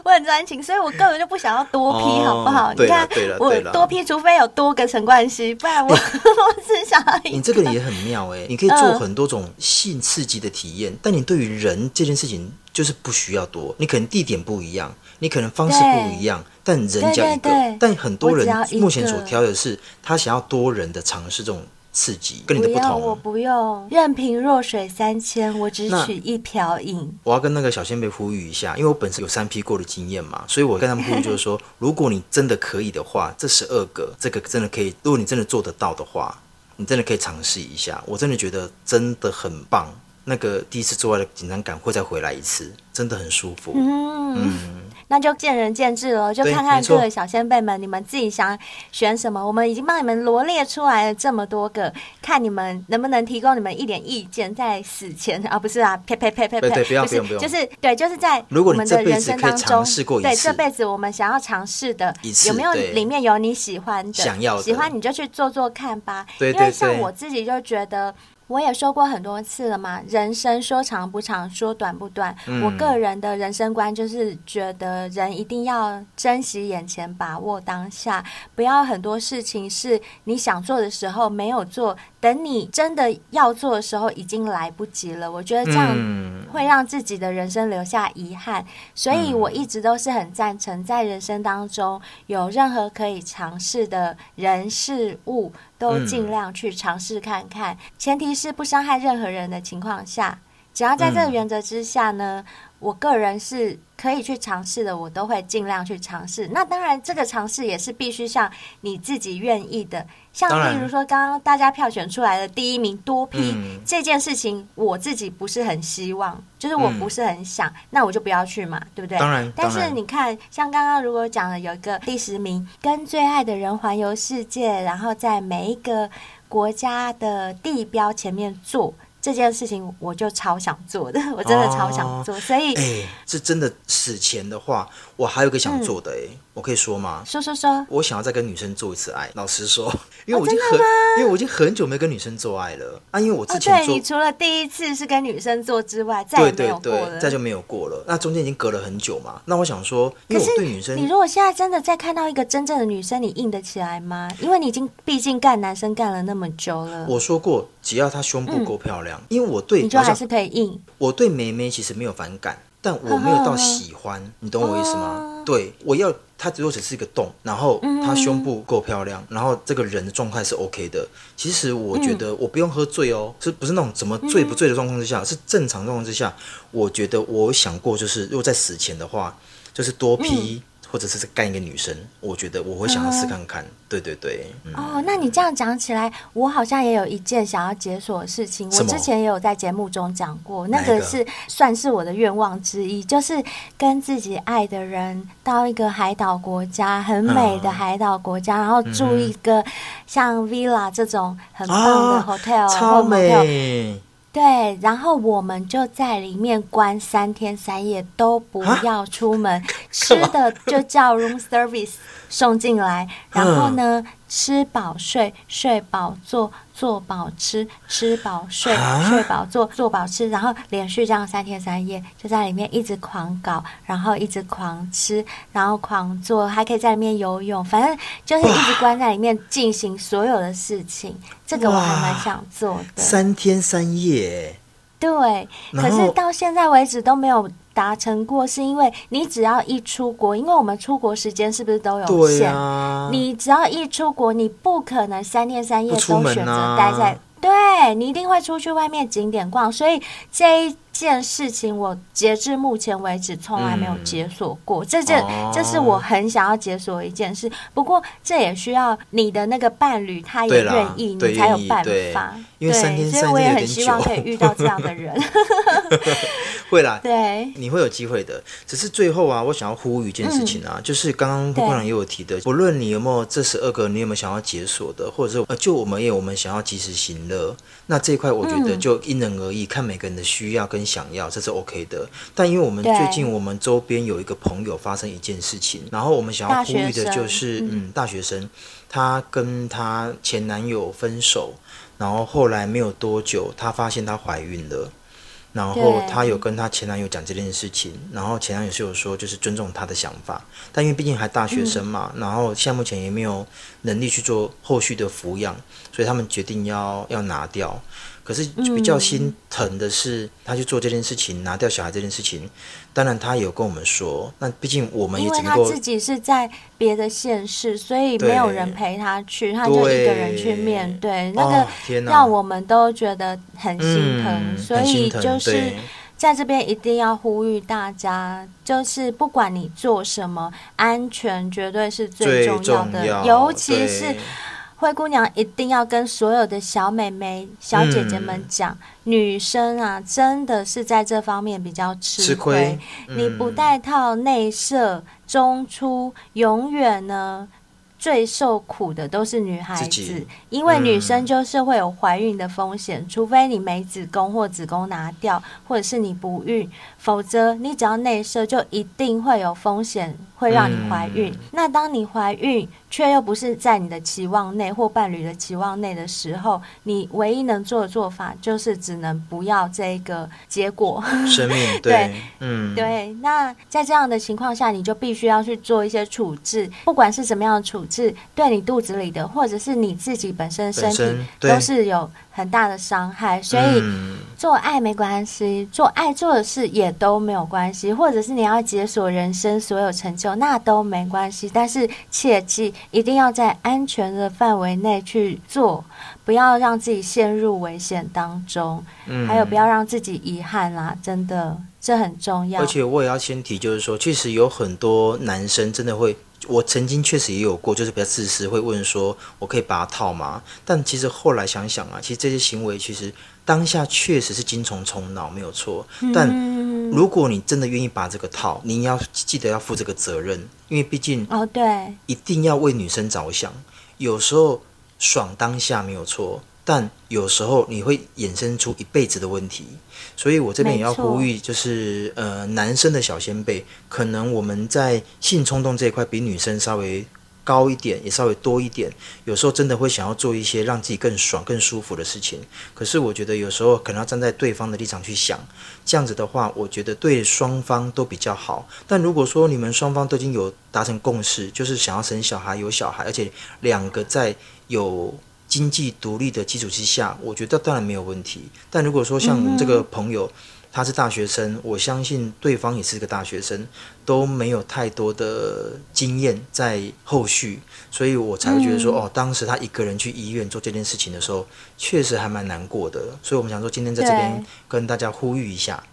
Speaker 2: 我很专情，所以我根本就不想要多批，
Speaker 3: 哦
Speaker 2: 好不好？你
Speaker 3: 对啦
Speaker 2: 看
Speaker 3: 对啦
Speaker 2: 我
Speaker 3: 对啦
Speaker 2: 多批，除非有多个陈冠希，不 然我我只想要一
Speaker 3: 你
Speaker 2: 个。
Speaker 3: 这个人也很妙哎、你可以做
Speaker 2: 嗯
Speaker 3: 很多种性刺激的体验，但你对于人这件事情就是不需要多，你可能地点不一样，你可能方式不一样，但人只要一个。
Speaker 2: 对对对
Speaker 3: 但很多人
Speaker 2: 我只要一个
Speaker 3: 目前所挑的是他想要多人的尝试这种刺激，跟你的
Speaker 2: 不
Speaker 3: 不
Speaker 2: 要，我
Speaker 3: 同。啊
Speaker 2: 不用。任凭弱水三千，我只
Speaker 3: 那
Speaker 2: 取一瓢饮。
Speaker 3: 我要跟那个小先辈呼吁一下，因为我本身有三 P 过的经验嘛，所以我跟他们呼吁就 是说，如果你真的可以的话，这十二个这个真的可以，如果你真的做得到的话，你真的可以尝试一下。我真的觉得真的很棒，那个第一次做爱的紧张感会再回来一次，真的很舒服。
Speaker 2: 嗯，那就见仁见智了，就
Speaker 3: 对
Speaker 2: 看看
Speaker 3: 没错
Speaker 2: 各位小先辈们，你们自己想选什么。我们已经帮你们罗列出来了这么多个，看你们能不能提供你们一点意见，在死前啊，不是啊，呸呸呸呸呸，
Speaker 3: 对对不要
Speaker 2: 就是
Speaker 3: 不用不用
Speaker 2: 就是对，就是在
Speaker 3: 如果
Speaker 2: 我
Speaker 3: 你
Speaker 2: 们的
Speaker 3: 这辈
Speaker 2: 人
Speaker 3: 子
Speaker 2: 生
Speaker 3: 可以
Speaker 2: 当中
Speaker 3: 尝试过，一
Speaker 2: 对，
Speaker 3: 次
Speaker 2: 这辈子我们想要尝试的
Speaker 3: 一，次
Speaker 2: 有没有
Speaker 3: 对
Speaker 2: 里面有你喜欢的？
Speaker 3: 想要的
Speaker 2: 喜欢你就去做做看吧。
Speaker 3: 对
Speaker 2: 因为
Speaker 3: 对
Speaker 2: 像
Speaker 3: 对
Speaker 2: 我自己就觉得。我也说过很多次了嘛，人生说长不长，说短不短。我个人的人生观就是觉得人一定要珍惜眼前，把握当下，不要很多事情是你想做的时候没有做，等你真的要做的时候已经来不及了。我觉得这样
Speaker 3: 嗯，
Speaker 2: 会让自己的人生留下遗憾，所以我一直都是很赞成，在人生当中有任何可以尝试的人事物，都尽量去尝试看看，前提是不伤害任何人的情况下。只要在这个原则之下呢，我个人是可以去尝试的，我都会尽量去尝试。那当然，这个尝试也是必须像你自己愿意的，像
Speaker 3: 当然
Speaker 2: 例如说刚刚大家票选出来的第一名多批、
Speaker 3: 嗯
Speaker 2: 这件事情，我自己不是很希望，就是我
Speaker 3: 嗯
Speaker 2: 不是很想，那我就不要去嘛，对不对？
Speaker 3: 当然
Speaker 2: 但
Speaker 3: 当
Speaker 2: 是
Speaker 3: 然
Speaker 2: 你看，像刚刚如果讲了有一个第十名，跟最爱的人环游世界，然后在每一个国家的地标前面坐这件事情，我就超想做的，我真的超想做。所以
Speaker 3: 哎、这真的死前的话，我还有一个想做的
Speaker 2: 嗯
Speaker 3: 哎、我可以说吗？
Speaker 2: 说说说，
Speaker 3: 我想要再跟女生做一次爱。老实说，因为我已经很，因为我已经很久没跟女生做爱了啊。因为我之
Speaker 2: 哦，
Speaker 3: 前
Speaker 2: 对
Speaker 3: 做，
Speaker 2: 你除了第一次是跟女生做之外，再也
Speaker 3: 对
Speaker 2: 没有
Speaker 3: 对
Speaker 2: 过
Speaker 3: 对，
Speaker 2: 了。
Speaker 3: 再就没有过了。那中间已经隔了很久嘛。那我想说，因
Speaker 2: 可
Speaker 3: 为
Speaker 2: 是
Speaker 3: 我对女生
Speaker 2: 你如果现在真的再看到一个真正的女生，你硬得起来吗？因为你已经毕竟干男生干了那么久了，
Speaker 3: 我说过，只要她胸部够漂亮，因为我对
Speaker 2: 嗯你就
Speaker 3: 老实
Speaker 2: 还
Speaker 3: 讲
Speaker 2: 是可以硬。
Speaker 3: 我对妹妹其实没有反感，但我没有到喜欢，你懂我意思
Speaker 2: 哦
Speaker 3: 吗？对，我要她如果只是一个洞，然后她胸部够漂亮，然后这个人的状态是 OK 的。其实我觉得我不用喝醉哦，是不是那种怎么醉不醉的状况之下，是正常状况之下，我觉得我有想过，就是如果在死前的话，就是多
Speaker 2: 嗯
Speaker 3: 批。或者是干一个女生，我觉得我会想要试看看。对对对，嗯，
Speaker 2: 哦，那你这样讲起来，我好像也有一件想要解锁的事情。我
Speaker 3: 什么
Speaker 2: 之前也有在节目中讲过，那
Speaker 3: 哪一
Speaker 2: 个
Speaker 3: 个
Speaker 2: 是算是我的愿望之一，就是跟自己爱的人到一个海岛国家，很美的
Speaker 3: 嗯
Speaker 2: 海岛国家，然后住一个像 villa 这种很棒的
Speaker 3: 啊
Speaker 2: hotel
Speaker 3: 超
Speaker 2: 或 motel，
Speaker 3: 美。
Speaker 2: 哦对，然后我们就在里面关三天三夜，都不要出 门，吃的就叫 room service 送进来，然后
Speaker 3: 嗯
Speaker 2: 呢，吃饱睡，睡饱做，做饱吃，吃饱睡，
Speaker 3: 啊
Speaker 2: 睡饱做，做饱吃，然后连续这样三天三夜，就在里面一直狂搞，然后一直狂吃，然后狂做，还可以在里面游泳，反正就是一直关在里面进行所有的事情，这个我还蛮
Speaker 3: 哇
Speaker 2: 想做的。
Speaker 3: 三天三夜，
Speaker 2: 对，
Speaker 3: 然
Speaker 2: 可是
Speaker 3: 后
Speaker 2: 到现在为止都没有达成过，是因为你只要一出国，因为我们出国时间是不是都有
Speaker 3: 对
Speaker 2: 限？
Speaker 3: 啊，
Speaker 2: 你只要一出国，你不可能三天三夜
Speaker 3: 不出
Speaker 2: 都
Speaker 3: 门
Speaker 2: 选择
Speaker 3: 啊
Speaker 2: 待在，对你一定会出去外面景点逛，所以这一。件事情我截至目前为止从来没有
Speaker 3: 嗯
Speaker 2: 解锁过，这这
Speaker 3: 哦
Speaker 2: 这是我很想要解锁的一件事。不过这也需要你的那个伴侣，他也
Speaker 3: 对啦
Speaker 2: 愿意，
Speaker 3: 对
Speaker 2: 你才有
Speaker 3: 愿意
Speaker 2: 办
Speaker 3: 对
Speaker 2: 法。
Speaker 3: 因为三天
Speaker 2: 所以
Speaker 3: 三
Speaker 2: 我
Speaker 3: 夜
Speaker 2: 也
Speaker 3: 有
Speaker 2: 很
Speaker 3: 点
Speaker 2: 希望
Speaker 3: 久
Speaker 2: 可以遇到这样的人。
Speaker 3: 会啦，
Speaker 2: 对，
Speaker 3: 你会有机会的。只是最后啊，我想要呼吁一件事情啊，就是刚刚
Speaker 2: 对
Speaker 3: 顾长也有提的，不论你有没有这十二个，你有没有想要解锁的，或者是呃，就我们也有我们想要及时行乐，那这一块我觉得
Speaker 2: 嗯
Speaker 3: 就因人而异，看每个人的需要跟想要，这是 OK 的。但因为我们
Speaker 2: 对
Speaker 3: 最近我们周边有一个朋友发生一件事情，然后我们想
Speaker 2: 大
Speaker 3: 要呼
Speaker 2: 学
Speaker 3: 吁的
Speaker 2: 生
Speaker 3: 就是，嗯，大学生她跟她前男友分手，然后后来没有多久，她发现她怀孕了。然后
Speaker 2: 对
Speaker 3: 她有跟她前男友讲这件事情，然后前男友是有说就是尊重她的想法，但因为毕竟还大学生嘛，
Speaker 2: 嗯
Speaker 3: 然后现在目前也没有能力去做后续的抚养，所以他们决定要要拿掉。可是比较心疼的是，她去做这件事情，拿掉小孩这件事情。当然，她有跟我们说，那毕竟我们也
Speaker 2: 因为
Speaker 3: 只能
Speaker 2: 他
Speaker 3: 够
Speaker 2: 自己是在别的县市，所以没有人陪他去，他就一个人去面对，那
Speaker 3: 哦
Speaker 2: 个
Speaker 3: 天哪
Speaker 2: 让我们都觉得很心疼。
Speaker 3: 嗯
Speaker 2: 所
Speaker 3: 很
Speaker 2: 以
Speaker 3: 心疼
Speaker 2: 就是
Speaker 3: 对
Speaker 2: 在这边一定要呼吁大家，就是不管你做什么，安全绝对是最
Speaker 3: 最
Speaker 2: 重要的，
Speaker 3: 要
Speaker 2: 尤其是
Speaker 3: 对。
Speaker 2: 灰姑娘一定要跟所有的小美眉、小姐姐
Speaker 3: 嗯
Speaker 2: 们讲，女生啊，真的是在这方面比较吃
Speaker 3: 吃亏
Speaker 2: 你不
Speaker 3: 嗯
Speaker 2: 戴套、内射、中出，永远呢。最受苦的都是女孩
Speaker 3: 自
Speaker 2: 子
Speaker 3: 己，
Speaker 2: 因为女
Speaker 3: 嗯
Speaker 2: 生就是会有怀孕的风险，除非你没子宫或子宫拿掉，或者是你不孕，否则你只要内射就一定会有风险，会让你怀
Speaker 3: 嗯
Speaker 2: 孕。那当你怀孕却又不是在你的期望内或伴侣的期望内的时候，你唯一能做的做法就是只能不要这个结果。
Speaker 3: 生命，对，嗯，
Speaker 2: 对，那在这样的情况下，你就必须要去做一些处置，不管是怎么样的处置，对你肚子里的或者是你自己本身身
Speaker 3: 本
Speaker 2: 体
Speaker 3: 身对
Speaker 2: 都是有很大的伤害，所以
Speaker 3: 嗯
Speaker 2: 做爱没关系，做爱做的事也都没有关系，或者是你要解锁人生所有成就，那都没关系，但是切记一定要在安全的范围内去做，不要让自己陷入危险当中，
Speaker 3: 嗯，
Speaker 2: 还有不要让自己遗憾啦，真的这很重要
Speaker 3: 而。且我也要先提，就是说，确实有很多男生真的会，我曾经确实也有过，就是比较自私，会问说我可以把它套吗？但其实后来想想啊，其实这些行为其实当下确实是精虫充脑，没有错。但
Speaker 2: 嗯，
Speaker 3: 如果你真的愿意把这个套，你要记得要负这个责任，因为毕竟
Speaker 2: 哦对，
Speaker 3: 一定要为女生着想。有时候爽当下没有错，但有时候你会衍生出一辈子的问题。所以我这边也要
Speaker 2: 没错
Speaker 3: 呼吁，就是呃，男生的小先辈，可能我们在性冲动这一块比女生稍微。高一点，也稍微多一点。有时候真的会想要做一些让自己更爽、更舒服的事情。可是我觉得有时候可能要站在对方的立场去想，这样子的话，我觉得对双方都比较好。但如果说你们双方都已经有达成共识，就是想要生小孩、有小孩，而且两个在有经济独立的基础之下，我觉得当然没有问题。但如果说像我们这个朋友，他是大学生，我相信对方也是个大学生，都没有太多的经验在后续，所以我才会觉得说，哦，当时他一个人去医院做这件事情的时候，确实还蛮难过的。所以我们想说，今天在这边
Speaker 2: 对
Speaker 3: 跟大家呼吁一下。嗯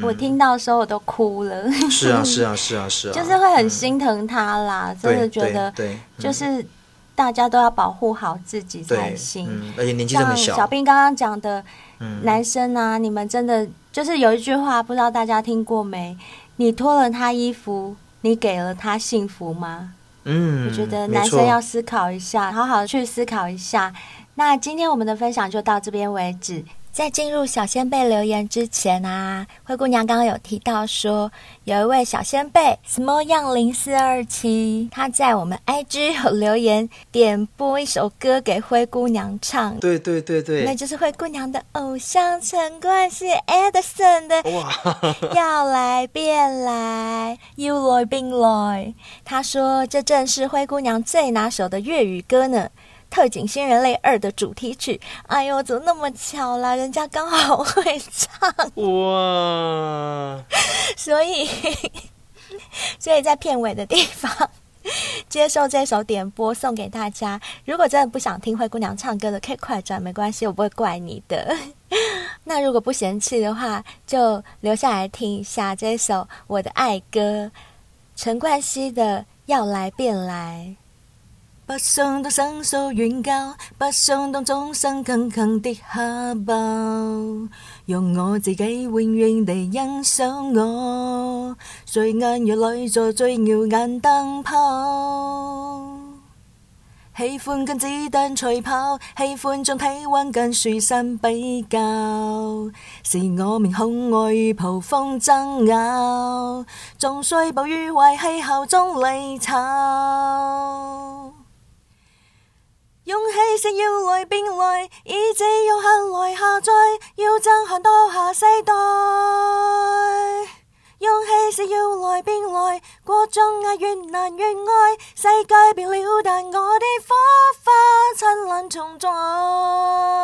Speaker 2: 我听到的时候我都哭了，
Speaker 3: 是啊，是啊，是啊，是 啊，
Speaker 2: 就是会很
Speaker 3: 嗯
Speaker 2: 心疼他啦，真的
Speaker 3: 对
Speaker 2: 觉得
Speaker 3: 嗯对，对
Speaker 2: 就
Speaker 3: 嗯
Speaker 2: 是大家都要保护好自己才
Speaker 3: 对，
Speaker 2: 行。
Speaker 3: 嗯，而且年纪这么
Speaker 2: 像
Speaker 3: 小，
Speaker 2: 小兵刚刚讲的，
Speaker 3: 嗯
Speaker 2: 男生啊，你们真的就是有一句话，不知道大家听过没？你脱了他衣服，你给了他幸福吗？
Speaker 3: 嗯，
Speaker 2: 我觉得
Speaker 3: 没
Speaker 2: 男
Speaker 3: 错
Speaker 2: 生要思考一下，好好去思考一下。那今天我们的分享就到这边为止。在进入小先贝留言之前啊，灰姑娘刚刚有提到说，有一位小先贝 small young 零四二七，他在我们 IG 有留言点播一首歌给灰姑娘唱，
Speaker 3: 对对对
Speaker 2: 那
Speaker 3: 对，
Speaker 2: 就是灰姑娘的偶像陈冠希 Edison 的
Speaker 3: 哇，
Speaker 2: 要来便来，又来并来。他说，这正是灰姑娘最拿手的粤语歌呢，《特警新人类二》的主题曲。哎呦，怎么那么巧啦？人家刚好会唱，
Speaker 3: 哇，
Speaker 2: 所以，所以在片尾的地方。接受这首点播送给大家。如果真的不想听灰姑娘唱歌的，可以快转，没关系，我不会怪你的。 那如果不嫌弃的话，就留下来听一下这首《我的爱歌》，陈冠希的《要来便来》。不想当生疏软交，不想当终生耿耿的下包，用我自己永遠地欣賞我，睡眼若女做最耀眼燈泡。喜歡跟子彈隨跑，喜歡將體溫跟樹身比較，是我面孔外與蒲風爭拗，仲衰暴於壞氣候中離巢。勇氣是要來變來，意志要向來下載，要爭向到下世代。勇氣是要來變來，過重啊越難越愛，世界變了，但我的火花燦爛重在。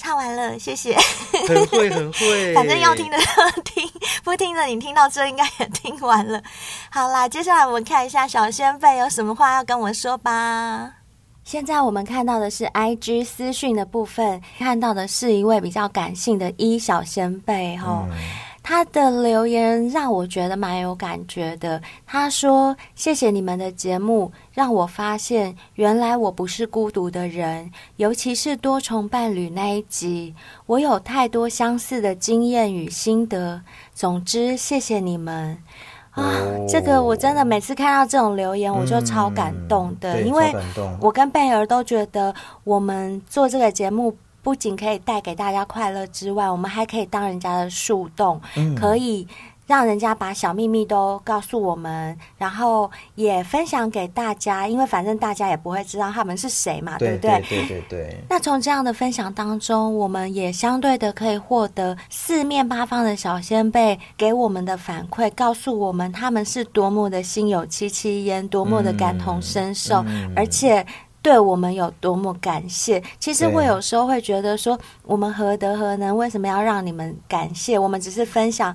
Speaker 2: 唱完了，谢谢。
Speaker 3: 很会很会，
Speaker 2: 反正要听的 听，不听的你听到这应该也听完了。好啦，接下来我们看一下小仙贝有什么话要跟我说吧。现在我们看到的是 I G 私讯的部分，看到的是一位比较感性的一小仙贝哦。他的留言让我觉得蛮有感觉的。他说：“谢谢你们的节目，让我发现原来我不是孤独的人，尤其是多重伴侣那一集，我有太多相似的经验与心得。总之，谢谢你们。”啊，
Speaker 3: 哦
Speaker 2: 这个我真的每次看到这种留言，我就超感动的，
Speaker 3: 嗯对
Speaker 2: 因为
Speaker 3: 超感动
Speaker 2: 我跟贝儿都觉得，我们做这个节目不仅可以带给大家快乐之外，我们还可以当人家的树洞，可以让人家把小秘密都告诉我们，然后也分享给大家，因为反正大家也不会知道他们是谁嘛，
Speaker 3: 对
Speaker 2: 不对？
Speaker 3: 对对对，
Speaker 2: 那从这样的分享当中，我们也相对的可以获得四面八方的小先辈给我们的反馈，告诉我
Speaker 3: 嗯
Speaker 2: 们他们是多么的心有戚戚焉，多么的感同身受，而且对我们有多么感谢。其实
Speaker 3: 对
Speaker 2: 我有时候会觉得说，嗯我们何德何能，为什么要让你们感谢？我们只是分享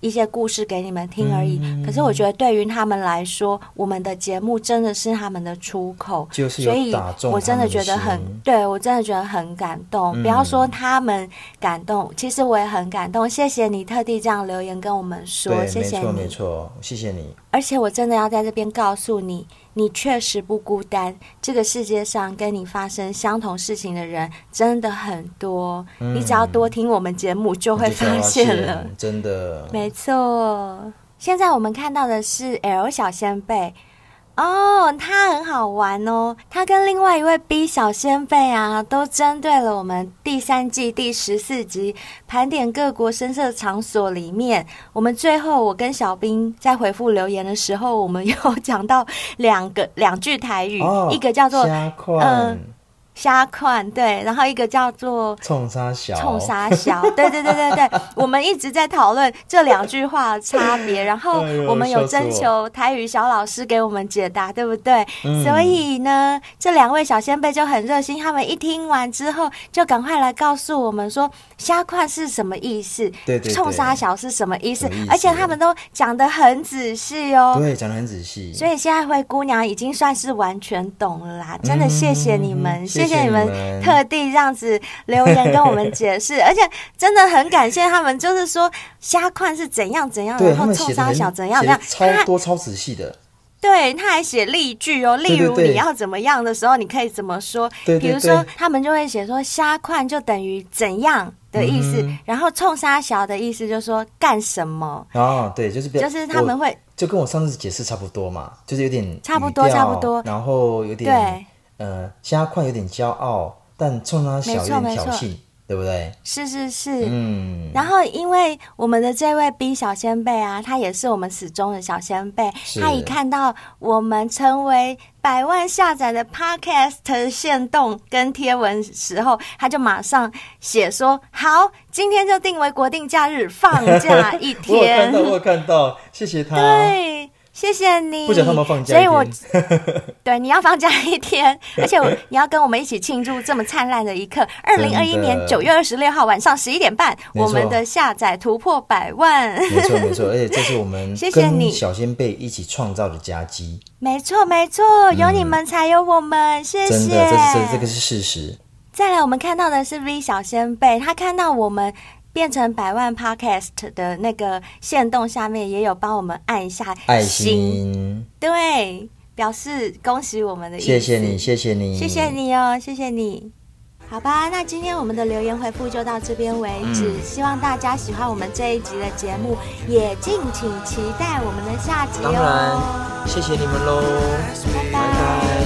Speaker 2: 一些故事给你们听而已。
Speaker 3: 嗯
Speaker 2: 可是我觉得，对于他们来说，我们的节目真的是他们的出口，
Speaker 3: 就是有
Speaker 2: 所以
Speaker 3: 打中
Speaker 2: 我真的
Speaker 3: 他们
Speaker 2: 觉得
Speaker 3: 的
Speaker 2: 很
Speaker 3: 心
Speaker 2: 对我真的觉得很感动。
Speaker 3: 嗯
Speaker 2: 不要说他们感动，其实我也很感动。谢谢你特地这样留言跟我们说，
Speaker 3: 对，
Speaker 2: 谢
Speaker 3: 没
Speaker 2: 谢
Speaker 3: 错
Speaker 2: 你
Speaker 3: 没。错，谢谢你。
Speaker 2: 而且我真的要在这边告诉你，你确实不孤单。这个世界上跟你发生相同事情的人真的很多，你只要多听我们节目就会
Speaker 3: 你嗯就知道
Speaker 2: 发
Speaker 3: 要
Speaker 2: 现
Speaker 3: 谢
Speaker 2: 了。
Speaker 3: 真的，
Speaker 2: 没错，现在我们看到的是 L 小先辈。哦，他很好玩哦。他跟另外一位 B 小先辈啊，都针对了我们第三季第十四集盘点各国深色场所里面，我们最后我跟小兵在回复留言的时候，我们有讲到两个两句台语，
Speaker 3: 哦，
Speaker 2: 一个叫做
Speaker 3: 虾
Speaker 2: 嗯
Speaker 3: 款，
Speaker 2: 虾款，对，然后一个叫做
Speaker 3: 冲沙小，
Speaker 2: 冲杀小，对对对对对，我们一直在讨论这两句话的差别，然后
Speaker 3: 哎呦
Speaker 2: 我们有
Speaker 3: 笑死
Speaker 2: 征
Speaker 3: 我
Speaker 2: 求台语小老师给我们解答，对不对？
Speaker 3: 嗯
Speaker 2: 所以呢，这两位小先辈就很热心，他们一听完之后就赶快来告诉我们说虾块是什么意思，
Speaker 3: 对对对
Speaker 2: 冲杀小是什么意思
Speaker 3: 什么意，思
Speaker 2: 而且他们都讲得很仔细哦。
Speaker 3: 对，讲的很仔细，
Speaker 2: 所以现在灰姑娘已经算是完全懂了啦，真的谢谢你们，谢
Speaker 3: 嗯谢谢
Speaker 2: 你们
Speaker 3: 你们
Speaker 2: 特地这样子留言跟我们解 释，而且真的很感谢他们，就是说虾块是怎样怎样，
Speaker 3: 对
Speaker 2: 然
Speaker 3: 他
Speaker 2: 后
Speaker 3: 们
Speaker 2: 臭
Speaker 3: 写的
Speaker 2: 沙
Speaker 3: 很
Speaker 2: 小怎样怎
Speaker 3: 写得
Speaker 2: 样，
Speaker 3: 超
Speaker 2: 他
Speaker 3: 多超仔细的，
Speaker 2: 对他还写例句哦，例如
Speaker 3: 对对对
Speaker 2: 你要怎么样的时候，你可以怎么说，
Speaker 3: 对对
Speaker 2: 比如
Speaker 3: 对
Speaker 2: 说他们就会写说虾块就等于怎样的意思，
Speaker 3: 嗯
Speaker 2: 然后冲沙小的意思就是说干什么，
Speaker 3: 哦，对，就是比较
Speaker 2: 就是他们
Speaker 3: 我
Speaker 2: 会
Speaker 3: 就跟我上次解释差不多嘛，就是有点
Speaker 2: 差不多
Speaker 3: 语调
Speaker 2: 差不多
Speaker 3: 然后有
Speaker 2: 对
Speaker 3: 点呃，虾块有点骄傲，但冲他小
Speaker 2: 没
Speaker 3: 有
Speaker 2: 错
Speaker 3: 点
Speaker 2: 没
Speaker 3: 挑
Speaker 2: 错
Speaker 3: 衅，对不对？
Speaker 2: 是是是，
Speaker 3: 嗯，
Speaker 2: 然后，因为我们的这位 B 小先辈啊，他也是我们始终的小先辈，
Speaker 3: 是
Speaker 2: 他一看到我们成为百万下载的 Podcast 限动跟贴文时候，他就马上写说：“好，今天就定为国定假日，放假一
Speaker 3: 我有看
Speaker 2: 天
Speaker 3: 到，。我有看到，谢谢他。”
Speaker 2: 对。谢谢你，
Speaker 3: 不讲他们放假
Speaker 2: 所
Speaker 3: 一
Speaker 2: 以我
Speaker 3: 天，
Speaker 2: 对你要放假一天，而 且我你要跟我们一起庆祝这么灿烂的一刻。二零二一年九月二十六号晚上十一点半，
Speaker 3: 没错嗯
Speaker 2: 我们的下载突破百万。
Speaker 3: 没错没错，而且这是我们
Speaker 2: 谢谢你
Speaker 3: 跟小先辈一起创造的佳绩，
Speaker 2: 没错，没错，有你们才有我们，谢
Speaker 3: 嗯真
Speaker 2: 谢。
Speaker 3: 的，这是这这个是事实。
Speaker 2: 再来，我们看到的是 V 小先辈，他看到我们。变成百万 podcast 的那个线动下面也有帮我们按一下
Speaker 3: 爱心，
Speaker 2: 对，表示恭喜我们的意思。
Speaker 3: 谢谢你，谢谢你，
Speaker 2: 谢谢。你哦，谢谢你。好吧，那今天我们的留言回复就到这边为止，
Speaker 3: 嗯
Speaker 2: 希望大家喜欢我们这一集的节目，也敬请期待我们的下集
Speaker 3: 当然
Speaker 2: 哦。，
Speaker 3: 谢谢你们喽，拜拜。